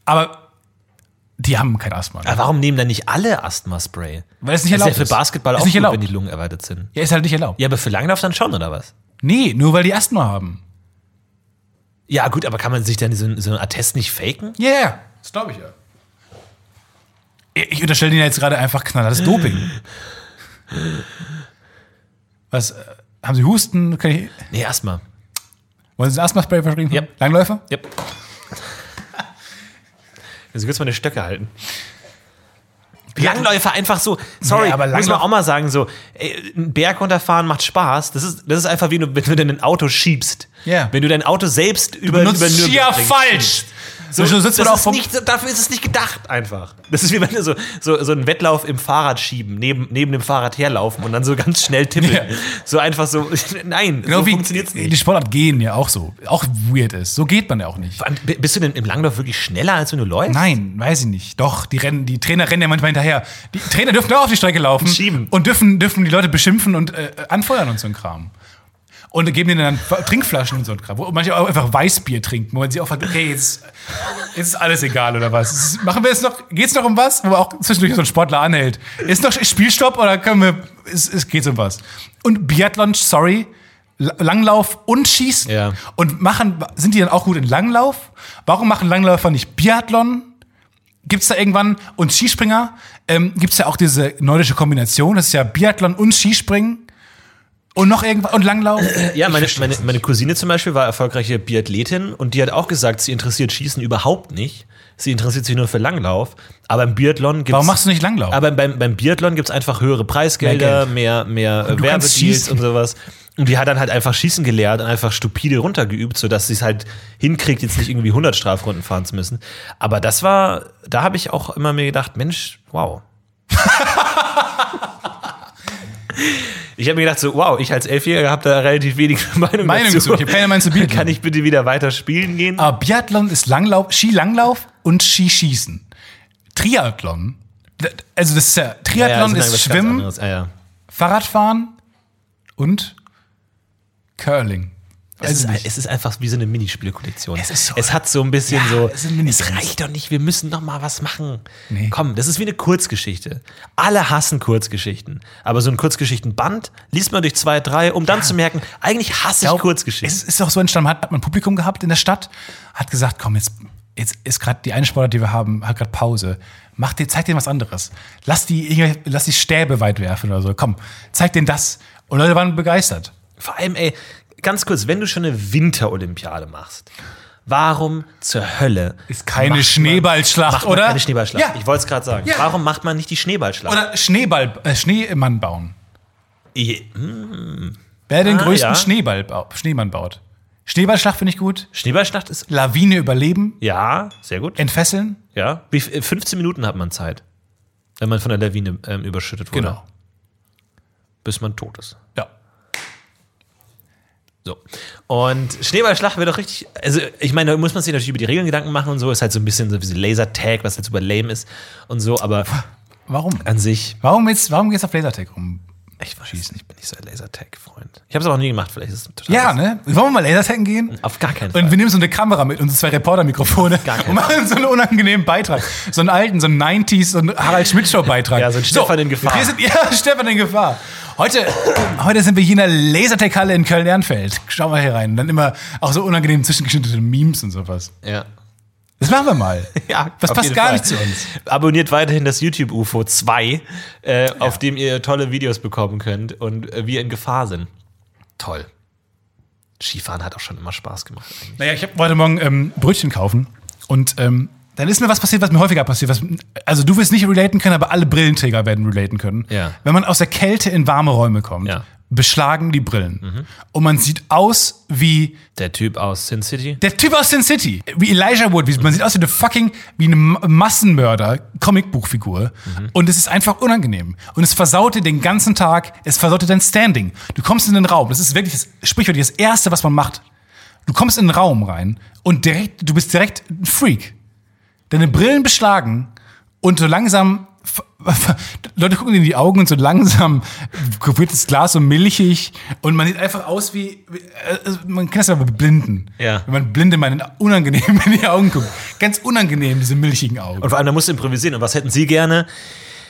[SPEAKER 3] Aber die haben kein Asthma.
[SPEAKER 1] Aber warum nehmen dann nicht alle Asthma-Spray?
[SPEAKER 3] Weil es nicht
[SPEAKER 1] Das
[SPEAKER 3] erlaubt
[SPEAKER 1] ist ja
[SPEAKER 3] ist.
[SPEAKER 1] für Basketball
[SPEAKER 3] Ist
[SPEAKER 1] auch
[SPEAKER 3] nicht
[SPEAKER 1] gut,
[SPEAKER 3] erlaubt.
[SPEAKER 1] wenn die Lungen erweitert sind.
[SPEAKER 3] Ja, ist halt nicht erlaubt.
[SPEAKER 1] Ja, aber für Langlauf dann schon, oder was?
[SPEAKER 3] Nee, nur weil die Asthma haben.
[SPEAKER 1] Ja, gut, aber kann man sich dann so, so einen Attest nicht faken?
[SPEAKER 3] Ja, yeah, das glaube ich ja. Ich unterstelle denen jetzt gerade einfach knallhartes Doping. Was, äh, haben sie Husten? Kann ich,
[SPEAKER 1] Nee, erstmal.
[SPEAKER 3] wollen sie ein Asthma-Spray verschrieben? haben?
[SPEAKER 1] Ja.
[SPEAKER 3] Langläufer?
[SPEAKER 1] Yep. Also willst du mal eine Stöcke halten. Langläufer einfach so, sorry,
[SPEAKER 3] Nee, aber
[SPEAKER 1] muss man
[SPEAKER 3] Langlauf-
[SPEAKER 1] auch mal sagen, so, ey, einen Berg runterfahren macht Spaß. Das ist, das ist einfach wie, du, wenn du dein Auto schiebst.
[SPEAKER 3] Ja.
[SPEAKER 1] Wenn du dein Auto selbst über,
[SPEAKER 3] benutzt
[SPEAKER 1] über
[SPEAKER 3] schier
[SPEAKER 1] Nürburgring
[SPEAKER 3] falsch.
[SPEAKER 1] schiebst.
[SPEAKER 3] So, so sitzt
[SPEAKER 1] das
[SPEAKER 3] man auch
[SPEAKER 1] ist
[SPEAKER 3] vom,
[SPEAKER 1] nicht, dafür ist es nicht gedacht einfach. Das ist wie wenn du so, so, so einen Wettlauf im Fahrrad schieben, neben, neben dem Fahrrad herlaufen und dann so ganz schnell tippeln.
[SPEAKER 3] Ja.
[SPEAKER 1] So einfach so, nein,
[SPEAKER 3] genau
[SPEAKER 1] so
[SPEAKER 3] wie
[SPEAKER 1] funktioniert's
[SPEAKER 3] die
[SPEAKER 1] nicht.
[SPEAKER 3] Sportart gehen ja auch so. Auch weird ist. So geht man ja auch nicht.
[SPEAKER 1] Vor allem, b- Bist du denn im Langlauf wirklich schneller, als wenn du läufst?
[SPEAKER 3] Nein, weiß ich nicht. Doch, die, rennen, die Trainer rennen ja manchmal hinterher. Die Trainer dürfen auch auf die Strecke laufen.
[SPEAKER 1] Schieben.
[SPEAKER 3] Und dürfen, dürfen die Leute beschimpfen und äh, anfeuern und so ein Kram. Und geben denen dann Fa- Trinkflaschen und so ein Kram. Und manche auch einfach Weißbier trinken, wo man sich auch fragt, okay, jetzt, jetzt ist alles egal oder was. Es ist- Machen wir jetzt noch, geht's noch um was? Wo man auch zwischendurch so ein Sportler anhält. Ist noch Spielstopp oder können wir, es, es geht um was? Und Biathlon, sorry, L- Langlauf und Schießen.
[SPEAKER 1] Ja.
[SPEAKER 3] Und machen, sind die dann auch gut in Langlauf? Warum machen Langläufer nicht Biathlon? Gibt's da irgendwann, und Skispringer, ähm, gibt's ja auch diese nordische Kombination, das ist ja Biathlon und Skispringen und noch irgendwas, und Langlauf.
[SPEAKER 1] Ja, meine, meine, meine Cousine zum Beispiel war erfolgreiche Biathletin und die hat auch gesagt, sie interessiert Schießen überhaupt nicht. Sie interessiert sich nur für Langlauf. Aber im Biathlon gibt's.
[SPEAKER 3] Warum machst du nicht Langlauf?
[SPEAKER 1] Aber beim, beim Biathlon gibt es einfach höhere Preisgelder, mehr, mehr, äh,
[SPEAKER 3] du kannst
[SPEAKER 1] Werbedeals
[SPEAKER 3] schießen.
[SPEAKER 1] und sowas. Und die hat dann halt einfach schießen gelernt und einfach stupide runtergeübt, sodass sie es halt hinkriegt, jetzt nicht irgendwie 100 Strafrunden fahren zu müssen. Aber das war, da habe ich auch immer mir gedacht, Mensch, wow. ich habe mir gedacht, so, wow, ich als Elfjähriger habe da relativ wenig Meinung,
[SPEAKER 3] Meinung
[SPEAKER 1] dazu.
[SPEAKER 3] zu, ich hab keine Meinung zu Biathlon.
[SPEAKER 1] Kann ich bitte wieder weiter spielen gehen?
[SPEAKER 3] Aber Biathlon ist Langlauf, Skilanglauf und Skischießen. Triathlon, d- also das ist ja,
[SPEAKER 1] Ja, ja,
[SPEAKER 3] Triathlon
[SPEAKER 1] das irgendwas
[SPEAKER 3] ist
[SPEAKER 1] ganz
[SPEAKER 3] Schwimmen,
[SPEAKER 1] anderes. Ja, ja.
[SPEAKER 3] Fahrradfahren und Curling.
[SPEAKER 1] Es
[SPEAKER 3] Weiß
[SPEAKER 1] ist,
[SPEAKER 3] ich
[SPEAKER 1] ein-
[SPEAKER 3] Also nicht.
[SPEAKER 1] es ist einfach wie so eine Minispielkollektion.
[SPEAKER 3] Es ist so-
[SPEAKER 1] es hat so ein bisschen
[SPEAKER 3] Ja,
[SPEAKER 1] so.
[SPEAKER 3] es sind Minispiels.
[SPEAKER 1] Es reicht doch nicht, wir müssen doch mal was machen.
[SPEAKER 3] Nee.
[SPEAKER 1] Komm, das ist wie eine Kurzgeschichte. Alle hassen Kurzgeschichten. Aber so ein Kurzgeschichtenband liest man durch zwei, drei, um dann zu merken, eigentlich hasse ich
[SPEAKER 3] glaub,
[SPEAKER 1] Kurzgeschichten.
[SPEAKER 3] Es ist auch so entstanden, man hat, hat man Publikum gehabt in der Stadt, hat gesagt, komm, jetzt, jetzt ist gerade die eine Sportart, die wir haben, hat gerade Pause. Mach dir, zeig denen was anderes. Lass die, irgendwelche- lass die Stäbe weit werfen oder so. Komm, zeig denen das. Und Leute waren begeistert.
[SPEAKER 1] Vor allem, ey, ganz kurz, wenn du schon eine Winterolympiade machst, warum zur Hölle
[SPEAKER 3] Ist keine
[SPEAKER 1] macht man-
[SPEAKER 3] Schneeballschlacht,
[SPEAKER 1] macht man
[SPEAKER 3] oder?
[SPEAKER 1] Keine Schneeballschlacht.
[SPEAKER 3] Ja.
[SPEAKER 1] Ich wollte es gerade sagen.
[SPEAKER 3] Ja.
[SPEAKER 1] Warum macht man nicht die Schneeballschlacht?
[SPEAKER 3] Oder Schneeball, äh, Schneemann bauen.
[SPEAKER 1] Je-
[SPEAKER 3] Wer den
[SPEAKER 1] Ah,
[SPEAKER 3] größten
[SPEAKER 1] ja.
[SPEAKER 3] Schneeball, bau- Schneemann baut. Schneeballschlacht finde ich gut.
[SPEAKER 1] Schneeballschlacht ist.
[SPEAKER 3] Lawine überleben,
[SPEAKER 1] Ja, sehr gut.
[SPEAKER 3] entfesseln.
[SPEAKER 1] Ja, wie, äh, 15 Minuten hat man Zeit, wenn man von der Lawine ähm, überschüttet wurde.
[SPEAKER 3] Genau.
[SPEAKER 1] Bis man tot ist.
[SPEAKER 3] Ja.
[SPEAKER 1] So. Und Schneeballschlacht wäre doch richtig. Also, ich meine, da muss man sich natürlich über die Regeln Gedanken machen und so. Ist halt so ein bisschen so wie so Lasertag, was halt super lame ist und so. Aber
[SPEAKER 3] Warum?
[SPEAKER 1] an sich,
[SPEAKER 3] Warum jetzt, warum geht's auf Lasertag rum?
[SPEAKER 1] ich weiß nicht, ich bin nicht so ein Lasertag-Freund. Ich habe es auch nie gemacht, vielleicht ist es total.
[SPEAKER 3] Ja,
[SPEAKER 1] krass.
[SPEAKER 3] ne? Wollen wir mal Lasertaggen gehen?
[SPEAKER 1] Auf gar keinen Fall.
[SPEAKER 3] Und wir nehmen so eine Kamera mit, unsere zwei Reportermikrofone
[SPEAKER 1] Gar kein
[SPEAKER 3] und machen so einen unangenehmen Beitrag. So einen alten, so einen 90s, so einen Harald Schmidt-Show-Beitrag.
[SPEAKER 1] Ja, so ein Stefan in Gefahr.
[SPEAKER 3] Wir sind, ja, Stefan in Gefahr. Heute, heute sind wir hier in der Lasertech-Halle in Köln-Ehrenfeld. Schauen wir hier rein. Und dann immer auch so unangenehm zwischengeschnittene Memes und sowas.
[SPEAKER 1] ja.
[SPEAKER 3] Das machen wir mal. das
[SPEAKER 1] auf
[SPEAKER 3] passt
[SPEAKER 1] jeden
[SPEAKER 3] gar
[SPEAKER 1] Fall.
[SPEAKER 3] nicht zu uns.
[SPEAKER 1] Abonniert weiterhin das YouTube-UFO 2, äh, auf dem ihr tolle Videos bekommen könnt und äh, wir in Gefahr sind. Toll. Skifahren hat auch schon immer Spaß gemacht. Eigentlich.
[SPEAKER 3] Naja, ich hab- wollte morgen ähm, Brötchen kaufen und ähm, dann ist mir was passiert, was mir häufiger passiert. Was, also du wirst nicht relaten können, aber alle Brillenträger werden relaten können.
[SPEAKER 1] Ja.
[SPEAKER 3] Wenn man aus der Kälte in warme Räume kommt,
[SPEAKER 1] Ja. Mhm.
[SPEAKER 3] beschlagen die Brillen. Und man sieht aus wie
[SPEAKER 1] Der Typ aus Sin City.
[SPEAKER 3] der Typ aus Sin City, wie Elijah Wood. Wie, man sieht aus wie eine fucking, wie eine Ma- Massenmörder-Comicbuchfigur. Und es ist einfach unangenehm. Und es versaut dir den ganzen Tag, es versaut dir dein Standing. Du kommst in den Raum, das ist wirklich das, sprichwörtlich das Erste, was man macht. Du kommst in den Raum rein und direkt, du bist direkt ein Freak. Deine Brillen beschlagen und so langsam f- f- Leute gucken dir in die Augen und so langsam wird das Glas so milchig und man sieht einfach aus wie, wie- äh, man kennt das ja bei Blinden.
[SPEAKER 1] Ja.
[SPEAKER 3] Wenn man Blinde mal in- unangenehm in die Augen guckt. Ganz unangenehm, diese milchigen Augen.
[SPEAKER 1] Und vor allem, da musst du improvisieren. Und was hätten Sie gerne?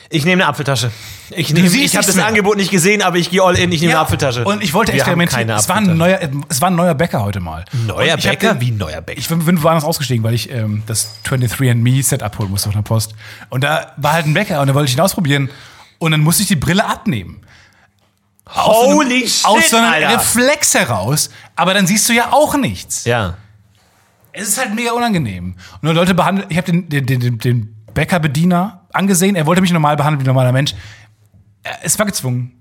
[SPEAKER 1] Ich nehme eine Apfeltasche. Ich, nehme-
[SPEAKER 3] siehst
[SPEAKER 1] ich habe
[SPEAKER 3] nichts
[SPEAKER 1] das
[SPEAKER 3] mehr.
[SPEAKER 1] Angebot nicht gesehen, aber ich gehe all in. Ich nehme
[SPEAKER 3] Ja,
[SPEAKER 1] eine Apfeltasche.
[SPEAKER 3] Und ich wollte
[SPEAKER 1] Wir haben
[SPEAKER 3] experimentieren.
[SPEAKER 1] keine
[SPEAKER 3] Es war, ein
[SPEAKER 1] Apfeltasche.
[SPEAKER 3] neuer, äh, es war ein neuer Bäcker heute mal.
[SPEAKER 1] Neuer
[SPEAKER 3] Und ich hab
[SPEAKER 1] Bäcker?
[SPEAKER 3] den-
[SPEAKER 1] Wie neuer Bäcker?
[SPEAKER 3] Ich bin bin woanders ausgestiegen, weil ich ähm, das 23andMe-Set abholen musste von der Post. Und da war halt ein Bäcker und da wollte ich ihn ausprobieren. Und dann musste ich die Brille abnehmen. Aus so einem-
[SPEAKER 1] Holy shit,
[SPEAKER 3] Aus so einem
[SPEAKER 1] Alter.
[SPEAKER 3] Reflex heraus. Aber dann siehst du ja auch nichts.
[SPEAKER 1] Ja.
[SPEAKER 3] Es ist halt mega unangenehm. Und dann Leute behandeln, ich habe den, den, den, den, den Bäckerbediener angesehen, er wollte mich normal behandeln wie ein normaler Mensch. Er- Es war gezwungen.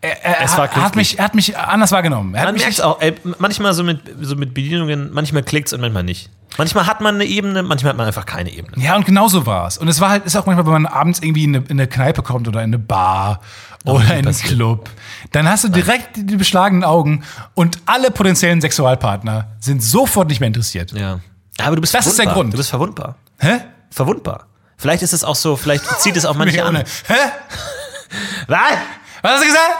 [SPEAKER 3] Er, er,
[SPEAKER 1] Es war
[SPEAKER 3] er, hat
[SPEAKER 1] künstlich.
[SPEAKER 3] mich, er hat mich anders wahrgenommen. Er hat
[SPEAKER 1] Man
[SPEAKER 3] mich
[SPEAKER 1] merkt auch, ey, manchmal so mit, so mit Bedienungen, manchmal klickt's und manchmal nicht. Manchmal hat man eine Ebene, manchmal hat man einfach keine Ebene.
[SPEAKER 3] Ja, und genau so war es. Und es war halt, ist auch manchmal, wenn man abends irgendwie in eine, in eine Kneipe kommt oder in eine Bar oder in einen
[SPEAKER 1] passiert.
[SPEAKER 3] Club, dann hast du direkt die beschlagenen Augen und alle potenziellen Sexualpartner sind sofort nicht mehr interessiert.
[SPEAKER 1] Ja. Aber du bist
[SPEAKER 3] Das ist der
[SPEAKER 1] verwundbar.
[SPEAKER 3] Grund.
[SPEAKER 1] Du bist verwundbar.
[SPEAKER 3] Hä?
[SPEAKER 1] Verwundbar. Vielleicht ist es auch so, vielleicht zieht es auch manche
[SPEAKER 3] Mega
[SPEAKER 1] an.
[SPEAKER 3] ohne. Hä?
[SPEAKER 1] Was?
[SPEAKER 3] Was hast du gesagt?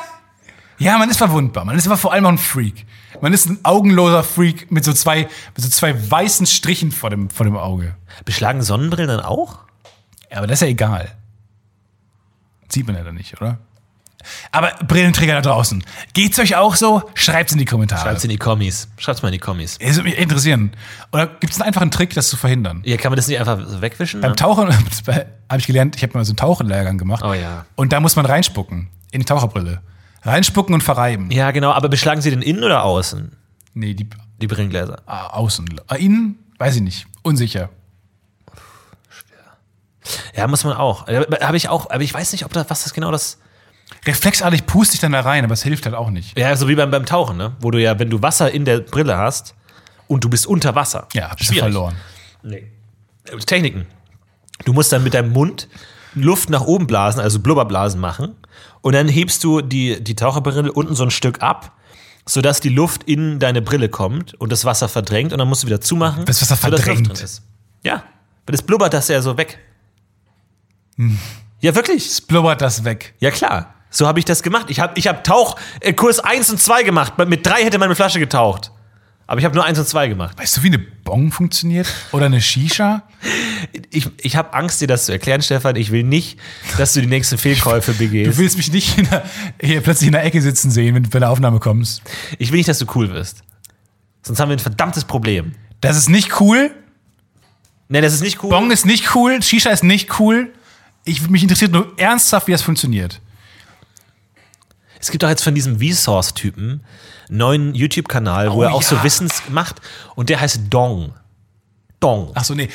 [SPEAKER 3] Ja, man ist verwundbar. Man ist aber vor allem auch ein Freak. Man ist ein augenloser Freak mit so zwei, mit so zwei weißen Strichen vor dem, vor dem Auge.
[SPEAKER 1] Beschlagen Sonnenbrillen dann auch?
[SPEAKER 3] Ja, aber das ist ja egal. Sieht man ja dann nicht, oder? Aber Brillenträger da draußen, geht's euch auch so? Schreibt's in die Kommentare.
[SPEAKER 1] Schreibt's in die Kommis. Schreibt's mal in die Kommis.
[SPEAKER 3] Es würde mich interessieren. Oder gibt's einen einfachen Trick, das zu verhindern?
[SPEAKER 1] Ja, kann man das nicht einfach wegwischen?
[SPEAKER 3] Beim Tauchen habe ich gelernt, ich habe mal so einen Tauchenlehrgang gemacht.
[SPEAKER 1] Oh ja.
[SPEAKER 3] Und da muss man reinspucken in die Taucherbrille. Reinspucken und verreiben.
[SPEAKER 1] ja, genau, aber beschlagen sie den innen oder außen?
[SPEAKER 3] Nee, die
[SPEAKER 1] Die Brillengläser.
[SPEAKER 3] ah, außen. Ah, innen, weiß ich nicht. Unsicher.
[SPEAKER 1] Ja, muss man auch. Habe ich auch, aber ich weiß nicht, ob das, was das genau das.
[SPEAKER 3] Reflexartig puste ich dann da rein, aber es hilft halt auch nicht.
[SPEAKER 1] Ja, so wie beim, beim Tauchen, ne? Wo du ja, wenn du Wasser in der Brille hast und du bist unter Wasser.
[SPEAKER 3] Ja, bist du verloren.
[SPEAKER 1] Nee. Äh, Techniken. Du musst dann mit deinem Mund Luft nach oben blasen, also Blubberblasen machen. Und dann hebst du die, die Taucherbrille unten so ein Stück ab, sodass die Luft in deine Brille kommt und das Wasser verdrängt. Und dann musst du wieder zumachen.
[SPEAKER 3] Das Wasser
[SPEAKER 1] sodass Luft
[SPEAKER 3] verdrängt.
[SPEAKER 1] drin ist. Ja. Wenn es blubbert, das ist ja so weg.
[SPEAKER 3] Hm.
[SPEAKER 1] Ja, wirklich.
[SPEAKER 3] Blubbert das weg.
[SPEAKER 1] Ja, klar. So habe ich das gemacht. Ich habe ich hab Tauchkurs 1 und 2 gemacht. Mit 3 hätte meine Flasche getaucht. Aber ich habe nur 1 und 2 gemacht.
[SPEAKER 3] Weißt du, wie eine Bong funktioniert? Oder eine Shisha?
[SPEAKER 1] Ich, ich habe Angst, dir das zu erklären, Stefan. Ich will nicht, dass du die nächsten Fehlkäufe
[SPEAKER 3] Du
[SPEAKER 1] begehst.
[SPEAKER 3] willst mich nicht in der, hier plötzlich in der Ecke sitzen sehen, wenn du bei der Aufnahme kommst.
[SPEAKER 1] Ich will nicht, dass du cool wirst. Sonst haben wir ein verdammtes Problem.
[SPEAKER 3] Das ist nicht cool.
[SPEAKER 1] Nee, das ist nicht cool.
[SPEAKER 3] Bong ist nicht cool. Shisha ist nicht cool. Ich, mich interessiert nur ernsthaft, wie das funktioniert.
[SPEAKER 1] Es gibt auch jetzt von diesem Vsauce-Typen einen neuen YouTube-Kanal, wo
[SPEAKER 3] Oh,
[SPEAKER 1] er auch so
[SPEAKER 3] ja.
[SPEAKER 1] Wissens macht. Und der heißt Dong. Dong.
[SPEAKER 3] Ach so, nee.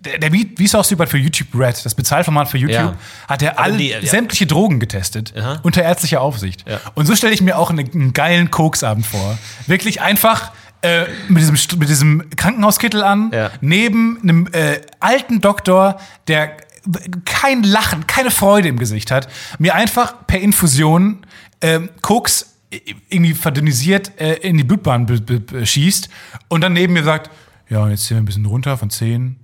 [SPEAKER 3] Der, der wie, wie Sauce Typ hat für YouTube Red, das Bezahlformat für YouTube,
[SPEAKER 1] Ja.
[SPEAKER 3] hat er alle
[SPEAKER 1] die- ja.
[SPEAKER 3] sämtliche Drogen getestet,
[SPEAKER 1] Aha.
[SPEAKER 3] unter ärztlicher Aufsicht.
[SPEAKER 1] Ja.
[SPEAKER 3] Und so stelle ich mir auch einen, einen geilen Koksabend vor. Wirklich einfach äh, mit, diesem, St- mit diesem Krankenhauskittel an,
[SPEAKER 1] Ja.
[SPEAKER 3] neben einem äh, alten Doktor, der kein Lachen, keine Freude im Gesicht hat, mir einfach per Infusion ähm, Koks i- irgendwie verdünnisiert äh, in die Blutbahn be- be- be- schießt und dann neben mir sagt, ja, und jetzt ziehen wir ein bisschen runter von 10,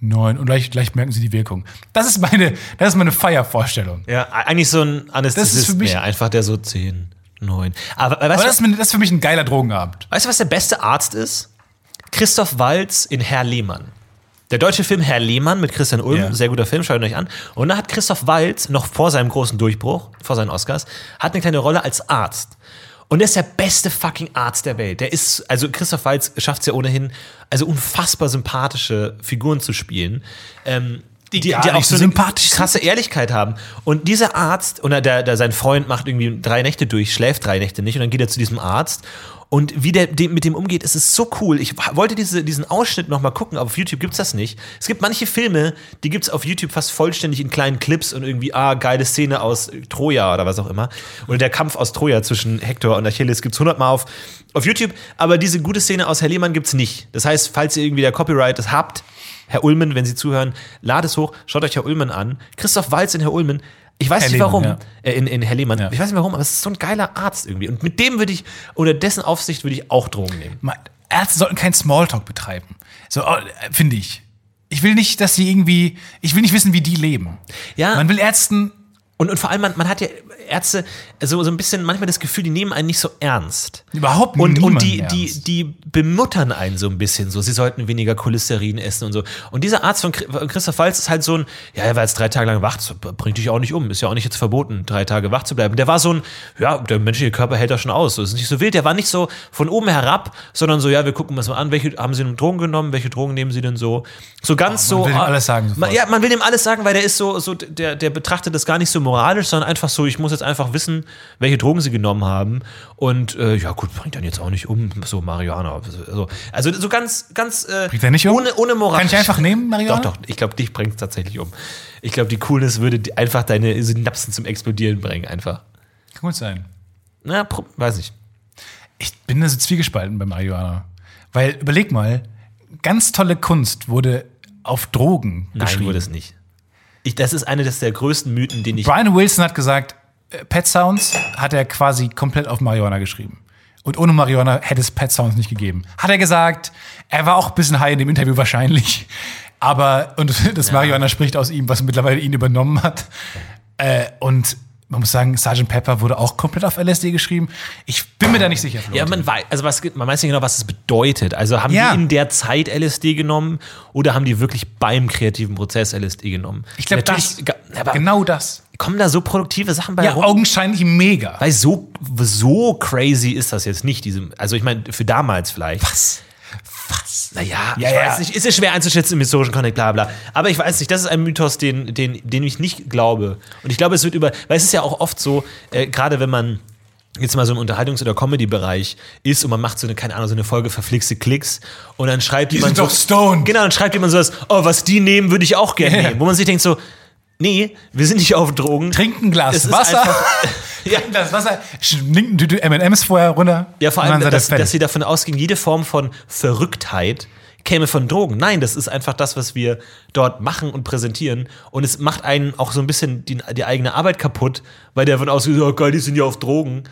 [SPEAKER 3] 9 und gleich, gleich merken sie die Wirkung. Das ist meine, das ist meine Feiervorstellung.
[SPEAKER 1] Ja, eigentlich so ein Anästhesist
[SPEAKER 3] Das ist für mich-
[SPEAKER 1] mehr. Einfach der so 10, 9. Aber, aber weißt,
[SPEAKER 3] Aber
[SPEAKER 1] du,
[SPEAKER 3] das ist, mein- das ist für mich ein geiler Drogenabend.
[SPEAKER 1] weißt du, was der beste Arzt ist? Christoph Walz in Herr Lehmann. Der deutsche Film Herr Lehmann mit Christian Ulm,
[SPEAKER 3] Ja.
[SPEAKER 1] sehr guter Film, schaut ihn euch an. Und da hat Christoph Walz noch vor seinem großen Durchbruch, vor seinen Oscars, hat eine kleine Rolle als Arzt. Und der ist der beste fucking Arzt der Welt. Der ist, also Christoph Walz schafft es ja ohnehin, also unfassbar sympathische Figuren zu spielen. Ähm, die,
[SPEAKER 3] gar
[SPEAKER 1] die auch
[SPEAKER 3] nicht
[SPEAKER 1] so
[SPEAKER 3] so
[SPEAKER 1] eine
[SPEAKER 3] sympathisch sind.
[SPEAKER 1] krasse Ehrlichkeit haben. Und dieser Arzt, oder der, der, sein Freund macht irgendwie drei Nächte durch, schläft drei Nächte nicht und dann geht er zu diesem Arzt. Und wie der dem, mit dem umgeht, es ist so cool. Ich w- wollte diese, diesen Ausschnitt nochmal gucken, aber auf YouTube gibt's das nicht. Es gibt manche Filme, die gibt's auf YouTube fast vollständig in kleinen Clips und irgendwie, ah, geile Szene aus Troja oder was auch immer. Oder der Kampf aus Troja zwischen Hector und Achilles gibt's hundertmal auf, auf YouTube. Aber diese gute Szene aus Herr Lehmann gibt's nicht. Das heißt, falls ihr irgendwie der Copyright das habt, Herr Ulmen, wenn Sie zuhören, lad es hoch, schaut euch Herr Ulmen an. Christoph Walz in Herr Ulmen. Ich weiß
[SPEAKER 3] Herr
[SPEAKER 1] nicht
[SPEAKER 3] Lehmann,
[SPEAKER 1] warum,
[SPEAKER 3] ja.
[SPEAKER 1] äh, in, in Herr Lehmann.
[SPEAKER 3] Ja.
[SPEAKER 1] Ich weiß nicht warum, aber es ist so ein geiler Arzt irgendwie. Und mit dem würde ich, unter dessen Aufsicht würde ich auch Drogen nehmen.
[SPEAKER 3] Man, Ärzte sollten keinen Smalltalk betreiben. So, oh, äh, finde ich. Ich will nicht, dass sie irgendwie, ich will nicht wissen, wie die leben.
[SPEAKER 1] Ja.
[SPEAKER 3] Man will Ärzten,
[SPEAKER 1] Und, und vor allem, man, man hat ja Ärzte so, so ein bisschen manchmal das Gefühl, die nehmen einen nicht so ernst.
[SPEAKER 3] Überhaupt
[SPEAKER 1] Und, und
[SPEAKER 3] niemand
[SPEAKER 1] die,
[SPEAKER 3] ernst.
[SPEAKER 1] die, die bemuttern einen so ein bisschen so. Sie sollten weniger Cholesterin essen und so. Und dieser Arzt von Chri- von Christoph Walz ist halt so ein, ja, er war jetzt drei Tage lang wach, so, bringt dich auch nicht um. Ist ja auch nicht jetzt verboten, drei Tage wach zu bleiben. Der war so ein, ja, der menschliche Körper hält das schon aus. So, ist nicht so wild. Der war nicht so von oben herab, sondern so, ja, wir gucken uns mal an, welche haben sie denn Drogen genommen, welche Drogen nehmen sie denn so. So ganz
[SPEAKER 3] man
[SPEAKER 1] so.
[SPEAKER 3] will ihm
[SPEAKER 1] ah,
[SPEAKER 3] alles sagen
[SPEAKER 1] Man,
[SPEAKER 3] sofort.
[SPEAKER 1] ja, man will ihm alles sagen, weil der ist so, so der, der betrachtet das gar nicht so moralisch, sondern einfach so, ich muss jetzt einfach wissen, welche Drogen sie genommen haben. Und äh, ja, gut, bringt dann jetzt auch nicht um, so Marihuana. So. Also so ganz, ganz äh,
[SPEAKER 3] Bringt er nicht um?
[SPEAKER 1] ohne, ohne Moral.
[SPEAKER 3] Kann ich einfach nehmen, Marihuana?
[SPEAKER 1] Doch, doch, ich glaube, dich bringt es tatsächlich um. Ich glaube, die Coolness würde die- einfach deine Synapsen zum Explodieren bringen, einfach.
[SPEAKER 3] kann gut sein. also
[SPEAKER 1] Na, pro- weiß nicht.
[SPEAKER 3] Ich bin da so zwiegespalten beim Marihuana. Weil, überleg mal, ganz tolle Kunst wurde auf Drogen
[SPEAKER 1] Nein,
[SPEAKER 3] geschrieben.
[SPEAKER 1] wurde es nicht. Ich, das ist eine des der größten Mythen, den ich.
[SPEAKER 3] Brian Wilson hat gesagt, äh, Pet Sounds hat er quasi komplett auf Marihuana geschrieben. Und ohne Marihuana hätte es Pet Sounds nicht gegeben. Hat er gesagt, er war auch ein bisschen high in dem Interview wahrscheinlich. Aber, und das Marihuana spricht aus ihm, was mittlerweile ihn übernommen hat. Äh, und man muss sagen, Sgt. Pepper wurde auch komplett auf LSD geschrieben. Ich bin mir da nicht sicher. Flo.
[SPEAKER 1] Ja, man weiß, also was, man weiß nicht genau, was es bedeutet. Also haben
[SPEAKER 3] Ja.
[SPEAKER 1] die in der Zeit LSD genommen oder haben die wirklich beim kreativen Prozess LSD genommen?
[SPEAKER 3] ich glaube, das,
[SPEAKER 1] Natürlich- aber
[SPEAKER 3] genau das.
[SPEAKER 1] kommen da so produktive Sachen bei
[SPEAKER 3] Ja,
[SPEAKER 1] rum?
[SPEAKER 3] augenscheinlich mega.
[SPEAKER 1] Weil so, so crazy ist das jetzt nicht. Diesem, also ich meine, für damals vielleicht.
[SPEAKER 3] Was? Was?
[SPEAKER 1] Naja,
[SPEAKER 3] Ja,
[SPEAKER 1] ich
[SPEAKER 3] ja.
[SPEAKER 1] weiß nicht, ist es schwer einzuschätzen im historischen Kontext, bla bla. Aber ich weiß nicht, das ist ein Mythos, den, den, den ich nicht glaube. Und ich glaube, es wird über, weil es ist ja auch oft so, äh, gerade wenn man jetzt mal so im Unterhaltungs- oder Comedy-Bereich ist und man macht so eine, keine Ahnung, so eine Folge verflixte Klicks und dann schreibt jemand
[SPEAKER 3] sind
[SPEAKER 1] so,
[SPEAKER 3] doch stoned.
[SPEAKER 1] Genau, dann schreibt jemand sowas, oh, was die nehmen, würde ich auch gerne nehmen. Wo man sich denkt so, nee, wir sind nicht auf Drogen.
[SPEAKER 3] Trinkt ein Glas
[SPEAKER 1] Es ist
[SPEAKER 3] Wasser.
[SPEAKER 1] einfach- ja,
[SPEAKER 3] Trinkt das Wasser, schlingt eine Tüte M&M's vorher runter.
[SPEAKER 1] Ja, vor
[SPEAKER 3] und
[SPEAKER 1] allem,
[SPEAKER 3] dann seid ihr
[SPEAKER 1] dass,
[SPEAKER 3] fertig.
[SPEAKER 1] dass sie davon ausging, jede Form von Verrücktheit käme von Drogen. Nein, das ist einfach das, was wir dort machen und präsentieren. Und es macht einen auch so ein bisschen die, die eigene Arbeit kaputt, weil der davon ausgeht, oh geil, die sind ja auf Drogen.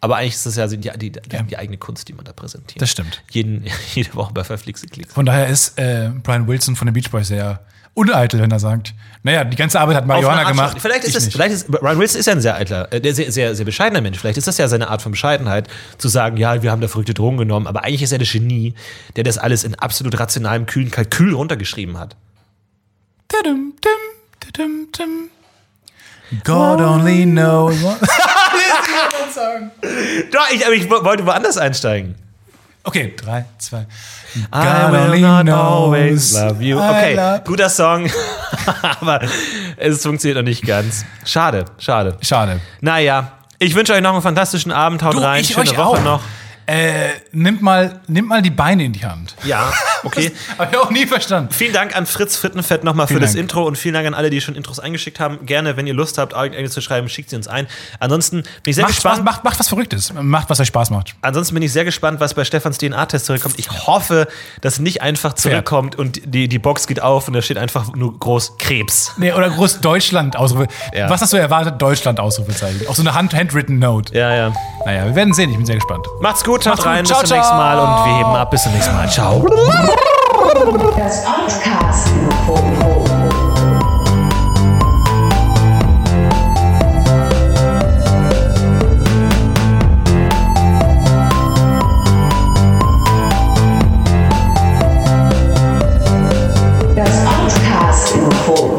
[SPEAKER 1] Aber eigentlich ist das ja sind die, die, die, die eigene Kunst, die man da präsentiert.
[SPEAKER 3] Das stimmt.
[SPEAKER 1] Jeden, jede Woche bei Verflixte Klicks.
[SPEAKER 3] Von daher ist äh, Brian Wilson von den Beach Boys sehr uneitel, wenn er sagt, naja, die ganze Arbeit hat
[SPEAKER 1] Auf eine
[SPEAKER 3] Marihuana
[SPEAKER 1] Art schon.
[SPEAKER 3] gemacht.
[SPEAKER 1] Vielleicht
[SPEAKER 3] ich
[SPEAKER 1] ist es,
[SPEAKER 3] nicht.
[SPEAKER 1] vielleicht ist, Ryan Wilson ist ja ein sehr eitler, äh, der sehr, sehr, sehr bescheidener Mensch. Vielleicht ist das ja seine Art von Bescheidenheit, zu sagen, ja, wir haben da verrückte Drogen genommen, aber eigentlich ist er der Genie, der das alles in absolut rationalem, kühlen Kalkül runtergeschrieben hat.
[SPEAKER 3] Tudum, dum, tudum, dum. God only knows.
[SPEAKER 1] Doch, ich, aber ich wo- wollte woanders einsteigen.
[SPEAKER 3] Okay, drei, zwei.
[SPEAKER 1] I
[SPEAKER 3] God
[SPEAKER 1] will
[SPEAKER 3] only
[SPEAKER 1] not
[SPEAKER 3] knows
[SPEAKER 1] always love you.
[SPEAKER 3] I
[SPEAKER 1] Okay,
[SPEAKER 3] love-
[SPEAKER 1] guter Song, aber es funktioniert noch nicht ganz. Schade, schade.
[SPEAKER 3] Schade.
[SPEAKER 1] Naja, ich wünsche euch noch einen fantastischen Abend. Haut
[SPEAKER 3] Du,
[SPEAKER 1] rein,
[SPEAKER 3] ich
[SPEAKER 1] schöne
[SPEAKER 3] euch
[SPEAKER 1] Woche
[SPEAKER 3] auch.
[SPEAKER 1] noch.
[SPEAKER 3] Äh, nimmt, mal, nimmt mal die Beine in die Hand.
[SPEAKER 1] Ja, okay.
[SPEAKER 3] Hab ich auch nie verstanden.
[SPEAKER 1] Vielen Dank an Fritz Frittenfett nochmal für
[SPEAKER 3] Vielen
[SPEAKER 1] das
[SPEAKER 3] Dank.
[SPEAKER 1] Intro und vielen Dank an alle, die schon Intros eingeschickt haben. Gerne, wenn ihr Lust habt, irgendwas zu schreiben, schickt sie uns ein. Ansonsten bin ich sehr
[SPEAKER 3] Macht, Spaß,
[SPEAKER 1] gespannt.
[SPEAKER 3] macht, macht was Verrücktes. Macht, was euch Spaß macht.
[SPEAKER 1] Ansonsten bin ich sehr gespannt, was bei Stefans DNA-Test zurückkommt. Ich hoffe, dass nicht einfach zurückkommt und die, die Box geht auf und da steht einfach nur groß Krebs.
[SPEAKER 3] Nee, oder groß Deutschland Ausrufe.
[SPEAKER 1] Ja.
[SPEAKER 3] Was hast du erwartet? Deutschland Ausrufezeichen. Auch so eine Hand handwritten Note.
[SPEAKER 1] Ja, ja.
[SPEAKER 3] Naja, wir werden sehen. Ich bin sehr gespannt.
[SPEAKER 1] Macht's gut, haut
[SPEAKER 3] Macht's gut.
[SPEAKER 1] rein,
[SPEAKER 3] Ciao,
[SPEAKER 1] bis zum nächsten
[SPEAKER 3] ciao.
[SPEAKER 1] Mal und wir heben ab. Bis zum nächsten Mal. Ciao.
[SPEAKER 4] Das Podcast UFO. Das Podcast UFO.